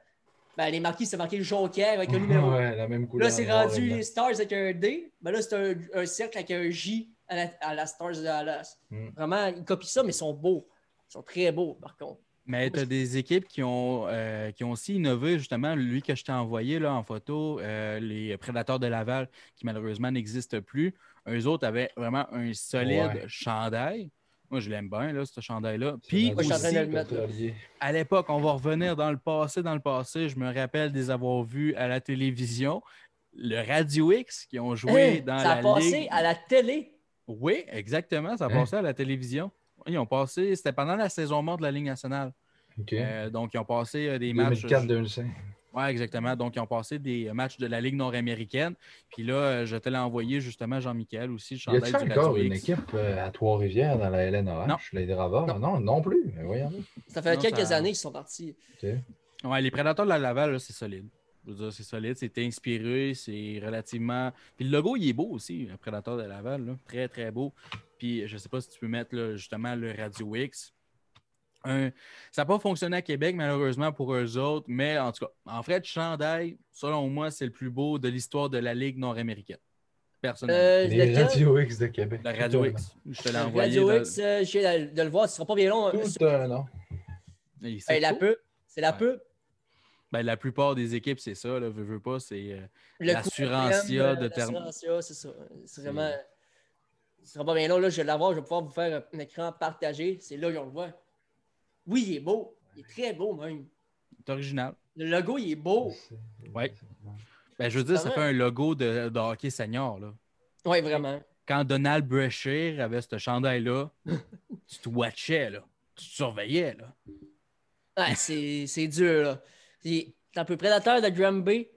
Speaker 1: Ben, les marquis, c'est marqué Jonquière avec un numéro.
Speaker 3: Ouais, la même couleur.
Speaker 1: Là, c'est
Speaker 3: noir et
Speaker 1: rendu
Speaker 3: blanc.
Speaker 1: les Stars avec un D. Ben là, c'est un, un cercle avec un J à la, à la Stars de Dallas.
Speaker 3: Mm.
Speaker 2: Hmm.
Speaker 1: Vraiment, ils copient ça, mais ils sont beaux. Ils sont très beaux, par contre.
Speaker 2: Mais tu as des équipes qui ont, euh, qui ont aussi innové, justement, lui que je t'ai envoyé là, en photo, euh, les Prédateurs de Laval, qui malheureusement n'existent plus. Eux autres avaient vraiment un solide
Speaker 3: Ouais.
Speaker 2: chandail. Moi, je l'aime bien, là, ce chandail-là. Puis
Speaker 1: Moi, je suis en train
Speaker 2: aussi,
Speaker 1: de le mettre, là.
Speaker 3: pétrolier.
Speaker 2: à l'époque, on va revenir dans le passé, dans le passé, je me rappelle des avoir vus à la télévision. Le Radio X qui ont joué
Speaker 1: Hey,
Speaker 2: dans
Speaker 1: Hein, ça
Speaker 2: la
Speaker 1: a passé
Speaker 2: Ligue.
Speaker 1: à la télé.
Speaker 2: Oui, exactement, ça a
Speaker 3: Hein?
Speaker 2: passé à la télévision. Ils ont passé, c'était pendant la saison morte de la Ligue nationale.
Speaker 3: OK.
Speaker 2: Euh, donc, ils ont passé euh, des matchs.
Speaker 3: 2004-2005.
Speaker 2: Oui, exactement. Donc, ils ont passé des euh, matchs de la Ligue nord-américaine. Puis là, euh, je te l'ai envoyé justement, Jean-Michel aussi, le
Speaker 3: Y
Speaker 2: chandail
Speaker 3: a-t-il
Speaker 2: du Radio
Speaker 3: encore une
Speaker 2: X.
Speaker 3: équipe euh, à Trois-Rivières dans la LNH,
Speaker 2: Non.
Speaker 3: les Draveurs?
Speaker 1: Non.
Speaker 3: Non. non, plus. Mais voyons.
Speaker 1: Ça fait
Speaker 2: Non,
Speaker 1: quelques
Speaker 2: ça-
Speaker 1: années qu'ils sont partis.
Speaker 2: Ouais, les Prédateurs de la Laval, là, c'est solide. Je veux dire, c'est solide, c'est inspiré, c'est relativement. Puis le logo, il est beau aussi, le Prédateur de Laval, là. très, très beau. Puis je sais pas si tu peux mettre là, justement le Radio X. Un- Ça n'a pas fonctionné à Québec, malheureusement, pour eux autres, mais en tout cas, en fait, Chandail, selon moi, c'est le plus beau de l'histoire de la Ligue nord-américaine. Personnellement.
Speaker 1: Euh,
Speaker 3: Les
Speaker 1: lequel?
Speaker 3: Radio X de Québec.
Speaker 2: La Radio X. Je te l'ai envoyé.
Speaker 1: Radio
Speaker 2: dans-
Speaker 1: X, euh, j'ai la- de le voir, ce sera pas bien long.
Speaker 3: Tout
Speaker 1: hein.
Speaker 3: le temps, non.
Speaker 2: Il sait
Speaker 1: Hey, ben, la
Speaker 2: euh, tout.
Speaker 1: pub, c'est la
Speaker 2: Ouais.
Speaker 1: pub.
Speaker 2: Ben, la plupart des équipes, c'est ça. Là, veux, veux pas, c'est. euh,
Speaker 1: Le ben,
Speaker 2: L'assurantia
Speaker 1: courriel,
Speaker 2: de terme.
Speaker 1: l'assurantia, c'est ça. C'est vraiment. Ce sera pas bien long. Là, je vais l'avoir. Je vais pouvoir vous faire un écran partagé. C'est là qu'on le voit. Oui, il est beau. Il est très beau, même.
Speaker 2: C'est original.
Speaker 1: Le logo, il est beau.
Speaker 2: Ouais. Ben, je veux dire, ça
Speaker 1: Comment?
Speaker 2: fait un logo de, de hockey senior. Là.
Speaker 1: Oui, vraiment.
Speaker 2: Quand Donald Brashear avait ce chandail-là, tu te watchais, là. tu te surveillais. Là.
Speaker 1: Ouais, c'est c'est dur, là. C'est un peu prédateur de euh, Granby.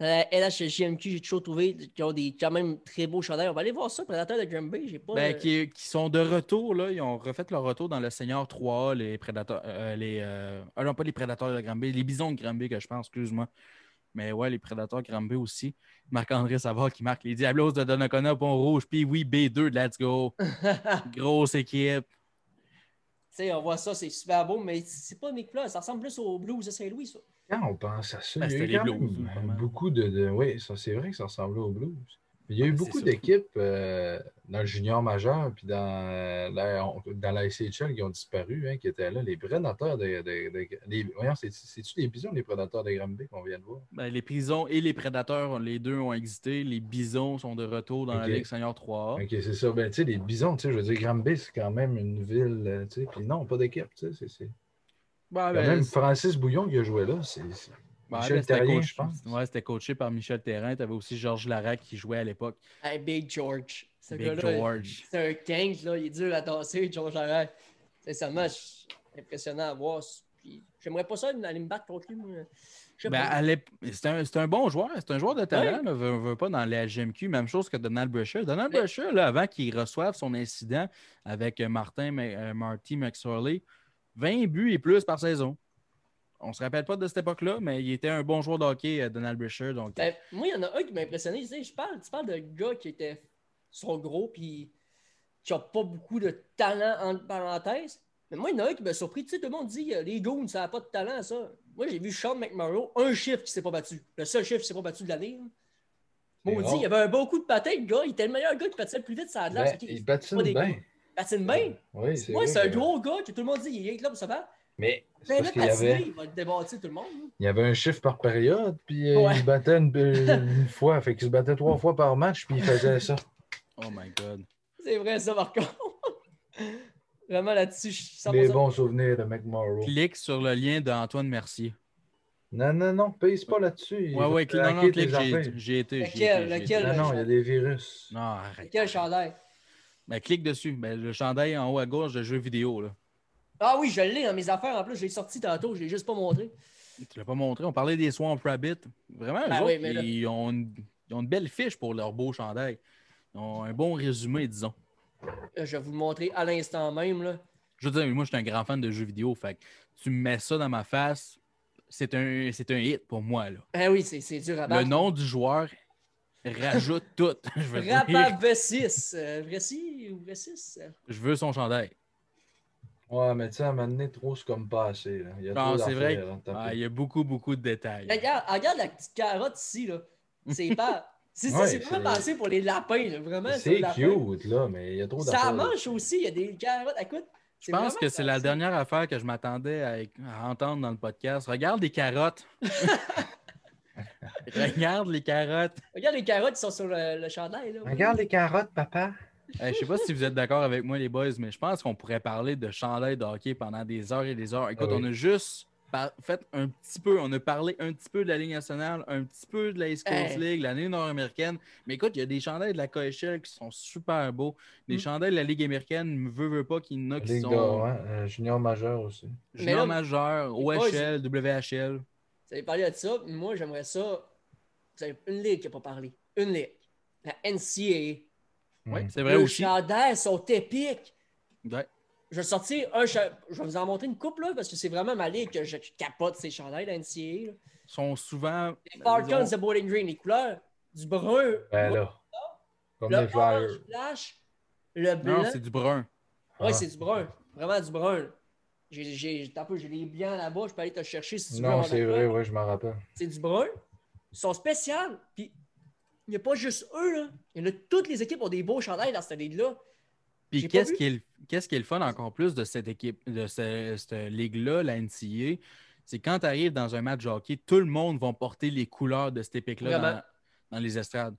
Speaker 1: Dans la LHJMQ, j'ai toujours trouvé qu'ils ont des quand même très beaux chandails. On va aller voir ça, prédateur de Granby. J'ai pas.
Speaker 2: Ben,
Speaker 1: euh,
Speaker 2: qui, qui sont de retour. Là. Ils ont refait leur retour dans le senior 3A, les prédateurs. euh, les, euh, ah non, pas les prédateurs de Granby, les bisons de Granby, que je pense, excuse-moi. Mais ouais, les prédateurs de Granby aussi. Marc-André Savard qui marque les Diablos de Donnacona, Pont Rouge, puis oui, B2, de let's go. Grosse équipe.
Speaker 1: Tu sais, on voit ça, c'est super beau, mais c'est pas Nick Fleur, ça ressemble plus au blues de Saint-Louis, ça.
Speaker 3: Quand on pense à ça,
Speaker 2: Ben,
Speaker 3: il y a
Speaker 2: c'était
Speaker 3: eu
Speaker 2: les
Speaker 3: quand
Speaker 2: Blues,
Speaker 3: même
Speaker 2: hein, vraiment.
Speaker 3: beaucoup de. de- oui, ça, c'est vrai que ça ressemblait aux Blues. Il y a
Speaker 2: Ah,
Speaker 3: eu
Speaker 2: ben,
Speaker 3: beaucoup
Speaker 2: c'est ça.
Speaker 3: d'équipes euh, dans le junior majeur puis dans, euh, la, on- dans la SHL qui ont disparu, hein, qui étaient là. Les prédateurs de. de- de- les- voyons, c'est- c'est-tu les bisons, les prédateurs de Granby qu'on vient de voir?
Speaker 2: Ben, les prisons et les prédateurs, les deux ont existé. Les bisons sont de retour dans
Speaker 3: Ok.
Speaker 2: la Ligue Senior 3A.
Speaker 3: Ok, c'est ça. Ben, tu sais, les bisons, tu sais, je veux dire, Granby, c'est quand même une ville, euh, tu sais, puis non, pas d'équipe, tu sais, c'est- c'est.
Speaker 2: Ben,
Speaker 3: Quand
Speaker 2: ben,
Speaker 3: même,
Speaker 2: c'est-
Speaker 3: Francis Bouillon qui a joué là, c'est. c'est-
Speaker 2: ben,
Speaker 3: Michel
Speaker 2: ben, c'était
Speaker 3: Terrien,
Speaker 2: coach-
Speaker 3: je pense.
Speaker 2: Ouais, c'était coaché par Michel Terrain. Tu avais aussi Georges Larac qui jouait à l'époque.
Speaker 1: Hey, Big George. Ce
Speaker 2: Big
Speaker 1: gars-là,
Speaker 2: George.
Speaker 1: C'est un 15, là. Il est dur à tasser, George Arrête. Sincèrement, je- c'est impressionnant à voir. Puis, J'aimerais pas ça aller me battre contre lui. moi. Je sais
Speaker 2: Ben,
Speaker 1: pas.
Speaker 2: à l'ép- c'est un, c'est un bon joueur. C'est un joueur de talent.
Speaker 1: Ouais.
Speaker 2: là, veut- veut pas dans la GMQ, même chose que Donald Brashear. Donald
Speaker 1: Mais-
Speaker 2: Brashear, là, avant qu'il reçoive son incident avec euh, Martin, Ma- euh, Marty McSorley, 20 buts et plus par saison. On se rappelle pas de cette époque-là, mais il était un bon joueur de hockey, euh, Donald Brashear. Donc,
Speaker 1: Ben, moi, il y en a un qui m'a impressionné. Tu sais, je parle, tu parles de gars qui étaient sont gros puis qui n'ont pas beaucoup de talent entre parenthèses. Mais moi, il y en a un qui m'a surpris. Tu sais, tout le monde dit euh, les goons, ça n'a pas de talent, ça. Moi, j'ai vu Sean McMurrow, un chiffre qui s'est pas battu. Le seul chiffre qui s'est pas battu de l'année. là.
Speaker 3: C'est
Speaker 1: Maudit,
Speaker 3: rare.
Speaker 1: il y avait un bon coup de patin, le gars. Il était le meilleur gars qui patinait le plus vite, ça a
Speaker 3: Ben,
Speaker 1: l'air.
Speaker 3: il
Speaker 1: Il
Speaker 3: patine
Speaker 1: pas des-
Speaker 3: bien.
Speaker 1: patine bien.
Speaker 3: Oui,
Speaker 1: Moi,
Speaker 3: vrai
Speaker 1: c'est un
Speaker 3: que-
Speaker 1: gros gars que tout le monde dit, il est là pour se battre.
Speaker 3: Mais c'est
Speaker 1: Mais
Speaker 3: parce
Speaker 1: là,
Speaker 3: qu'il y
Speaker 1: patiner,
Speaker 3: avait,
Speaker 1: il va débattre tout le monde. hein. là.
Speaker 3: il y avait un chiffre par période, puis euh,
Speaker 1: Ouais.
Speaker 3: il se battait une, euh, une fois. Fait qu'il se battait trois fois par match, puis il
Speaker 1: (laughs)
Speaker 3: faisait ça.
Speaker 2: oh my God.
Speaker 1: C'est vrai, ça, par contre. (laughs) Vraiment là-dessus, je suis 100%
Speaker 3: Des bons souvenirs de McMorrow.
Speaker 2: Clique sur le lien d'Antoine Mercier.
Speaker 3: Non, non, non, pèse pas là-dessus. Il
Speaker 2: Ouais,
Speaker 3: va
Speaker 2: ouais,
Speaker 3: te
Speaker 2: cl- non, non,
Speaker 3: hacker
Speaker 2: clique,
Speaker 3: tes affaires.
Speaker 2: j'ai- j'ai été. j'y ai
Speaker 1: Lequel,
Speaker 2: été, j'y ai
Speaker 1: lequel?
Speaker 2: été.
Speaker 3: Non, non, il y a des virus.
Speaker 2: Non, arrête.
Speaker 1: Quel chandail?
Speaker 2: Ben, clique dessus. Ben, le chandail en haut à gauche de jeux vidéo. Là.
Speaker 1: Ah oui, je l'ai dans mes affaires en plus. J'ai sorti tantôt, je l'ai juste pas montré.
Speaker 2: Tu l'as pas montré. On parlait des Swamp Rabbit. Vraiment, eux
Speaker 1: Ben
Speaker 2: autres,
Speaker 1: oui, mais là-
Speaker 2: ils, ont une, ils ont une belle fiche pour leur beau chandail. Ils ont un bon résumé, disons.
Speaker 1: Euh, Je vais vous le montrer à l'instant même. Là.
Speaker 2: Je veux dire, moi, je suis un grand fan de jeux vidéo. Fait que tu me mets ça dans ma face, c'est un, c'est un hit pour moi. Là.
Speaker 1: Ah oui, c'est c'est dur à
Speaker 2: Le
Speaker 1: battre.
Speaker 2: nom du joueur rajoute (laughs) tout. Je veux, dire,
Speaker 1: Rapa V6. Euh, Vressi ou V6? euh,
Speaker 2: je veux son chandail.
Speaker 3: Ouais, mais tu sais, à un moment donné, trop, c'est comme pas assez. là. Il y a
Speaker 2: Non,
Speaker 3: trop
Speaker 2: c'est vrai.
Speaker 3: d'affaires, là, t'as
Speaker 2: Ah,
Speaker 3: fait.
Speaker 2: il y a beaucoup, beaucoup de détails.
Speaker 1: Regarde, regarde la petite carotte ici. là. C'est
Speaker 3: (laughs)
Speaker 1: pas. C'est
Speaker 3: Ouais,
Speaker 1: c'est vraiment
Speaker 3: c'est-
Speaker 1: pensé pour les lapins. là, Vraiment,
Speaker 3: C'est
Speaker 1: lapin.
Speaker 3: cute, là, mais il y a trop
Speaker 1: Ça
Speaker 3: d'affaires.
Speaker 1: manche aussi, il y a des carottes. Écoute,
Speaker 2: Je pense que c'est la dernière affaire que je m'attendais à, éc- à entendre dans le podcast. Regarde
Speaker 1: (laughs)
Speaker 2: les carottes. Regarde les carottes.
Speaker 1: Regarde les carottes, ils sont sur le, le chandail. Là,
Speaker 3: Regarde les carottes, papa.
Speaker 2: Hey, je sais pas si vous êtes d'accord avec moi, les boys, mais je pense qu'on pourrait parler de chandail de hockey pendant des heures et des heures. Écoute,
Speaker 3: Ah oui.
Speaker 2: on a juste par- fait un petit peu, on a parlé un petit peu de la Ligue nationale, un petit peu de la East Coast
Speaker 1: Hey.
Speaker 2: League, la Ligue nord-américaine. Mais écoute, il y a des chandails de la KHL qui sont super beaux. Des
Speaker 1: Mm.
Speaker 2: chandails de la Ligue américaine, veux, veux pas, qu'il y en a qui
Speaker 3: Ligue de-
Speaker 2: sont
Speaker 3: ouais, euh, junior majeur aussi.
Speaker 1: Mais
Speaker 2: junior
Speaker 1: là,
Speaker 2: majeur,
Speaker 1: les boys-
Speaker 2: OHL, WHL.
Speaker 1: Vous avez parlé de ça. Moi, j'aimerais ça. Vous avez une ligue qui n'a pas parlé. Une ligue. La NCAA.
Speaker 2: Oui,
Speaker 3: Hmm.
Speaker 2: c'est vrai
Speaker 1: Les
Speaker 2: aussi.
Speaker 1: chandails sont épiques.
Speaker 2: Ouais.
Speaker 1: Je vais sortir un. cha- Je vais vous en montrer une coupe, là, parce que c'est vraiment ma ligue que je capote ces chandails, la NCAA. là.
Speaker 2: sont souvent.
Speaker 1: Les Falcons de Bowling Green, les couleurs du brun,
Speaker 3: Ben là. Comme
Speaker 1: le
Speaker 3: les
Speaker 1: orange
Speaker 3: Flyers.
Speaker 1: flash, le blanc.
Speaker 2: Non, c'est du brun.
Speaker 1: Ouais,
Speaker 3: Ah.
Speaker 1: c'est du brun. Vraiment du brun. là. J'ai- J'ai t'as un peu, j'ai les blancs là-bas, je peux aller te chercher si tu veux.
Speaker 3: Non,
Speaker 1: avoir
Speaker 3: c'est
Speaker 1: la
Speaker 3: vrai,
Speaker 1: coupe.
Speaker 3: oui, je m'en rappelle.
Speaker 1: C'est du brun. Ils sont spéciaux. Puis, il n'y a pas juste eux. Là. Il y en a toutes les équipes ont des beaux chandails dans cette ligue-là.
Speaker 2: Puis
Speaker 1: J'ai pas
Speaker 2: qu'est-ce
Speaker 1: vu.
Speaker 2: qui, est le, qu'est-ce qui est le fun encore plus de cette équipe, de ce- cette ligue-là, la NCA, c'est quand tu arrives dans un match de hockey, tout le monde va porter les couleurs de cette épique-là
Speaker 1: Vraiment.
Speaker 2: dans, dans les estrades.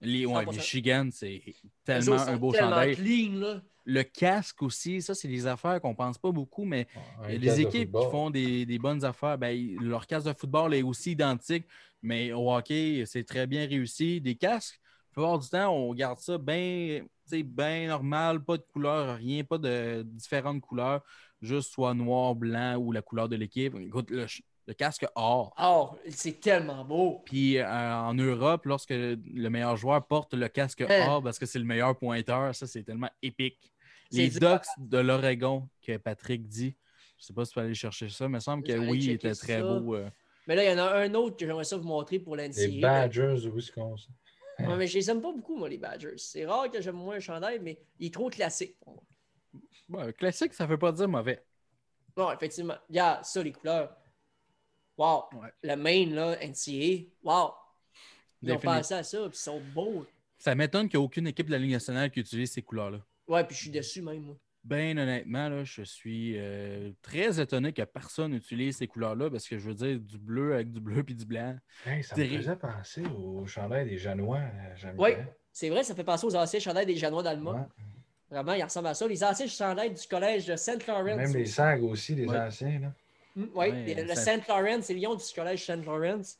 Speaker 2: Les, ouais,
Speaker 1: 100%.
Speaker 2: Michigan, c'est
Speaker 1: Les
Speaker 2: tellement
Speaker 1: autres sont
Speaker 2: un beau
Speaker 1: tellement
Speaker 2: chandail.
Speaker 1: clean, là.
Speaker 2: Le casque aussi, ça, c'est des affaires qu'on pense pas beaucoup, mais
Speaker 3: Un
Speaker 2: il y a des
Speaker 3: casque de
Speaker 2: équipes qui
Speaker 3: football.
Speaker 2: font des, des bonnes affaires. Ben, ils- leur casque de football est aussi identique, mais au hockey, c'est très bien réussi. Des casques, la plupart du temps, on garde ça bien ben normal, pas de couleur, rien, pas de différentes couleurs, juste soit noir, blanc ou la couleur de l'équipe. Écoute, le, ch- le casque or.
Speaker 1: Oh, c'est tellement beau.
Speaker 2: Puis euh, en Europe, lorsque le meilleur joueur porte le casque
Speaker 1: Hein.
Speaker 2: or parce que c'est le meilleur pointeur, ça, c'est tellement épique.
Speaker 1: C'est
Speaker 2: Les
Speaker 1: dur.
Speaker 2: Ducks de l'Oregon que Patrick dit. Je sais pas si tu peux aller chercher ça, mais il me semble que
Speaker 1: Je vais aller
Speaker 2: oui, il
Speaker 1: checker
Speaker 2: était très
Speaker 1: ça.
Speaker 2: beau. euh.
Speaker 1: Mais là, il y en a un autre que j'aimerais ça vous montrer pour l'NCAA.
Speaker 3: Les Badgers du Wisconsin.
Speaker 1: Ouais, mais je les aime pas beaucoup, moi, les Badgers. C'est rare que j'aime moins un chandail, mais il est trop classique pour moi.
Speaker 2: Ouais, classique, ça veut pas dire mauvais.
Speaker 1: Non, effectivement. Regarde, ça, les couleurs. Wow.
Speaker 2: Ouais.
Speaker 1: Le main, là, NCA. Wow. Ils ont
Speaker 2: Définitif.
Speaker 1: pensé à ça, puis ils sont beaux.
Speaker 2: Ça m'étonne qu'il n'y ait aucune équipe de la Ligue nationale qui utilise ces couleurs-là.
Speaker 1: Ouais, puis je suis déçu même, moi.
Speaker 2: Ben honnêtement, là, je suis euh, très étonné que personne n'utilise ces couleurs-là parce que je veux dire du bleu avec du bleu puis du blanc.
Speaker 3: Hey, ça me
Speaker 2: Des-
Speaker 3: faisait penser au chandail des Janois. euh, j'aime
Speaker 1: Oui.
Speaker 3: bien.
Speaker 1: C'est vrai, ça fait penser aux anciens chandails des Janois d'Alma.
Speaker 3: Ouais.
Speaker 1: Vraiment, ils ressemblent à ça. Les anciens chandails du collège de St. Lawrence.
Speaker 3: Même les sags aussi, les
Speaker 2: Ouais.
Speaker 3: anciens. Là.
Speaker 1: Mm, ouais,
Speaker 2: Ouais,
Speaker 1: les- le
Speaker 2: ça-
Speaker 1: St. Lawrence, c'est Lyon du collège St. Lawrence.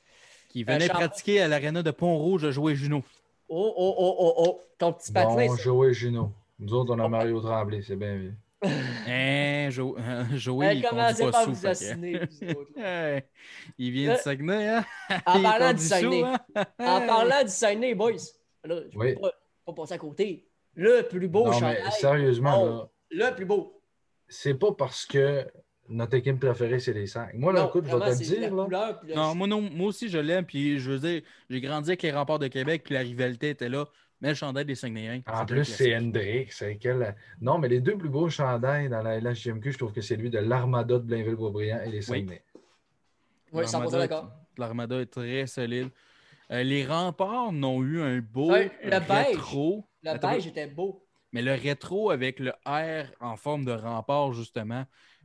Speaker 2: Qui venait
Speaker 1: Euh, Charles-
Speaker 2: pratiquer à l'aréna de Pont-Rouge à jouer Juno.
Speaker 1: Oh, oh, oh, oh, oh. Ton petit patelin.
Speaker 3: Bon,
Speaker 1: ça.
Speaker 3: Joey Gino. Nous autres, on a Mario Tremblay, c'est bien vu.
Speaker 2: Hein, Jo- (laughs) Joey,
Speaker 1: Hey,
Speaker 2: il conduit
Speaker 1: commencez
Speaker 2: pas
Speaker 1: Euh, pas à
Speaker 2: sous,
Speaker 1: vous
Speaker 2: fait que- hein.
Speaker 1: assiner, vous autres,
Speaker 2: (laughs)
Speaker 1: là.
Speaker 2: Hey, il vient
Speaker 1: Euh,
Speaker 2: de Saguenay, hein?
Speaker 1: En
Speaker 2: (laughs) Il
Speaker 1: parlant
Speaker 2: conduit
Speaker 1: du
Speaker 2: sous,
Speaker 1: Saguenay.
Speaker 2: hein?
Speaker 1: En
Speaker 2: Hey.
Speaker 1: parlant du Saguenay, boys, là, je
Speaker 3: Oui.
Speaker 1: peux pas, pas passer à côté. Le plus beau
Speaker 3: non,
Speaker 1: chandail,
Speaker 3: mais sérieusement,
Speaker 1: Oh.
Speaker 3: là,
Speaker 1: le plus beau.
Speaker 3: c'est pas parce que notre équipe préférée, c'est les sags. Moi, là,
Speaker 1: Non,
Speaker 3: écoute, je vais
Speaker 1: vraiment,
Speaker 3: te le
Speaker 1: c'est la
Speaker 3: dire. Là,
Speaker 1: couleur, puis le-
Speaker 2: Non, moi, non, moi aussi, je l'aime. Puis je veux dire, j'ai grandi avec les remparts de Québec, puis la rivalité était là. Mais le chandail des Saguenayens.
Speaker 3: en
Speaker 2: c'est
Speaker 3: plus,
Speaker 2: un
Speaker 3: c'est
Speaker 2: classique.
Speaker 3: Hendrix. c'est quel- euh, Non, mais les deux plus beaux chandails dans la LHJMQ, je trouve que c'est lui de l'Armada de Blainville-Beaubriand et les Saguenay.
Speaker 1: Ouais, 100%
Speaker 2: L'Armada est-
Speaker 1: d'accord.
Speaker 2: L'Armada est très solide. Euh, les remparts n'ont eu un beau
Speaker 1: Ouais, le beige.
Speaker 2: rétro.
Speaker 1: Le
Speaker 2: Attends,
Speaker 1: beige était beau.
Speaker 2: Mais le rétro avec le R en forme de rempart, justement,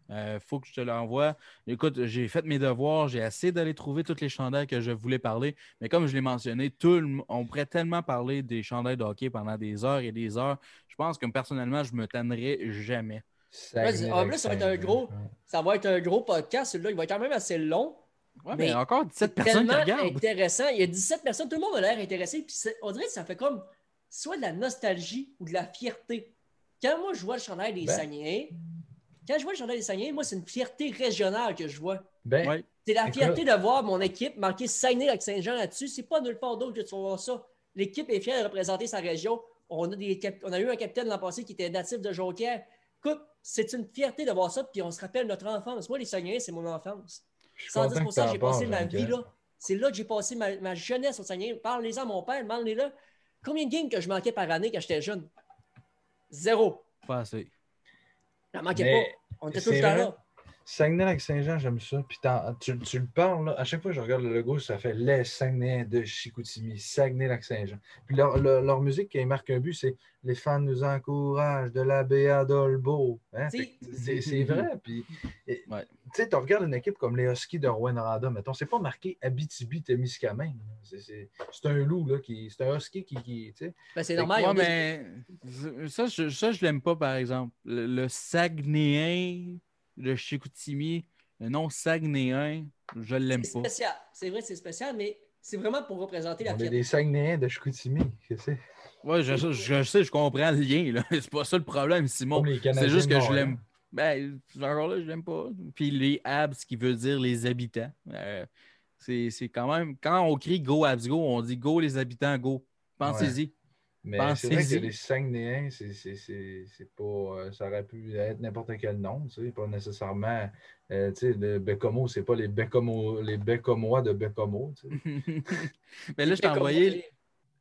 Speaker 2: euh, faut que je te l'envoie. Écoute, j'ai fait mes devoirs, j'ai essayé d'aller trouver toutes les chandails que je voulais parler, mais comme je l'ai mentionné, tout le m- on pourrait tellement parler des chandails de hockey pendant des heures et des heures. Je pense que personnellement, je me tannerai jamais.
Speaker 3: Saguenay,
Speaker 1: en plus, ça va être un
Speaker 3: Saguenay.
Speaker 1: gros-
Speaker 3: Ouais.
Speaker 1: Ça va être un gros podcast, celui-là. Il va être quand même assez long.
Speaker 2: Ouais, mais,
Speaker 1: Mais
Speaker 2: encore
Speaker 1: C'est
Speaker 2: 17 personnes qui
Speaker 1: tellement
Speaker 2: regardent.
Speaker 1: intéressant. Il y a 17 personnes. Tout le monde a l'air intéressé. Puis c'est- on dirait que ça fait comme soit de la nostalgie ou de la fierté. Quand moi, je vois le chandail des
Speaker 3: Ben.
Speaker 1: Saguenayens, quand je vois le chandail des Saguenayens, moi, c'est une fierté régionale que je vois.
Speaker 3: Ben,
Speaker 2: Ouais.
Speaker 1: C'est la
Speaker 3: Écoute.
Speaker 1: fierté de voir mon équipe marquer Saguenay avec Saint-Jean là-dessus. C'est pas nulle part d'autre que tu vas voir ça. L'équipe est fière de représenter sa région. On a, des cap- on a eu un capitaine l'an passé qui était natif de Jonquière. Écoute, c'est une fierté de voir ça, puis on se rappelle notre enfance. Moi, les Saguenayens, c'est mon enfance.
Speaker 3: je suis content
Speaker 1: 110
Speaker 3: que t'en
Speaker 1: j'ai passé
Speaker 3: parles,
Speaker 1: ma
Speaker 3: hein,
Speaker 1: vie
Speaker 3: Jean-Pierre.
Speaker 1: là. C'est là que j'ai passé ma, ma jeunesse au Saguenay. Parlez-en à mon père, demandez-le. Combien de games que je manquais par année quand j'étais jeune? Zéro.
Speaker 2: Pas assez.
Speaker 1: J'en manquais
Speaker 3: Mais
Speaker 1: pas. On était tout le
Speaker 3: c'est
Speaker 1: temps
Speaker 3: vrai.
Speaker 1: là.
Speaker 3: Saguenay-Lac-Saint-Jean, j'aime ça. Puis t'en- tu, tu le parles, là, à chaque fois que je regarde le logo, ça fait les Saguenay de Chicoutimi, Saguenay-Lac-Saint-Jejean. Puis leur, leur- leur musique qui marque un but, c'est Les fans nous encouragent de la BA d'Olbeau. Hein?
Speaker 1: Si.
Speaker 3: Fait que C'est c'est vrai. Puis et-
Speaker 2: Ouais.
Speaker 3: tu sais, tu regardes une équipe comme les Huskies de Rouen-Randa, mettons, c'est pas marqué Abitibi-Témiscamingue. là. C'est- C'est c'est un loup, là, qui, c'est un Husky qui. qui tu sais.
Speaker 1: Ben, c'est
Speaker 2: Fait que
Speaker 1: normal.
Speaker 2: moi,
Speaker 1: ils ont
Speaker 2: mais ça, je, ça, je l'aime pas, par exemple. Le, le Saguenéen de Chicoutimi, le nom Saguenéen, je l'aime
Speaker 1: des-
Speaker 2: pas.
Speaker 1: C'est spécial. C'est vrai que c'est spécial, mais c'est vraiment pour représenter la
Speaker 3: On est
Speaker 1: fierté.
Speaker 3: des Saguenayens de Chicoutimi. qu'est-ce que C'est
Speaker 2: Ouais, je, je- je sais, je comprends le lien. là. (laughs) C'est pas ça le problème, Simon.
Speaker 3: Comme les Canadiens
Speaker 2: C'est juste
Speaker 3: de
Speaker 2: que je
Speaker 3: Montréal.
Speaker 2: l'aime. Ben, encore là, je l'aime pas. Puis les abs, qui veut dire les habitants. Euh, c'est c'est quand même. Quand on crie go abs go, on dit go les habitants go. Pensez-y.
Speaker 3: Mais c'est vrai que
Speaker 2: Pensez-y.
Speaker 3: les Saguenayens, c'est- c'est- c'est c'est pas. euh, ça aurait pu être n'importe quel nom, tu sais, pas nécessairement. euh, tu sais, le Bécomo, c'est pas les Bécomo, les Bécomois de Bécomo, tu sais.
Speaker 2: (laughs) Mais Ben là, je t'ai
Speaker 1: Comme-
Speaker 2: envoyé,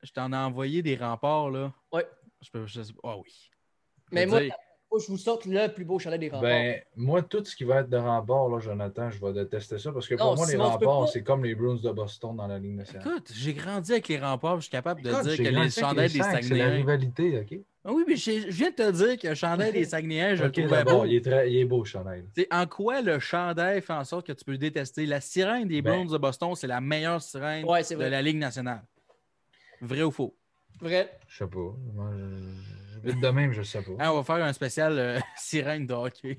Speaker 2: je t'en ai envoyé des remparts, là.
Speaker 1: Ouais.
Speaker 2: Je peux. je sais- Ah oui. Je
Speaker 1: Mais
Speaker 2: veux
Speaker 1: moi,
Speaker 2: dire,
Speaker 1: Faut que je vous sorte le plus beau chalet des remparts.
Speaker 3: Ben, moi, tout ce qui va être de rempart, là, Jonathan, je vais détester ça parce que
Speaker 1: Non,
Speaker 3: pour moi, les
Speaker 1: Simon, tu peux
Speaker 3: remparts,
Speaker 1: pas.
Speaker 3: c'est comme les Bruins de Boston dans la Ligue nationale.
Speaker 2: écoute, j'ai grandi avec les remparts, puis je suis capable de
Speaker 3: ben, Écoute,
Speaker 2: dire
Speaker 3: j'ai
Speaker 2: que
Speaker 3: grandi
Speaker 2: les
Speaker 3: avec
Speaker 2: chandelles des
Speaker 3: Sagues, C'est la
Speaker 2: Saguenayens.
Speaker 3: rivalité, OK?
Speaker 2: Ah Oui, mais je, je viens de te dire que le chandail
Speaker 3: (laughs)
Speaker 2: des Saguenayens, je
Speaker 3: Ok,
Speaker 2: le trouvais
Speaker 3: d'abord,
Speaker 2: beau.
Speaker 3: il, est très- il est beau, le chandail.
Speaker 2: T'sais, en quoi le chandail fait en sorte que tu peux le détester? La sirène des
Speaker 3: Ben.
Speaker 2: Browns de Boston, c'est la meilleure sirène
Speaker 1: ouais, c'est
Speaker 2: de
Speaker 1: vrai.
Speaker 2: la Ligue nationale. Vrai ou faux?
Speaker 1: Vrai.
Speaker 3: Je sais pas. Moi, je- je- De même, je sais pas.
Speaker 2: Hein, on va faire un spécial euh, (laughs) sirène de hockey.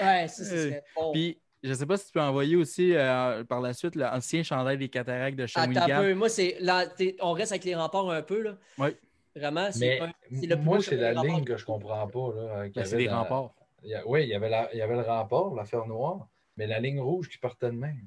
Speaker 1: Ouais, ça, ça serait bon.
Speaker 2: Euh, Puis, je sais pas si tu peux envoyer aussi euh, par la suite l'ancien chandail des cataractes de
Speaker 1: Attends un
Speaker 2: Shawinigan.
Speaker 1: Ah, peu. Moi, c'est. là, t'es- On reste avec les remparts un peu, là.
Speaker 2: Ouais.
Speaker 1: Vraiment, c'est
Speaker 3: Mais
Speaker 1: un- c'est le plus
Speaker 3: moi,
Speaker 1: beau
Speaker 3: c'est
Speaker 1: chalet
Speaker 3: la
Speaker 1: des remparts.
Speaker 3: ligne que je comprends pas. Là, euh, qu'il y
Speaker 2: Ben, c'est
Speaker 3: avait
Speaker 2: des
Speaker 3: dans-
Speaker 2: remparts.
Speaker 3: Il y a- oui, il y, avait la- il y avait le rempart, l'affaire noire, mais la ligne rouge qui partait de même.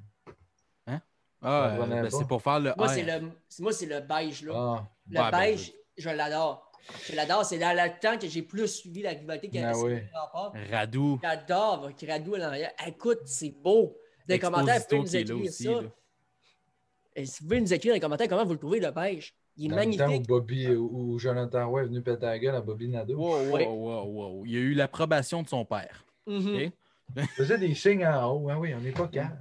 Speaker 2: Ah,
Speaker 3: Je comprenais
Speaker 2: euh, ben,
Speaker 3: pas.
Speaker 2: c'est pour faire le
Speaker 1: Moi,
Speaker 2: R.
Speaker 1: c'est le, c'est- moi, c'est le beige, là.
Speaker 3: Ah,
Speaker 1: le
Speaker 2: Ouais, ben,
Speaker 1: beige, je l'adore. Je l'adore. C'est dans le temps que j'ai plus suivi la rivalité qu'avec
Speaker 3: ben
Speaker 1: les
Speaker 3: oui.
Speaker 1: remparts.
Speaker 2: Radou.
Speaker 1: J'adore Gradou à l'arrière. Écoute, c'est beau. Dans les commentaires, vous
Speaker 2: Exposito
Speaker 1: pouvez nous
Speaker 2: qui est là
Speaker 1: écrire ça.
Speaker 2: aussi. là.
Speaker 1: Et si vous pouvez nous écrire dans les commentaires comment vous le trouvez, le beige. Il est
Speaker 3: Dans le temps où,
Speaker 1: magnifique.
Speaker 3: Bobby, où où Jonathan Roy est venu péter la gueule à Bobby Nadeau.
Speaker 2: Wow, wow,
Speaker 1: Ouais.
Speaker 2: wow, wow. Il y a eu l'approbation de son père.
Speaker 1: Mhm.
Speaker 2: Ok.
Speaker 3: Il faisait des signes en haut. Ah oui, on n'est pas calme.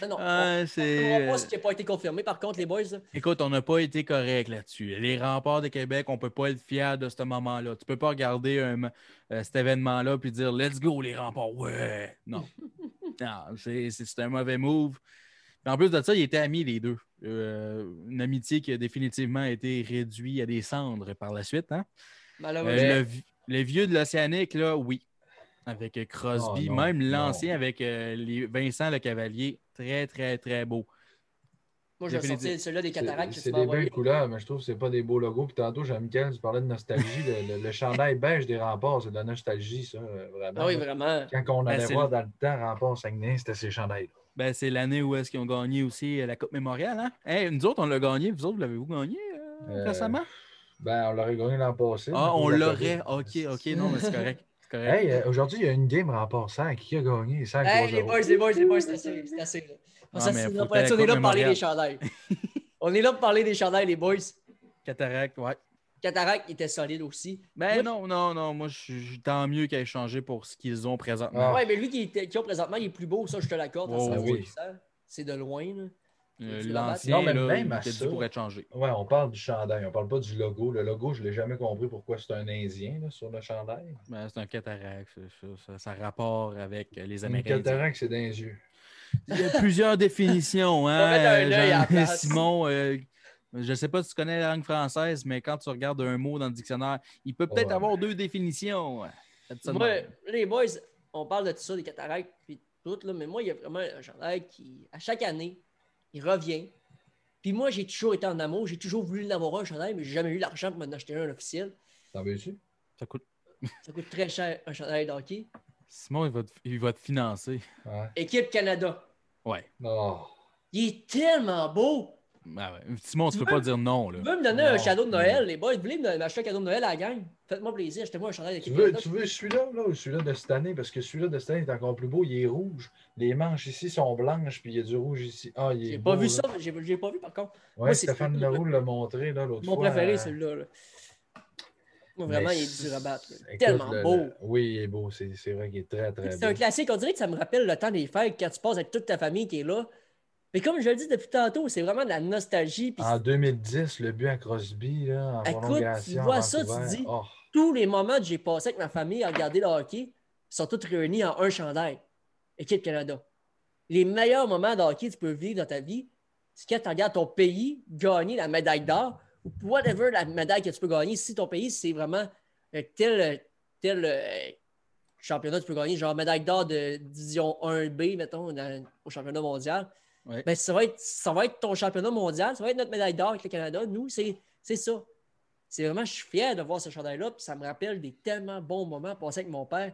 Speaker 1: Non, non. on-
Speaker 2: Ah,
Speaker 1: on ne
Speaker 2: c'est...
Speaker 1: pas ce qui n'a pas été confirmé, par contre, les boys. là.
Speaker 2: Écoute, on n'a pas été correct là-dessus. Les remparts de Québec, on ne peut pas être fier de ce moment-là. Tu ne peux pas regarder un m- euh, cet événement-là puis dire Let's go, les remparts. Ouais.
Speaker 3: (laughs)
Speaker 2: Non. non, c'est c'est- c'est un mauvais move. Puis en plus de ça, ils étaient amis, les deux. Euh, une amitié qui a définitivement été réduite à des cendres par la suite. hein.
Speaker 3: Ah
Speaker 2: Euh,
Speaker 1: Malheureusement.
Speaker 2: le, vi- le vieux de l'Océanique, là, oui. Avec euh, Crosby,
Speaker 3: Oh, non,
Speaker 2: même
Speaker 3: non.
Speaker 2: l'ancien avec euh, les Vincent Le Cavalier. Très, très, très beau.
Speaker 1: Moi, je vais
Speaker 2: définitive.
Speaker 1: sortir celui-là des cataractes que
Speaker 3: C'est
Speaker 1: tu
Speaker 3: c'est
Speaker 1: m'as
Speaker 3: des belles
Speaker 1: envoyé.
Speaker 3: couleurs, mais je trouve que ce pas des beaux logos. Puis tantôt, Jean-Michel, tu parlais de nostalgie. le, le- le chandail beige des remparts, c'est de la nostalgie, ça, euh, vraiment.
Speaker 1: Ah oui, vraiment.
Speaker 3: Quand on
Speaker 2: Ben,
Speaker 3: allait
Speaker 2: c'est
Speaker 3: voir dans le temps Remparts Saguenay, c'était ces chandails-là.
Speaker 2: Ben, c'est l'année où est-ce qu'ils ont gagné aussi euh, la Coupe Mémorial, hein? Hey, nous autres, on l'a gagné. Vous autres, vous l'avez-vous gagné euh,
Speaker 3: Euh,
Speaker 2: récemment?
Speaker 3: Ben, on l'aurait gagné l'an passé.
Speaker 2: Ah, on
Speaker 3: Mais la
Speaker 2: l'aurait. OK,
Speaker 3: COVID.
Speaker 2: OK, non, mais
Speaker 3: (laughs)
Speaker 2: c'est correct. C'est correct.
Speaker 3: Hey, euh, aujourd'hui, il y a une game Remparts 5. Qui a gagné 5
Speaker 1: Hey, les boys, les boys, les boys, c'est assez. C'est assez. là. On
Speaker 2: Non, mais
Speaker 1: s'assinera
Speaker 2: faut
Speaker 1: pas là-dessus, on est là pour parler
Speaker 2: Montréal.
Speaker 1: des
Speaker 2: (laughs)
Speaker 1: chandails. On est là pour parler des chandails, les boys.
Speaker 2: Cataracte, ouais.
Speaker 1: Cataractes il était solide aussi. Moi,
Speaker 2: Ben non, non, non. Moi, je suis tant mieux qu'à échanger pour ce qu'ils ont présentement.
Speaker 3: Ah.
Speaker 1: Ouais, mais lui qui est qui a présentement, il est plus beau, ça, je te l'accorde.
Speaker 2: Oh,
Speaker 1: ça, c'est
Speaker 3: oui.
Speaker 1: ça. C'est de loin. Là.
Speaker 2: Euh,
Speaker 1: Tu l'as
Speaker 2: L'ancien,
Speaker 3: battu. Non, mais
Speaker 2: là,
Speaker 3: même
Speaker 2: il
Speaker 3: à
Speaker 2: était dû
Speaker 3: ça.
Speaker 2: pour échanger.
Speaker 3: Ouais, on parle du chandail, on parle pas du logo. Le logo, je l'ai jamais compris pourquoi c'est un Indien là, sur le chandail.
Speaker 2: Ben, c'est un cataracte. c'est Ça, ça, ça a rapport avec euh, les
Speaker 3: Une
Speaker 2: Américains.
Speaker 3: cataracte, c'est dans les yeux.
Speaker 2: Il y a
Speaker 1: (laughs)
Speaker 2: plusieurs définitions. Hein,
Speaker 1: mettre un
Speaker 2: euh,
Speaker 1: œil à la
Speaker 2: (laughs) Jean-
Speaker 1: place.
Speaker 2: Simon, euh, je ne sais pas si tu connais la langue française, mais quand tu regardes un mot dans le dictionnaire, il peut peut-être
Speaker 3: Ouais.
Speaker 2: avoir deux définitions. Faites ça de
Speaker 1: Moi,
Speaker 2: même.
Speaker 1: les boys, on parle de tout ça, des cataractes, puis tout, là, mais moi, il y a vraiment un chandail qui, à chaque année, il revient. Puis moi, j'ai toujours été en amour, j'ai toujours voulu l'avoir un chandail, mais j'ai jamais eu l'argent pour m'en acheter un officiel.
Speaker 3: T'en veux-tu?
Speaker 2: Ça coûte-
Speaker 1: Ça coûte très cher un chandail de hockey.
Speaker 2: Simon, il va, te, il va te financer.
Speaker 3: Ouais.
Speaker 1: Équipe Canada.
Speaker 2: Ouais.
Speaker 3: Oh.
Speaker 1: Il est tellement beau.
Speaker 2: Ah ouais. Simon, tu
Speaker 1: Tu
Speaker 2: peux
Speaker 1: veux-
Speaker 2: pas dire non.
Speaker 1: Vous
Speaker 2: Là.
Speaker 1: pouvez me donner un
Speaker 3: Non.
Speaker 1: cadeau de Noël, les boys. Vous voulez me- m'acheter un cadeau de Noël à la gang? Faites-moi plaisir, achetez-moi un chandail
Speaker 3: Tu
Speaker 1: d'équipe
Speaker 3: veux,
Speaker 1: Canada.
Speaker 3: tu veux celui-là là, ou celui-là de cette année? Parce que celui-là de cette année est encore plus beau, il est rouge. Les manches ici sont blanches, puis il y a du rouge ici. Ah, il est
Speaker 1: J'ai
Speaker 3: beau,
Speaker 1: pas vu
Speaker 3: là.
Speaker 1: ça, j'ai j'ai pas vu par contre.
Speaker 3: Ouais,
Speaker 1: (laughs) Moi, c'est
Speaker 3: Stéphane
Speaker 1: celui-
Speaker 3: Leroux l'a montré là, l'autre
Speaker 1: Mon
Speaker 3: fois.
Speaker 1: préféré,
Speaker 3: euh,
Speaker 1: celui-là. là. Vraiment,
Speaker 3: Mais
Speaker 1: il est
Speaker 3: c'est-
Speaker 1: dur à battre. là.
Speaker 3: écoute,
Speaker 1: Tellement
Speaker 3: le-
Speaker 1: beau.
Speaker 3: le- oui, il est beau. C'est c'est vrai qu'il est très, très
Speaker 1: C'est un
Speaker 3: beau.
Speaker 1: classique. On dirait que ça me rappelle le temps des fêtes quand tu passes avec toute ta famille qui est là. Mais comme je le dis depuis tantôt, c'est vraiment de la nostalgie. Puis
Speaker 3: En 2010, le but à Crosby, là, en
Speaker 1: Écoute,
Speaker 3: prolongation.
Speaker 1: tu
Speaker 3: à
Speaker 1: vois ça, tu
Speaker 3: Vancouver.
Speaker 1: dis-
Speaker 3: Oh,
Speaker 1: tous les moments que j'ai passés avec ma famille à regarder le hockey sont tous réunis en un chandail. Équipe Canada. Les meilleurs moments de hockey que tu peux vivre dans ta vie, c'est quand tu regardes ton pays gagner la médaille d'or ou whatever la médaille que tu peux gagner. Si ton pays, c'est vraiment euh, tel, euh, tel euh, championnat que tu peux gagner, genre médaille d'or de division 1B, mettons, dans- au championnat mondial,
Speaker 2: Ouais.
Speaker 1: ben, ça, va être, ça va être ton championnat mondial, ça va être notre médaille d'or avec le Canada. Nous, c'est c'est ça. C'est vraiment, je suis fier de voir ce chandail-là, puis ça me rappelle des tellement bons moments passés avec mon père.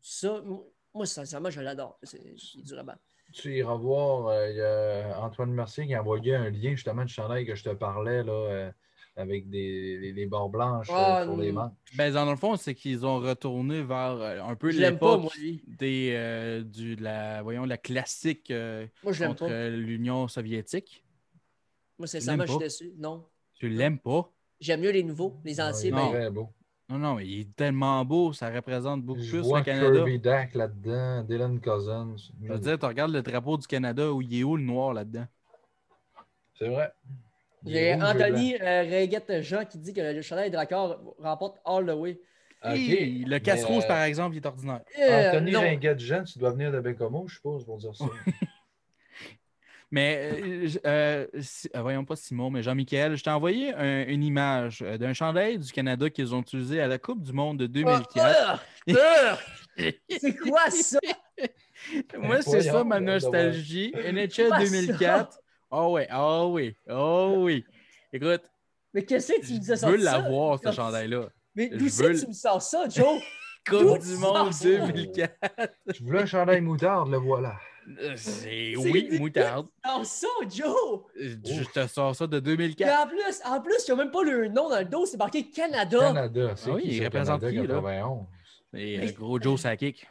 Speaker 1: Ça, m- moi, sincèrement, je l'adore. C'est c'est dur à battre.
Speaker 3: tu iras voir, euh, il y a Antoine Mercier qui a envoyé un lien justement de chandail que je te parlais, là, euh, avec des, les, les bords blanches
Speaker 1: Ah,
Speaker 3: euh, pour les
Speaker 1: non.
Speaker 3: manches.
Speaker 2: Ben, dans le fond, c'est qu'ils ont retourné vers euh, un peu
Speaker 1: Je l'aime pas,
Speaker 2: l'époque
Speaker 1: moi, lui.
Speaker 2: des euh, du de la voyons de la classique euh,
Speaker 1: Moi, je l'aime
Speaker 2: contre
Speaker 1: pas.
Speaker 2: euh, l'Union soviétique.
Speaker 1: Moi,
Speaker 2: l'aimes
Speaker 1: sincèrement, je suis
Speaker 2: pas.
Speaker 1: déçu. Non.
Speaker 2: Tu l'aimes pas
Speaker 1: J'aime mieux les nouveaux, les anciens.
Speaker 3: Ah, il est
Speaker 2: non.
Speaker 1: ben,
Speaker 3: très beau.
Speaker 2: Non non, mais il est tellement beau, ça représente beaucoup
Speaker 3: Je
Speaker 2: plus
Speaker 3: vois
Speaker 2: le Canada.
Speaker 3: Kirby Dack là-dedans, Dylan Cousins. Mm.
Speaker 2: Je veux dire, tu regardes le drapeau du Canada où il est où le noir là-dedans
Speaker 3: C'est vrai. Il
Speaker 1: j'ai
Speaker 3: est rouge et blanc.
Speaker 1: Anthony euh, Reguette Jean qui dit que le chandail Drakkar remporte all the way.
Speaker 3: Ok.
Speaker 2: Hi, Le
Speaker 3: Mais,
Speaker 2: casse rouge
Speaker 3: euh,
Speaker 2: par exemple, il est ordinaire.
Speaker 1: Euh,
Speaker 3: Anthony
Speaker 1: non.
Speaker 3: Ringuette Jean, tu dois venir de Bécomo, je suppose, pour
Speaker 1: (laughs)
Speaker 3: dire ça.
Speaker 2: Mais euh, je- euh, si- euh, voyons pas Simon, mais Jean-Michel, je t'ai envoyé un- une image euh, d'un chandail du Canada qu'ils ont utilisé à la Coupe du Monde de 2004.
Speaker 1: Ah, ah, ah. ben, c'est quoi ça?
Speaker 2: (laughs) Moi, c'est ça ma
Speaker 3: Incroyable, là, de
Speaker 2: nostalgie. NHL
Speaker 1: Quoi, ben. ça?
Speaker 2: 2004. Oh oui, oh oui, oh oui. Écoute,
Speaker 1: Mais qu'est-ce que tu me disais
Speaker 2: je
Speaker 1: ça?
Speaker 2: veux l'avoir, ce
Speaker 1: Comme-
Speaker 2: chandail-là.
Speaker 1: Mais
Speaker 2: Je
Speaker 1: d'où c'est
Speaker 2: veux
Speaker 1: que
Speaker 2: le-
Speaker 1: tu me sors ça, Joe? (laughs)
Speaker 2: Coupe
Speaker 1: D'où
Speaker 2: du
Speaker 1: tu
Speaker 2: Monde
Speaker 1: sors ça?
Speaker 2: 2004.
Speaker 3: Je voulais un chandail moutarde, le voilà.
Speaker 2: Euh, C'est
Speaker 1: C'est
Speaker 2: oui,
Speaker 1: ridicule.
Speaker 2: moutarde.
Speaker 1: Sors ça, Joe!
Speaker 2: Euh,
Speaker 3: Ouf.
Speaker 2: Je te sors ça de
Speaker 1: Et
Speaker 2: 2004.
Speaker 1: en plus, en plus, ils n'ont même pas le nom dans le dos, c'est marqué Canada.
Speaker 3: Canada, c'est
Speaker 2: Ah oui,
Speaker 3: qui
Speaker 2: il
Speaker 3: ça,
Speaker 2: représente
Speaker 3: Canada
Speaker 2: qui, là?
Speaker 3: 91?
Speaker 2: Et euh,
Speaker 1: Mais-
Speaker 2: gros Joe Sakic.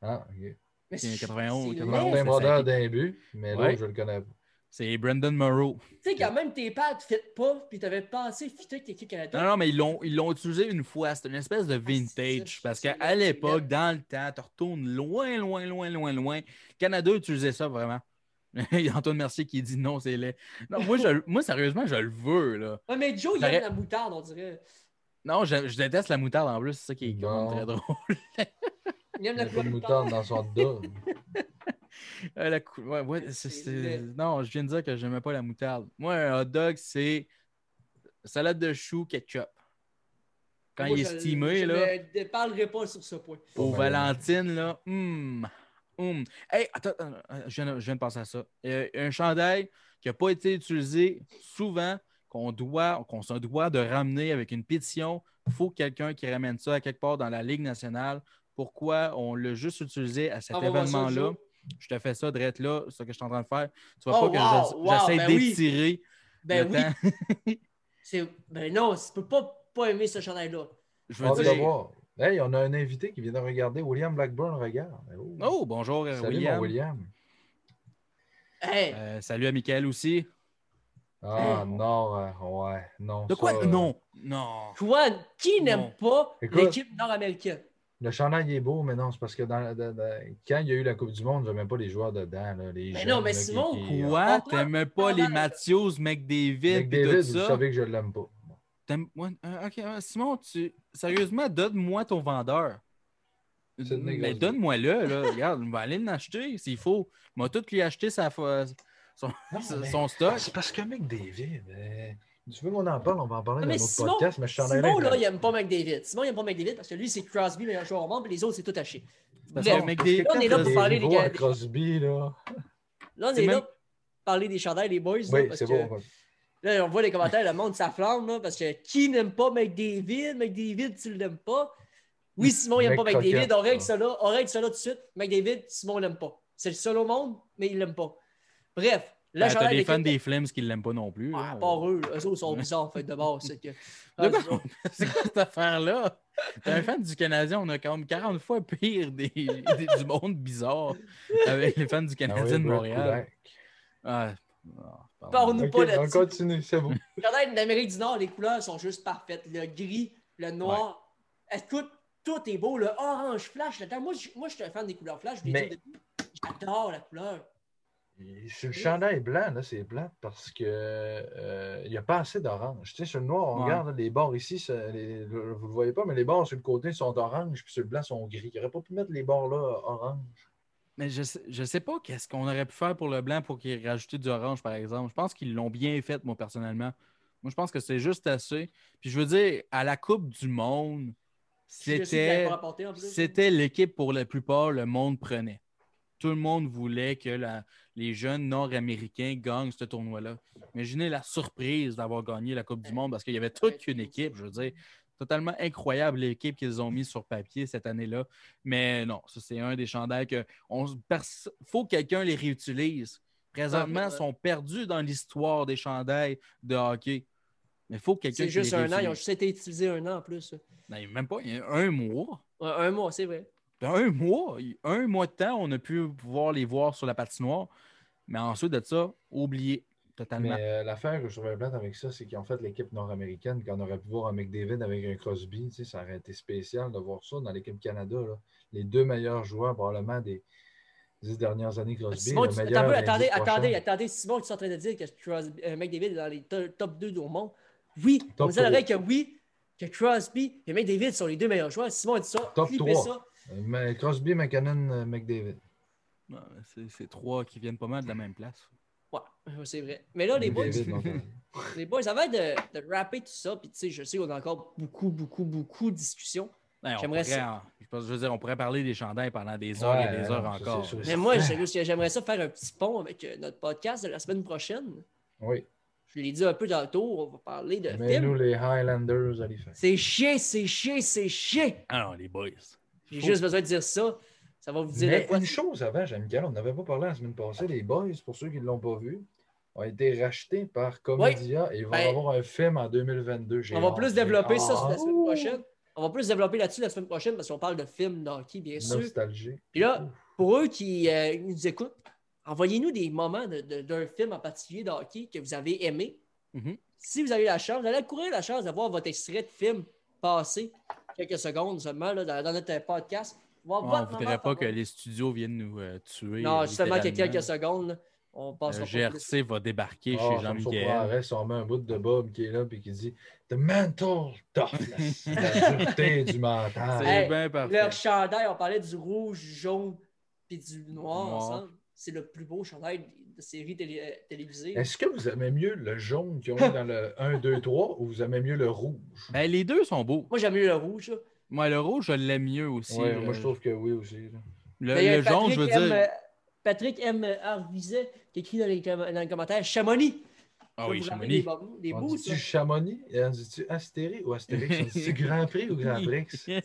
Speaker 3: Ah, ok.
Speaker 1: Mais
Speaker 2: C'est
Speaker 1: c'est
Speaker 2: 91,
Speaker 1: c'est
Speaker 2: 91.
Speaker 1: laid.
Speaker 3: Martin
Speaker 2: c'est
Speaker 3: Brodeur
Speaker 2: Sakic.
Speaker 3: d'un but, mais
Speaker 2: Ouais.
Speaker 3: l'autre, je le connais pas.
Speaker 2: C'est Brandon Morrow.
Speaker 1: Tu sais, quand même, tes pattes ne fit pas, puis tu avais pensé fitter avec l'équipe
Speaker 2: Non,
Speaker 1: Canada.
Speaker 2: non, mais ils l'ont, ils l'ont utilisé une fois. C'est une espèce de
Speaker 1: Ah, c'est
Speaker 2: vintage.
Speaker 1: ça,
Speaker 2: Parce
Speaker 1: c'est ça,
Speaker 2: qu'à
Speaker 1: c'est
Speaker 2: l'époque,
Speaker 1: laid.
Speaker 2: dans le temps, tu retournes loin, loin, loin, loin, loin. Le Canada utilisait ça vraiment. (laughs) Il y a Antoine Mercier qui dit non, c'est laid. Non, moi, je- (laughs) moi, sérieusement, je le veux. Là.
Speaker 1: Ouais, mais Joe, il
Speaker 2: J'aurais-
Speaker 1: aime la moutarde, on dirait.
Speaker 2: Non, je, je déteste la moutarde en plus. C'est ça qui est
Speaker 3: Bon.
Speaker 2: comme très drôle.
Speaker 1: Il aime
Speaker 3: Il y
Speaker 1: la
Speaker 3: a pas
Speaker 1: couleur
Speaker 3: de
Speaker 1: moutarde.
Speaker 3: moutarde
Speaker 1: (laughs)
Speaker 3: dans son dos.
Speaker 2: Euh, la cou- ouais, ouais, c'est-
Speaker 1: C'est
Speaker 2: c'est-
Speaker 1: laid.
Speaker 2: Non, je viens de dire que je n'aimais pas la moutarde. Moi, un hot dog, c'est salade de choux, ketchup. Quand
Speaker 1: Moi,
Speaker 2: il est
Speaker 1: je-
Speaker 2: steamé,
Speaker 1: je
Speaker 2: là.
Speaker 1: ne parlerai pas sur ce point.
Speaker 2: Au
Speaker 3: Pas mal.
Speaker 2: Valentine, là. Hum. hum. Hey, attends, attends, euh, je viens, de- je viens de penser à ça. Euh, un chandail qui n'a pas été utilisé souvent, qu'on doit, qu'on se doit de ramener avec une pétition. Il faut quelqu'un qui ramène ça à quelque part dans la Ligue nationale. Pourquoi on l'a juste utilisé à cet
Speaker 1: Envoie-moi ça,
Speaker 2: événement-là?
Speaker 1: Joe.
Speaker 2: Je te fais ça, drette là, ce que je suis en train de faire. Tu vois
Speaker 1: Oh,
Speaker 2: pas que
Speaker 1: wow,
Speaker 2: je-
Speaker 1: wow,
Speaker 2: j'essaie
Speaker 1: ben oui.
Speaker 2: d'étirer
Speaker 1: Ben
Speaker 2: le
Speaker 1: oui,
Speaker 2: temps. (laughs)
Speaker 1: c'est... ben non, tu peux pas, pas aimer ce chandail-là.
Speaker 2: Je
Speaker 3: On
Speaker 2: veux
Speaker 3: va
Speaker 2: dire.
Speaker 3: voir. Hey, on a un invité qui vient de regarder. William Blackburn regarde. Oh,
Speaker 2: Oh, bonjour, euh,
Speaker 3: salut
Speaker 2: William.
Speaker 3: mon William.
Speaker 1: Hey,
Speaker 2: Euh, salut à Michael aussi.
Speaker 3: Ah
Speaker 1: Hey.
Speaker 3: non, euh, ouais, non.
Speaker 2: De quoi?
Speaker 3: ça, euh,
Speaker 2: Non, non.
Speaker 1: quoi, qui
Speaker 2: non.
Speaker 1: n'aime pas
Speaker 3: Écoute.
Speaker 1: l'équipe nord-américaine?
Speaker 3: Le chandail est beau, mais non, c'est parce que dans, dans- dans- quand il y a eu la Coupe du Monde, je n'aimais pas les joueurs dedans. Là, les
Speaker 1: Mais
Speaker 3: jeunes,
Speaker 1: non, mais
Speaker 3: là, qui-
Speaker 1: Simon,
Speaker 3: qui-
Speaker 2: Quoi?
Speaker 1: On peut-
Speaker 2: T'aimes pas
Speaker 1: on
Speaker 2: les
Speaker 1: peut-
Speaker 2: Matthews,
Speaker 3: Nick
Speaker 2: McDavid, pis tout
Speaker 3: Davis, vous
Speaker 2: ça?
Speaker 3: savez que je ne l'aime pas.
Speaker 2: T'aimes- ouais, euh, ok, ouais, Simon, tu... sérieusement, donne-moi ton vendeur.
Speaker 3: C'est une
Speaker 2: Mais
Speaker 3: négoce.
Speaker 2: donne-moi-le, là. Regarde, on va aller l'acheter s'il faut. Moi, tout lui acheter sa... fa- son,
Speaker 3: Non,
Speaker 2: son-
Speaker 3: mais-
Speaker 2: son
Speaker 3: Ah,
Speaker 2: stock.
Speaker 3: c'est parce que Mick David, euh, tu veux qu'on en parle, on va en parler
Speaker 1: Non,
Speaker 3: dans
Speaker 1: mais
Speaker 3: notre
Speaker 1: Simon-
Speaker 3: podcast, mais ce chandail-là.
Speaker 1: Simon,
Speaker 3: est
Speaker 1: là,
Speaker 3: blanc.
Speaker 1: il aime pas McDavid. Simon, il aime pas McDavid parce que lui, c'est Crosby, le meilleur joueur au monde, puis les autres, c'est tout haché.
Speaker 2: Parce
Speaker 1: Bref,
Speaker 2: que McDavid-
Speaker 1: on est là
Speaker 3: Des
Speaker 1: pour parler, les
Speaker 3: niveaux à
Speaker 1: gars.
Speaker 3: Crosby, là.
Speaker 1: Là, on
Speaker 2: C'est
Speaker 1: est
Speaker 2: même-
Speaker 1: là pour parler des chandails, des boys. là,
Speaker 3: Oui,
Speaker 1: parce
Speaker 3: c'est
Speaker 1: que
Speaker 3: bon. ouais.
Speaker 1: Là, on voit les commentaires, le monde s'afflamme, là, parce que qui n'aime pas McDavid? McDavid, tu l'aimes pas? Oui, Simon, il n'aime
Speaker 3: Mec
Speaker 1: pas McDavid.
Speaker 3: coquette,
Speaker 1: On règle
Speaker 3: ça.
Speaker 1: ça là, on règle ça là tout de suite. McDavid, Simon l'aime pas. C'est le seul au monde, mais il l'aime pas. Bref, le
Speaker 2: Ah, T'as
Speaker 1: chandail
Speaker 2: des fans
Speaker 1: d'équipe-
Speaker 2: des Flames qui l'aiment pas non plus.
Speaker 1: Ouais,
Speaker 2: hein.
Speaker 1: à part eux, eux autres sont bizarres, en fait, de base. c'est que- Ah,
Speaker 2: (laughs) De quoi?
Speaker 1: c'est Ah, bon.
Speaker 2: (laughs) C'est quoi cette affaire-là? T'es un fan du Canadien, on a quand même 40 fois pire des, (laughs) des- du monde bizarre avec les fans du
Speaker 3: Ah oui,
Speaker 2: Canadien de
Speaker 3: Brad
Speaker 2: Montréal.
Speaker 3: Kulak.
Speaker 2: Ah, ah, pardon.
Speaker 1: Parle-nous
Speaker 3: Ok, ben,
Speaker 1: pas
Speaker 3: on
Speaker 1: là-dessus.
Speaker 3: (laughs) continue, c'est bon.
Speaker 1: Regardez, l'Amérique du Nord, les couleurs sont juste parfaites. Le gris, le noir. Écoute, tout est beau. Le orange flash, là-dedans. Moi, je- moi, je suis un fan des couleurs flash. je l'ai dit
Speaker 3: Mais-
Speaker 1: au début. J'adore la couleur.
Speaker 3: Et Sur le chandail blanc, là, c'est blanc parce que euh, il n'y a pas assez d'orange. Tu sais, sur le noir, on
Speaker 2: Ouais.
Speaker 3: regarde là, les bords ici, ça- les- vous ne le voyez pas, mais les bords sur le côté sont orange, puis sur le blanc sont gris. Il n'aurait pas pu mettre les bords là orange.
Speaker 2: Mais je sais, je sais pas qu'est-ce qu'on aurait pu faire pour le blanc pour qu'il rajoute du orange, par exemple. Je pense qu'ils l'ont bien fait, moi, personnellement. Moi, je pense que c'est juste assez. Puis je veux dire, à la Coupe du Monde,
Speaker 1: Je sais qu'il l'avait
Speaker 2: c'était
Speaker 1: pas rapporté, en plus.
Speaker 2: c'était l'équipe pour la plupart, le monde prenait. Tout le monde voulait que la- les jeunes nord-américains gagnent ce tournoi-là. Imaginez la surprise d'avoir gagné la Coupe du Monde parce qu'il y avait toute une équipe, je veux dire. Totalement incroyable l'équipe qu'ils ont mise sur papier cette année-là. Mais non, ça, c'est un des chandails que on se pers- faut que quelqu'un les réutilise. Présentement,
Speaker 1: Ah,
Speaker 2: ils
Speaker 1: ouais.
Speaker 2: sont perdus dans l'histoire des chandails de hockey. Mais il faut que quelqu'un
Speaker 1: C'est
Speaker 2: qui les
Speaker 1: juste un an. Ils ont
Speaker 2: réutilise.
Speaker 1: juste été utilisés un an en plus.
Speaker 2: Non, il y a même pas il y a un mois.
Speaker 1: Un, un mois, c'est vrai.
Speaker 2: Dans Ben, un mois, un mois de temps, on a pu pouvoir les voir sur la patinoire. Mais ensuite de ça, oublié totalement.
Speaker 3: Mais euh, l'affaire que je trouvais plate avec ça, c'est qu'ils ont fait l'équipe nord-américaine, qu'on aurait pu voir un McDavid avec un Crosby. Tu sais, ça aurait été spécial de voir ça dans l'équipe Canada. là. Les deux meilleurs joueurs, probablement, des dix dernières années, Crosby.
Speaker 1: Simon,
Speaker 3: le
Speaker 1: tu- attends, un
Speaker 3: meilleur
Speaker 1: peu,
Speaker 3: lundi
Speaker 1: attendez,
Speaker 3: prochain.
Speaker 1: attendez, attendez. Simon, tu es en train de dire que Crosby, euh, McDavid est dans les to- top 2 au monde. Oui, on
Speaker 3: Top
Speaker 1: disait à l'oreille que
Speaker 3: trois.
Speaker 1: oui, que Crosby et McDavid sont les deux meilleurs joueurs. Simon a dit ça.
Speaker 3: Top
Speaker 1: clippez
Speaker 3: trois.
Speaker 1: ça.
Speaker 3: Euh, mais Crosby, McKinnon, euh, McDavid.
Speaker 2: Non, mais Ah, c'est- C'est trois qui viennent pas mal de la même place.
Speaker 1: Ouais, c'est vrai. Mais là, les boys,
Speaker 3: McDavid, non,
Speaker 1: (laughs)
Speaker 3: non.
Speaker 1: les boys, avant de, de rapper tout ça, puis tu sais, je sais qu'on a encore beaucoup, beaucoup, beaucoup de discussions.
Speaker 2: Ouais, Ben, on
Speaker 1: J'aimerais
Speaker 2: pourrait en- je, pense- je veux dire, on pourrait parler des chandails pendant des heures
Speaker 3: Ouais,
Speaker 2: et des
Speaker 3: non,
Speaker 2: heures
Speaker 3: ça, c'est
Speaker 2: encore.
Speaker 3: sûr.
Speaker 1: Mais moi, je- je- j'aimerais ça faire un petit pont avec euh, notre podcast de la semaine prochaine.
Speaker 3: Oui,
Speaker 1: Je l'ai dit un peu tantôt, on va parler de
Speaker 3: mais nous,
Speaker 1: films.
Speaker 3: les Highlanders, allez faire.
Speaker 1: C'est chier, c'est chier, c'est chier.
Speaker 2: Alors, Ah les boys.
Speaker 1: J'ai
Speaker 2: Faut-
Speaker 1: juste besoin de dire ça. Ça va vous dire
Speaker 3: Mais
Speaker 1: de quoi.
Speaker 3: une chose avant, Jean-Michel, on n'avait pas parlé la semaine passée, les Boys, pour ceux qui ne l'ont pas vu, ont été rachetés par Comedia et ils vont
Speaker 1: Ben,
Speaker 3: avoir un film en 2022. J'ai
Speaker 1: On va
Speaker 3: hâte, Ah,
Speaker 1: plus
Speaker 3: j'ai
Speaker 1: développer ça sur la
Speaker 3: hâte.
Speaker 2: Ah.
Speaker 1: semaine prochaine. On va plus développer là-dessus la semaine prochaine parce qu'on parle de films d'hockey, bien sûr.
Speaker 3: Nostalgie.
Speaker 1: Puis là,
Speaker 3: Ah,
Speaker 1: pour eux qui euh, nous écoutent, envoyez-nous des moments de- de- d'un film en particulier d'hockey que vous avez aimé.
Speaker 2: Mhm.
Speaker 1: Si vous avez la chance, vous allez courir la chance d'avoir votre extrait de film passé quelques secondes seulement là, dans, dans notre podcast. Voir
Speaker 2: on ne
Speaker 1: votre
Speaker 2: voudrait
Speaker 1: moment
Speaker 2: pas que
Speaker 1: favori.
Speaker 2: les studios viennent nous euh, tuer.
Speaker 1: Non,
Speaker 2: euh,
Speaker 1: justement, que
Speaker 2: littéralement. Euh,
Speaker 1: quelques secondes, là, on passera
Speaker 2: Le
Speaker 1: pas plus.
Speaker 2: GRC va débarquer
Speaker 3: Ah,
Speaker 2: chez
Speaker 3: ça me
Speaker 2: Jean-Michel.
Speaker 3: surprendrait si on met un bout de Bob qui est là et qui dit The mental toughness. la dureté du mental.
Speaker 2: C'est
Speaker 1: Hey,
Speaker 2: bien parfait.
Speaker 1: Leur chandail, on parlait du rouge, du jaune puis du noir,
Speaker 2: Noir.
Speaker 1: ensemble. C'est le plus beau chandail de série télé- euh, télévisée.
Speaker 3: Est-ce que vous aimez mieux le jaune qu'ils ont mis dans le 1, 2, 3 ou vous aimez mieux le rouge?
Speaker 2: Ben, les deux sont beaux.
Speaker 1: Moi, j'aime mieux le rouge. là.
Speaker 2: Moi, le rouge, je l'aime mieux aussi. euh,
Speaker 3: Ouais,
Speaker 2: Le-
Speaker 3: moi, je trouve que oui aussi. là.
Speaker 2: le,
Speaker 1: Mais il y a
Speaker 2: le jaune,
Speaker 1: Patrick
Speaker 2: je veux
Speaker 1: M,
Speaker 2: dire.
Speaker 1: euh, Patrick M. Arviset qui écrit dans les, com- dans les commentaires Chamonix.
Speaker 2: Ah
Speaker 1: Ça
Speaker 2: oui,
Speaker 1: vous rappelle
Speaker 2: Chamonix.
Speaker 1: Des, bons- des
Speaker 3: On
Speaker 1: bouts, ça?
Speaker 3: dit-tu Chamonix? Et On dit-tu Astérix ou
Speaker 2: (laughs)
Speaker 3: Astérix? On dit-tu Grand Prix ou Grand Prix? tu sais?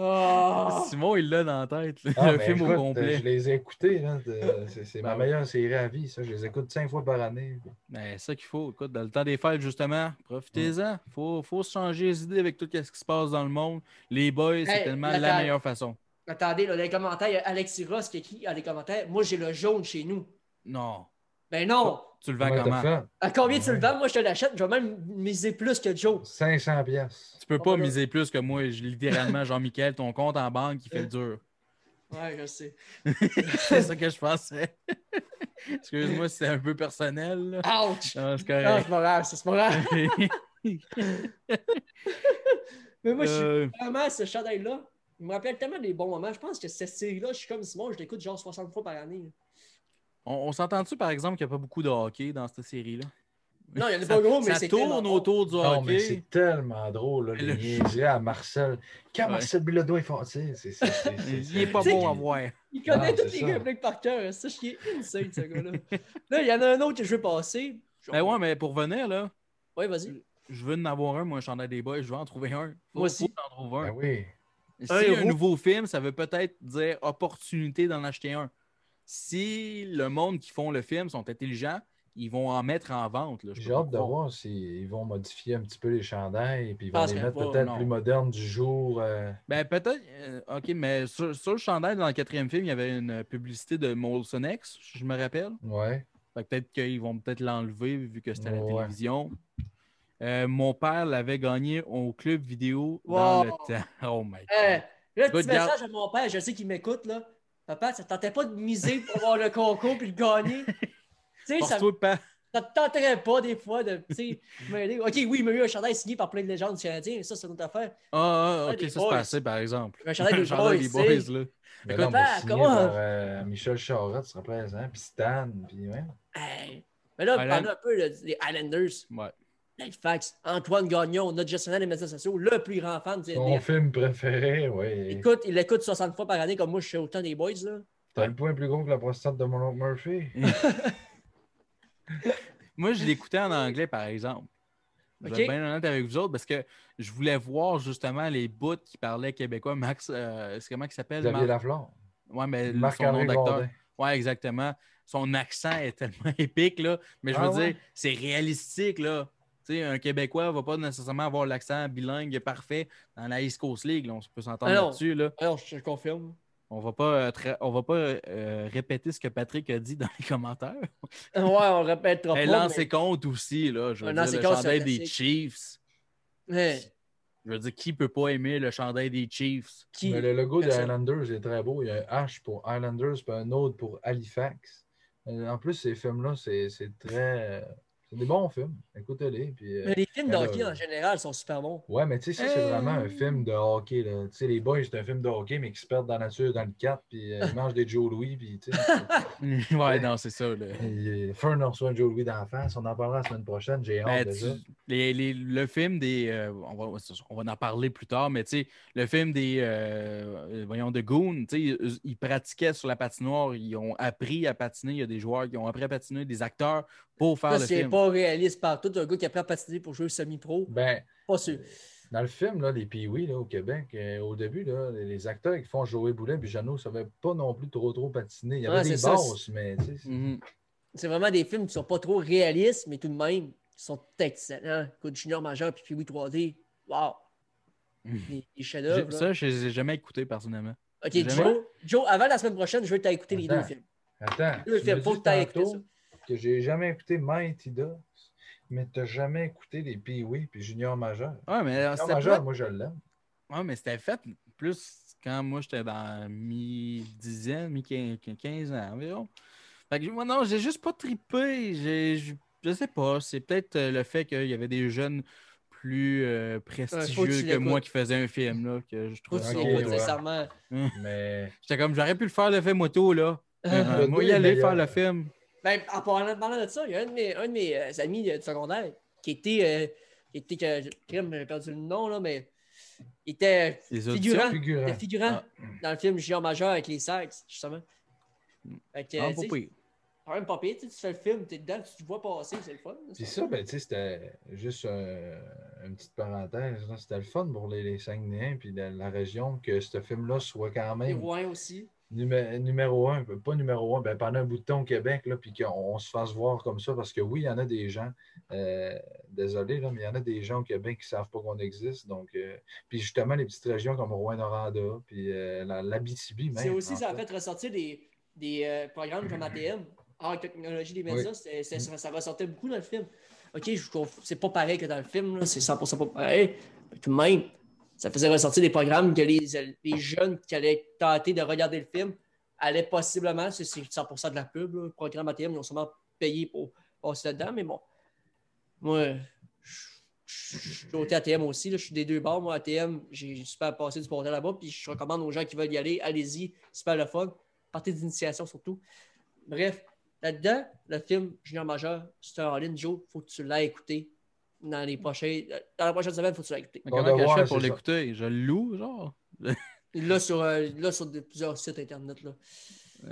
Speaker 1: Ah!
Speaker 2: Simon, il l'a dans la tête. là.
Speaker 3: Ah,
Speaker 2: le
Speaker 3: ben,
Speaker 2: film
Speaker 3: écoute,
Speaker 2: au
Speaker 3: Je
Speaker 2: complet.
Speaker 3: les ai écoutés. là, de- C'est c'est ma
Speaker 2: Ben
Speaker 3: meilleure série à vie, ça. Je les écoute cinq fois par année.
Speaker 2: Ben, c'est ça qu'il faut. Écoute, dans le temps des fêtes, justement, profitez-en.
Speaker 3: Mm.
Speaker 2: Il faut, faut se changer les idées avec tout ce qui se passe dans le monde. Les boys, c'est
Speaker 1: Hey,
Speaker 2: tellement
Speaker 1: la
Speaker 2: la,
Speaker 1: table.
Speaker 2: meilleure façon.
Speaker 1: Attendez, là, dans les commentaires, il y a Alexis Ross qui écrit dans les commentaires Moi, j'ai le jaune chez nous.
Speaker 2: Non.
Speaker 1: Ben non
Speaker 2: Tu le vends
Speaker 3: Comment
Speaker 2: comment?
Speaker 3: t'as fait?
Speaker 1: À combien tu le vends Moi, je te l'achète. Je vais même miser plus que Joe.
Speaker 3: 500 piastres.
Speaker 2: Tu peux pas
Speaker 1: Voilà.
Speaker 2: miser plus que moi. Je-
Speaker 1: (laughs)
Speaker 2: littéralement, Jean-Michel, ton compte en banque, il fait le dur.
Speaker 1: Ouais, je sais.
Speaker 2: c'est ça que je pensais. (laughs) Excuse-moi, c'était un peu personnel. là.
Speaker 1: Ouch
Speaker 2: Non, c'est
Speaker 1: Ah,
Speaker 2: correct. (laughs)
Speaker 1: c'est pas grave, ça, c'est pas grave. Mais (laughs) moi, je suis
Speaker 2: Euh,
Speaker 1: vraiment ce chandail-là. Il me rappelle tellement des bons moments. Je pense que cette série-là, je suis comme Simon, je l'écoute genre 60 fois par année.
Speaker 2: on on s'entend-tu, par exemple, qu'il n'y a pas beaucoup de hockey dans cette série-là?
Speaker 1: Non, il y en a
Speaker 2: Ça-
Speaker 1: pas gros, mais
Speaker 2: Ça
Speaker 1: c'est
Speaker 2: tourne
Speaker 1: tellement
Speaker 2: autour du
Speaker 3: Non, Oh, mais
Speaker 2: hockey.
Speaker 3: c'est tellement drôle, là,
Speaker 2: Ah, Le-
Speaker 3: les niaiseries à Marcel. Quand
Speaker 2: Ouais.
Speaker 3: Marcel Bilodeau est forcé, c'est c'est- c'est- c'est-
Speaker 2: (laughs) Il est pas
Speaker 1: Tu sais
Speaker 2: bon à
Speaker 1: que-
Speaker 2: voir.
Speaker 1: Il connaît
Speaker 3: Ah,
Speaker 1: tous les
Speaker 3: c'est ça.
Speaker 1: répliques par cœur. Ça, je suis insane, ce gars-là. Là, il y en a un autre que je veux passer.
Speaker 2: Ben ouais, mais pour venir, là,
Speaker 1: Ouais, vas-y.
Speaker 2: je veux en avoir un, moi, un chandail des boys. Je veux en trouver un. Faut-
Speaker 1: Moi aussi.
Speaker 2: faut que j'en trouve
Speaker 3: Ben
Speaker 2: un.
Speaker 3: oui.
Speaker 2: Si
Speaker 1: Un
Speaker 2: il y a un
Speaker 1: héros.
Speaker 2: nouveau film, ça veut peut-être dire opportunité d'en acheter un. Si le monde qui font le film sont intelligents, ils vont en mettre en vente. là. Je peux
Speaker 3: J'ai
Speaker 2: pas
Speaker 3: hâte de
Speaker 2: croire.
Speaker 3: voir s'ils vont modifier un petit peu les chandails et puis ils
Speaker 1: Je
Speaker 3: vont les
Speaker 1: penserais
Speaker 3: mettre
Speaker 1: pas,
Speaker 3: peut-être
Speaker 2: Ah, non.
Speaker 3: plus modernes du jour. euh,
Speaker 2: Ben peut-être. euh, OK, mais sur, sur le chandail, dans le quatrième film, il y avait une publicité de Molson X, je me rappelle.
Speaker 3: Ouais.
Speaker 2: Fait que peut-être qu'ils vont peut-être l'enlever vu que c'était à la
Speaker 3: Ouais.
Speaker 2: télévision. Euh, mon père l'avait gagné au club vidéo
Speaker 1: Wow.
Speaker 2: dans le temps. (laughs) Oh my God.
Speaker 1: Hey, Euh, là, petit
Speaker 2: Good job.
Speaker 1: message à mon père, je sais qu'il m'écoute, là. Papa, ça ne tentait pas de miser pour avoir le concours puis le gagner. tu sais, ça
Speaker 2: Force-toi, pa- Ah,
Speaker 1: ne te tenterait pas des fois de tu sais, m'aider. OK, oui, il m'a eu un chandail signé par plein de légendes du Canadien, mais ça, c'est une autre affaire.
Speaker 2: Ah, ah,
Speaker 1: Ah,
Speaker 2: ok,
Speaker 1: des
Speaker 2: ça c'est
Speaker 1: boys.
Speaker 2: passé par exemple.
Speaker 1: Un
Speaker 2: (laughs)
Speaker 1: chandail des
Speaker 2: chandail
Speaker 1: boys,
Speaker 2: des
Speaker 1: tu sais.
Speaker 2: boys, là.
Speaker 3: Mais
Speaker 2: Écoute,
Speaker 3: Ben non, mais
Speaker 1: ah,
Speaker 3: signé
Speaker 1: comment-
Speaker 3: par, euh, Michel Charette, ce serait plaisant. Puis Stan, puis ouais.
Speaker 1: Hey. Mais là,
Speaker 2: Island-
Speaker 1: parlons un peu là, des Islanders.
Speaker 2: Ouais.
Speaker 1: Fax, Antoine Gagnon, notre gestionnaire des médias sociaux, le plus grand fan du
Speaker 3: Ton
Speaker 1: NDF.
Speaker 3: film préféré, oui.
Speaker 1: Écoute, il l'écoute 60 fois par année comme moi, je suis autant des boys. Là.
Speaker 3: T'as le point plus gros que la prostate de mon oncle Murphy.
Speaker 2: Moi, je l'écoutais en anglais, par exemple. Je vais
Speaker 1: Ok.
Speaker 2: être bien honnête avec vous autres parce que je voulais voir justement les bouts qui parlaient québécois. Max, euh, c'est comment il s'appelle?
Speaker 3: Xavier
Speaker 2: Mar-
Speaker 3: Lafleur.
Speaker 2: Ouais, mais le- son nom
Speaker 3: Marc-André
Speaker 2: d'acteur.
Speaker 3: Grondin.
Speaker 2: Ouais, exactement. Son accent est tellement (laughs) épique, là. Mais je
Speaker 3: Ah
Speaker 2: veux
Speaker 3: ouais?
Speaker 2: dire, c'est réalistique, là. Tu sais, un Québécois va pas nécessairement avoir l'accent bilingue parfait dans la East Coast League. là. On peut s'entendre
Speaker 1: Alors-
Speaker 2: là-dessus, là.
Speaker 1: Alors, Ah, je te confirme.
Speaker 2: On va pas, euh, tra- on va pas euh, répéter ce que Patrick a dit (laughs) dans les commentaires.
Speaker 1: Ah Ouais, on le répétera
Speaker 2: Et
Speaker 1: pas.
Speaker 2: lancer compte aussi, là. Je veux
Speaker 1: Un
Speaker 2: dire,
Speaker 1: lancer
Speaker 2: le
Speaker 1: compte, c'est un
Speaker 2: chandail des
Speaker 1: classique.
Speaker 2: Chiefs.
Speaker 1: mais- Hey,
Speaker 2: Je veux dire, qui peut pas aimer le chandail des Chiefs? (laughs)
Speaker 1: qui...
Speaker 3: Mais le logo des
Speaker 1: Personne.
Speaker 3: Islanders est très beau. Il y a un H pour Islanders, puis un autre pour Halifax. Euh, En plus, ces films-là, c'est c'est très. C'est des bons films. Écoutez-les. Puis, euh,
Speaker 1: Mais les films
Speaker 3: Mais là,
Speaker 1: d'hockey
Speaker 3: euh,
Speaker 1: en général sont super bons.
Speaker 3: Ouais, mais tu sais, ça, c'est
Speaker 2: Euh.
Speaker 3: vraiment un film de hockey. Là. Tu sais, les boys, c'est un film de hockey, mais qui se perdent dans la nature, dans le cap, puis euh, ils mangent des Joe Louis, puis tu sais.
Speaker 2: ouais, non, c'est ça. là.
Speaker 3: il- Fern reçoit un Joe Louis dans la face. On en parlera la semaine prochaine. J'ai hâte
Speaker 2: Ben,
Speaker 3: de
Speaker 2: tu-
Speaker 3: ça.
Speaker 2: les- les- le film des. euh, on, va, on va en parler plus tard, mais tu sais, le film des. euh, voyons, de Goon, tu sais, ils, ils pratiquaient sur la patinoire, ils ont appris à patiner. Il y a des joueurs qui ont appris à patiner, des acteurs pour faire
Speaker 1: Ça,
Speaker 2: le
Speaker 1: c'est
Speaker 2: film.
Speaker 1: pas réaliste partout. T'as un gars qui apprend à patiner pour jouer semi-pro.
Speaker 3: Ben,
Speaker 1: Pas sûr.
Speaker 3: Dans le film, là, les Pee-Wee, là, au Québec, euh, au début, là, les, les acteurs qui font Joey Boulet et Jeannot ne savaient pas non plus trop trop patiner. Il y avait
Speaker 1: Ouais,
Speaker 3: des
Speaker 1: c'est ça,
Speaker 3: bases, mais tu sais, c'est-
Speaker 2: Mhm.
Speaker 1: C'est vraiment des films qui sont pas trop réalistes, mais tout de même, ils sont excellents. Écoute, Junior Major puis Pee-Wee 3D. Wow!
Speaker 2: Mm.
Speaker 3: Hmm.
Speaker 1: Des, des
Speaker 2: J'ai-
Speaker 1: chefs-d'œuvre. là.
Speaker 2: Ça, je les ai jamais écouté personnellement.
Speaker 1: Ok,
Speaker 2: jamais-
Speaker 1: Joe, Joe, avant la semaine prochaine, je veux t'écouter les deux
Speaker 3: Attends.
Speaker 1: films.
Speaker 3: attends.
Speaker 1: Le
Speaker 3: tu
Speaker 1: film,
Speaker 3: me
Speaker 1: faut
Speaker 3: dis
Speaker 1: que t'ailles écouter
Speaker 3: tantôt que j'ai jamais écouté Mighty Ducks, mais tu n'as jamais écouté les Pee-Wee puis Junior Major.
Speaker 2: Ouais, mais
Speaker 1: Ah,
Speaker 2: euh,
Speaker 3: Junior
Speaker 2: c'était
Speaker 3: Major,
Speaker 2: plate-
Speaker 3: moi, je l'aime.
Speaker 2: ouais, mais c'était fait plus quand moi j'étais dans mi-dizaine, mi-15 ans environ. Fait que, moi, non, j'ai juste pas trippé. J'ai- Je, je sais pas. C'est peut-être euh, le fait qu'il y avait des jeunes plus euh, prestigieux
Speaker 1: tu
Speaker 2: que moi
Speaker 1: l'écoutes.
Speaker 2: qui faisaient un film là, que je
Speaker 1: Faut
Speaker 2: trouve
Speaker 1: que
Speaker 3: Ok,
Speaker 1: tu
Speaker 2: ça
Speaker 1: l'écoutes,
Speaker 3: ouais.
Speaker 1: sincèrement.
Speaker 3: Mais
Speaker 2: J'étais comme j'aurais pu le faire le film moto là.
Speaker 1: Ah,
Speaker 2: Euh,
Speaker 3: Le
Speaker 2: moi
Speaker 3: deux
Speaker 2: y
Speaker 3: est
Speaker 2: aller
Speaker 3: meilleur.
Speaker 2: faire le film.
Speaker 1: Ben, en parlant, parlant de ça, il y a un de mes, un de mes, euh, amis euh, du secondaire qui était. euh, qui était que, crime, j'ai perdu le nom, là, mais. Il était
Speaker 2: Les
Speaker 1: Figurant.
Speaker 2: auditions.
Speaker 1: euh,
Speaker 3: figurant.
Speaker 1: était figurant dans le film Junior Major avec les Sags, justement. Fait que,
Speaker 2: Ah,
Speaker 1: euh,
Speaker 2: pas
Speaker 1: tu sais,
Speaker 2: pire.
Speaker 1: quand même pas pire, tu sais, tu fais le film, t'es dedans, tu te vois passer, c'est le fun.
Speaker 3: Puis ça, ben, tu sais, c'était juste euh, une petite parenthèse. là. C'était le fun pour les, les Saguenayens puis la, la région que ce film-là soit quand
Speaker 1: Les
Speaker 3: même
Speaker 1: Rouen aussi.
Speaker 3: Numé- numéro un, pas numéro un, ben pendant un bout de temps au Québec, là, puis qu'on on se fasse voir comme ça, parce que oui, il y en a des gens, euh, désolé, là, mais il y en a des gens au Québec qui ne savent pas qu'on existe. Donc, euh, puis justement, les petites régions comme Rouen-Noranda, puis euh, la- l'Abitibi même.
Speaker 1: C'est aussi,
Speaker 3: en
Speaker 1: ça a fait ressortir des, des euh, programmes comme ATM, Art, Technologie, des médias, c'est- c'est- ça, ça ressortait beaucoup dans le film. Ok, je vous conf- c'est pas pareil que dans le film, là, c'est 100% pas pareil, mais tout de même, ça faisait ressortir des programmes que les, les jeunes qui allaient tenter de regarder le film allaient possiblement, c'est c'est 100% de la pub, là, le programme ATM, ils ont sûrement payé pour passer là-dedans, mais bon. Moi, je je- je suis côté ATM aussi, là, je suis des deux bords. Moi, ATM, j'ai super passé du portail là-bas, puis je recommande aux gens qui veulent y aller, allez-y, super le fun. Partez d'initiation surtout. Bref, là-dedans, le film Junior Majeur, c'est un all-in, Joe, faut que tu l'aies écouté dans les prochains, dans la prochaine semaine, faut que tu l'aies écouté.
Speaker 2: Mais
Speaker 3: Bon
Speaker 2: Comment que je
Speaker 3: devoir,
Speaker 2: fais pour
Speaker 3: c'est ça.
Speaker 2: l'écouter? Je le loue, genre.
Speaker 1: Il l'a sur, euh, il l'a sur de- plusieurs sites internet, là.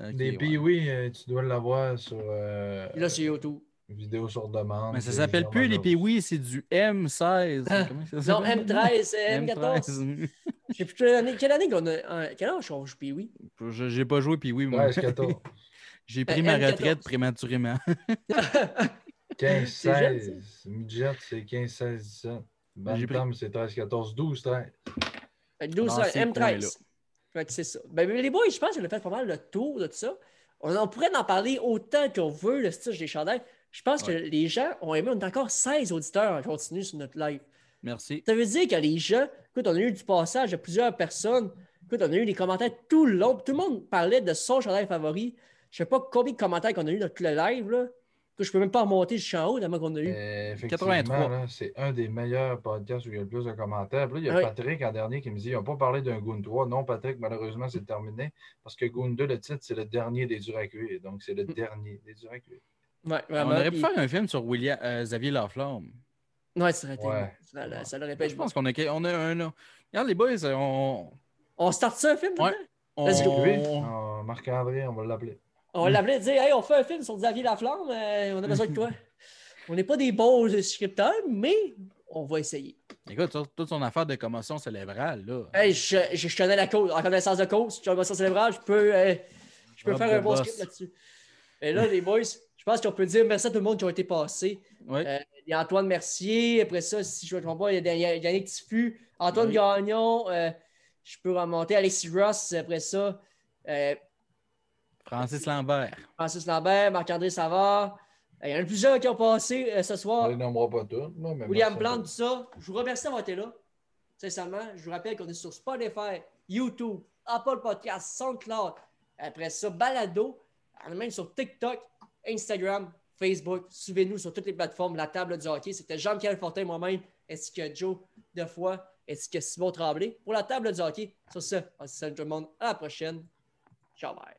Speaker 2: Ok,
Speaker 3: Des
Speaker 2: ouais.
Speaker 3: pee oui, tu dois l'avoir sur euh,
Speaker 1: Il l'a sur YouTube.
Speaker 3: vidéo sur demande.
Speaker 2: Mais ça
Speaker 3: puis
Speaker 2: s'appelle plus les
Speaker 3: Normando.
Speaker 2: Pee-Wee, c'est du M16.
Speaker 1: Ah,
Speaker 2: Comment ça
Speaker 1: Non,
Speaker 2: s'appelle?
Speaker 1: M13, euh, M14.
Speaker 2: M13.
Speaker 1: J'ai plus quelle année, quelle année qu'on a. en- Quelle année on joue oui
Speaker 2: Je- J'ai pas joué Pee-Wee, moi.
Speaker 3: 13, 14,
Speaker 2: J'ai
Speaker 1: Euh,
Speaker 2: pris ma
Speaker 1: M14.
Speaker 2: retraite prématurément.
Speaker 1: (laughs)
Speaker 3: 15,
Speaker 1: C'est jeune,
Speaker 3: 16. Midget, c'est 15, 16, 17.
Speaker 2: J'ai pris-
Speaker 3: Bantam, c'est 13, 14, 12, 13.
Speaker 1: Fait que 12
Speaker 2: Dans
Speaker 1: ans,
Speaker 2: ces coins-là.
Speaker 1: M13. Fait que c'est ça. Ben, mais les boys, je pense qu'on a fait pas mal le tour de tout ça. On, on pourrait en parler autant qu'on veut, le style des chandails. Je pense que les gens ont aimé. On est encore 16 auditeurs en continu sur notre live.
Speaker 2: Merci.
Speaker 1: Ça veut dire que les gens, écoute, on a eu du passage de plusieurs personnes. Écoute, on a eu des commentaires tout le long. Puis Tout le monde parlait de son chandail favori. Je ne sais pas combien de commentaires qu'on a eu dans tout le live. Là. Écoute, Je ne peux même pas remonter jusqu'en haut tellement qu'on a eu.
Speaker 3: Euh, effectivement,
Speaker 2: 83.
Speaker 3: là, c'est un des meilleurs podcasts où il y a le plus de commentaires. Puis là, il y a
Speaker 1: Ah oui.
Speaker 3: Patrick en dernier qui me dit ils n'ont pas parlé d'un Goon 3. Non, Patrick, malheureusement, c'est terminé. Parce que Goon 2, le titre, c'est le dernier des durs à cuire. Donc, c'est le
Speaker 1: Mm.
Speaker 3: dernier des durs à cuire.
Speaker 1: Ouais,
Speaker 2: On
Speaker 1: vraiment.
Speaker 2: aurait pu
Speaker 1: Puis-
Speaker 2: faire un film sur William, euh, Xavier Laflamme.
Speaker 1: Ouais, ça aurait été.
Speaker 3: Ouais.
Speaker 1: Ça, ça, ça l'aurait pas
Speaker 2: Ben,
Speaker 1: été
Speaker 2: je
Speaker 1: bon.
Speaker 2: pense qu'on a, on a un. là. Regarde les boys, on.
Speaker 1: On start ça un film?
Speaker 2: Ouais.
Speaker 1: maintenant?
Speaker 2: on-
Speaker 1: Let's go.
Speaker 3: Lui,
Speaker 2: on-
Speaker 3: euh, Marc-André, on va l'appeler.
Speaker 1: On
Speaker 2: Mm.
Speaker 1: va l'appeler et dire Hey, on fait un film sur Xavier Laflamme, euh, on a besoin de toi. on n'est pas des bons scripteurs, mais on va essayer.
Speaker 2: Écoute, sur- toute son affaire de commotion célébrale, là.
Speaker 1: Hey, je, je- je connais la cause, en connaissance de cause, tu as un sens célébral, je peux, euh, je peux
Speaker 2: Rob
Speaker 1: faire
Speaker 2: de
Speaker 1: un bon
Speaker 2: boss.
Speaker 1: script là-dessus. Et là, les boys, je pense qu'on peut dire merci à tout le monde qui a été passé.
Speaker 2: Ouais.
Speaker 1: Il y a Antoine Mercier, après ça, si je me trompe pas, il y a Dan- il y a Yannick Tifu, Antoine
Speaker 2: Oui.
Speaker 1: Gagnon, euh, je peux remonter Alexis Ross, après ça, euh,
Speaker 2: Francis Lambert.
Speaker 1: Francis Lambert, Marc-André Savard. Euh, Il y en a plusieurs qui ont passé euh, ce
Speaker 3: On
Speaker 1: soir.
Speaker 3: ne les nommera pas tous. là, mais
Speaker 1: William
Speaker 3: merci.
Speaker 1: Blanc, tout ça. Je vous remercie d'avoir été là. Sincèrement, je vous rappelle qu'on est sur Spotify, YouTube, Apple Podcasts, SoundCloud. Après ça, Balado. On est même sur TikTok, Instagram, Facebook. Suivez-nous sur toutes les plateformes. La table du hockey, c'était Jean-Pierre Fortin, moi-même, ainsi que Joe Defoy, ainsi que Simon Tremblay pour la table du hockey. Sur ce, on se dit salut tout le monde. À la prochaine. Ciao, bye.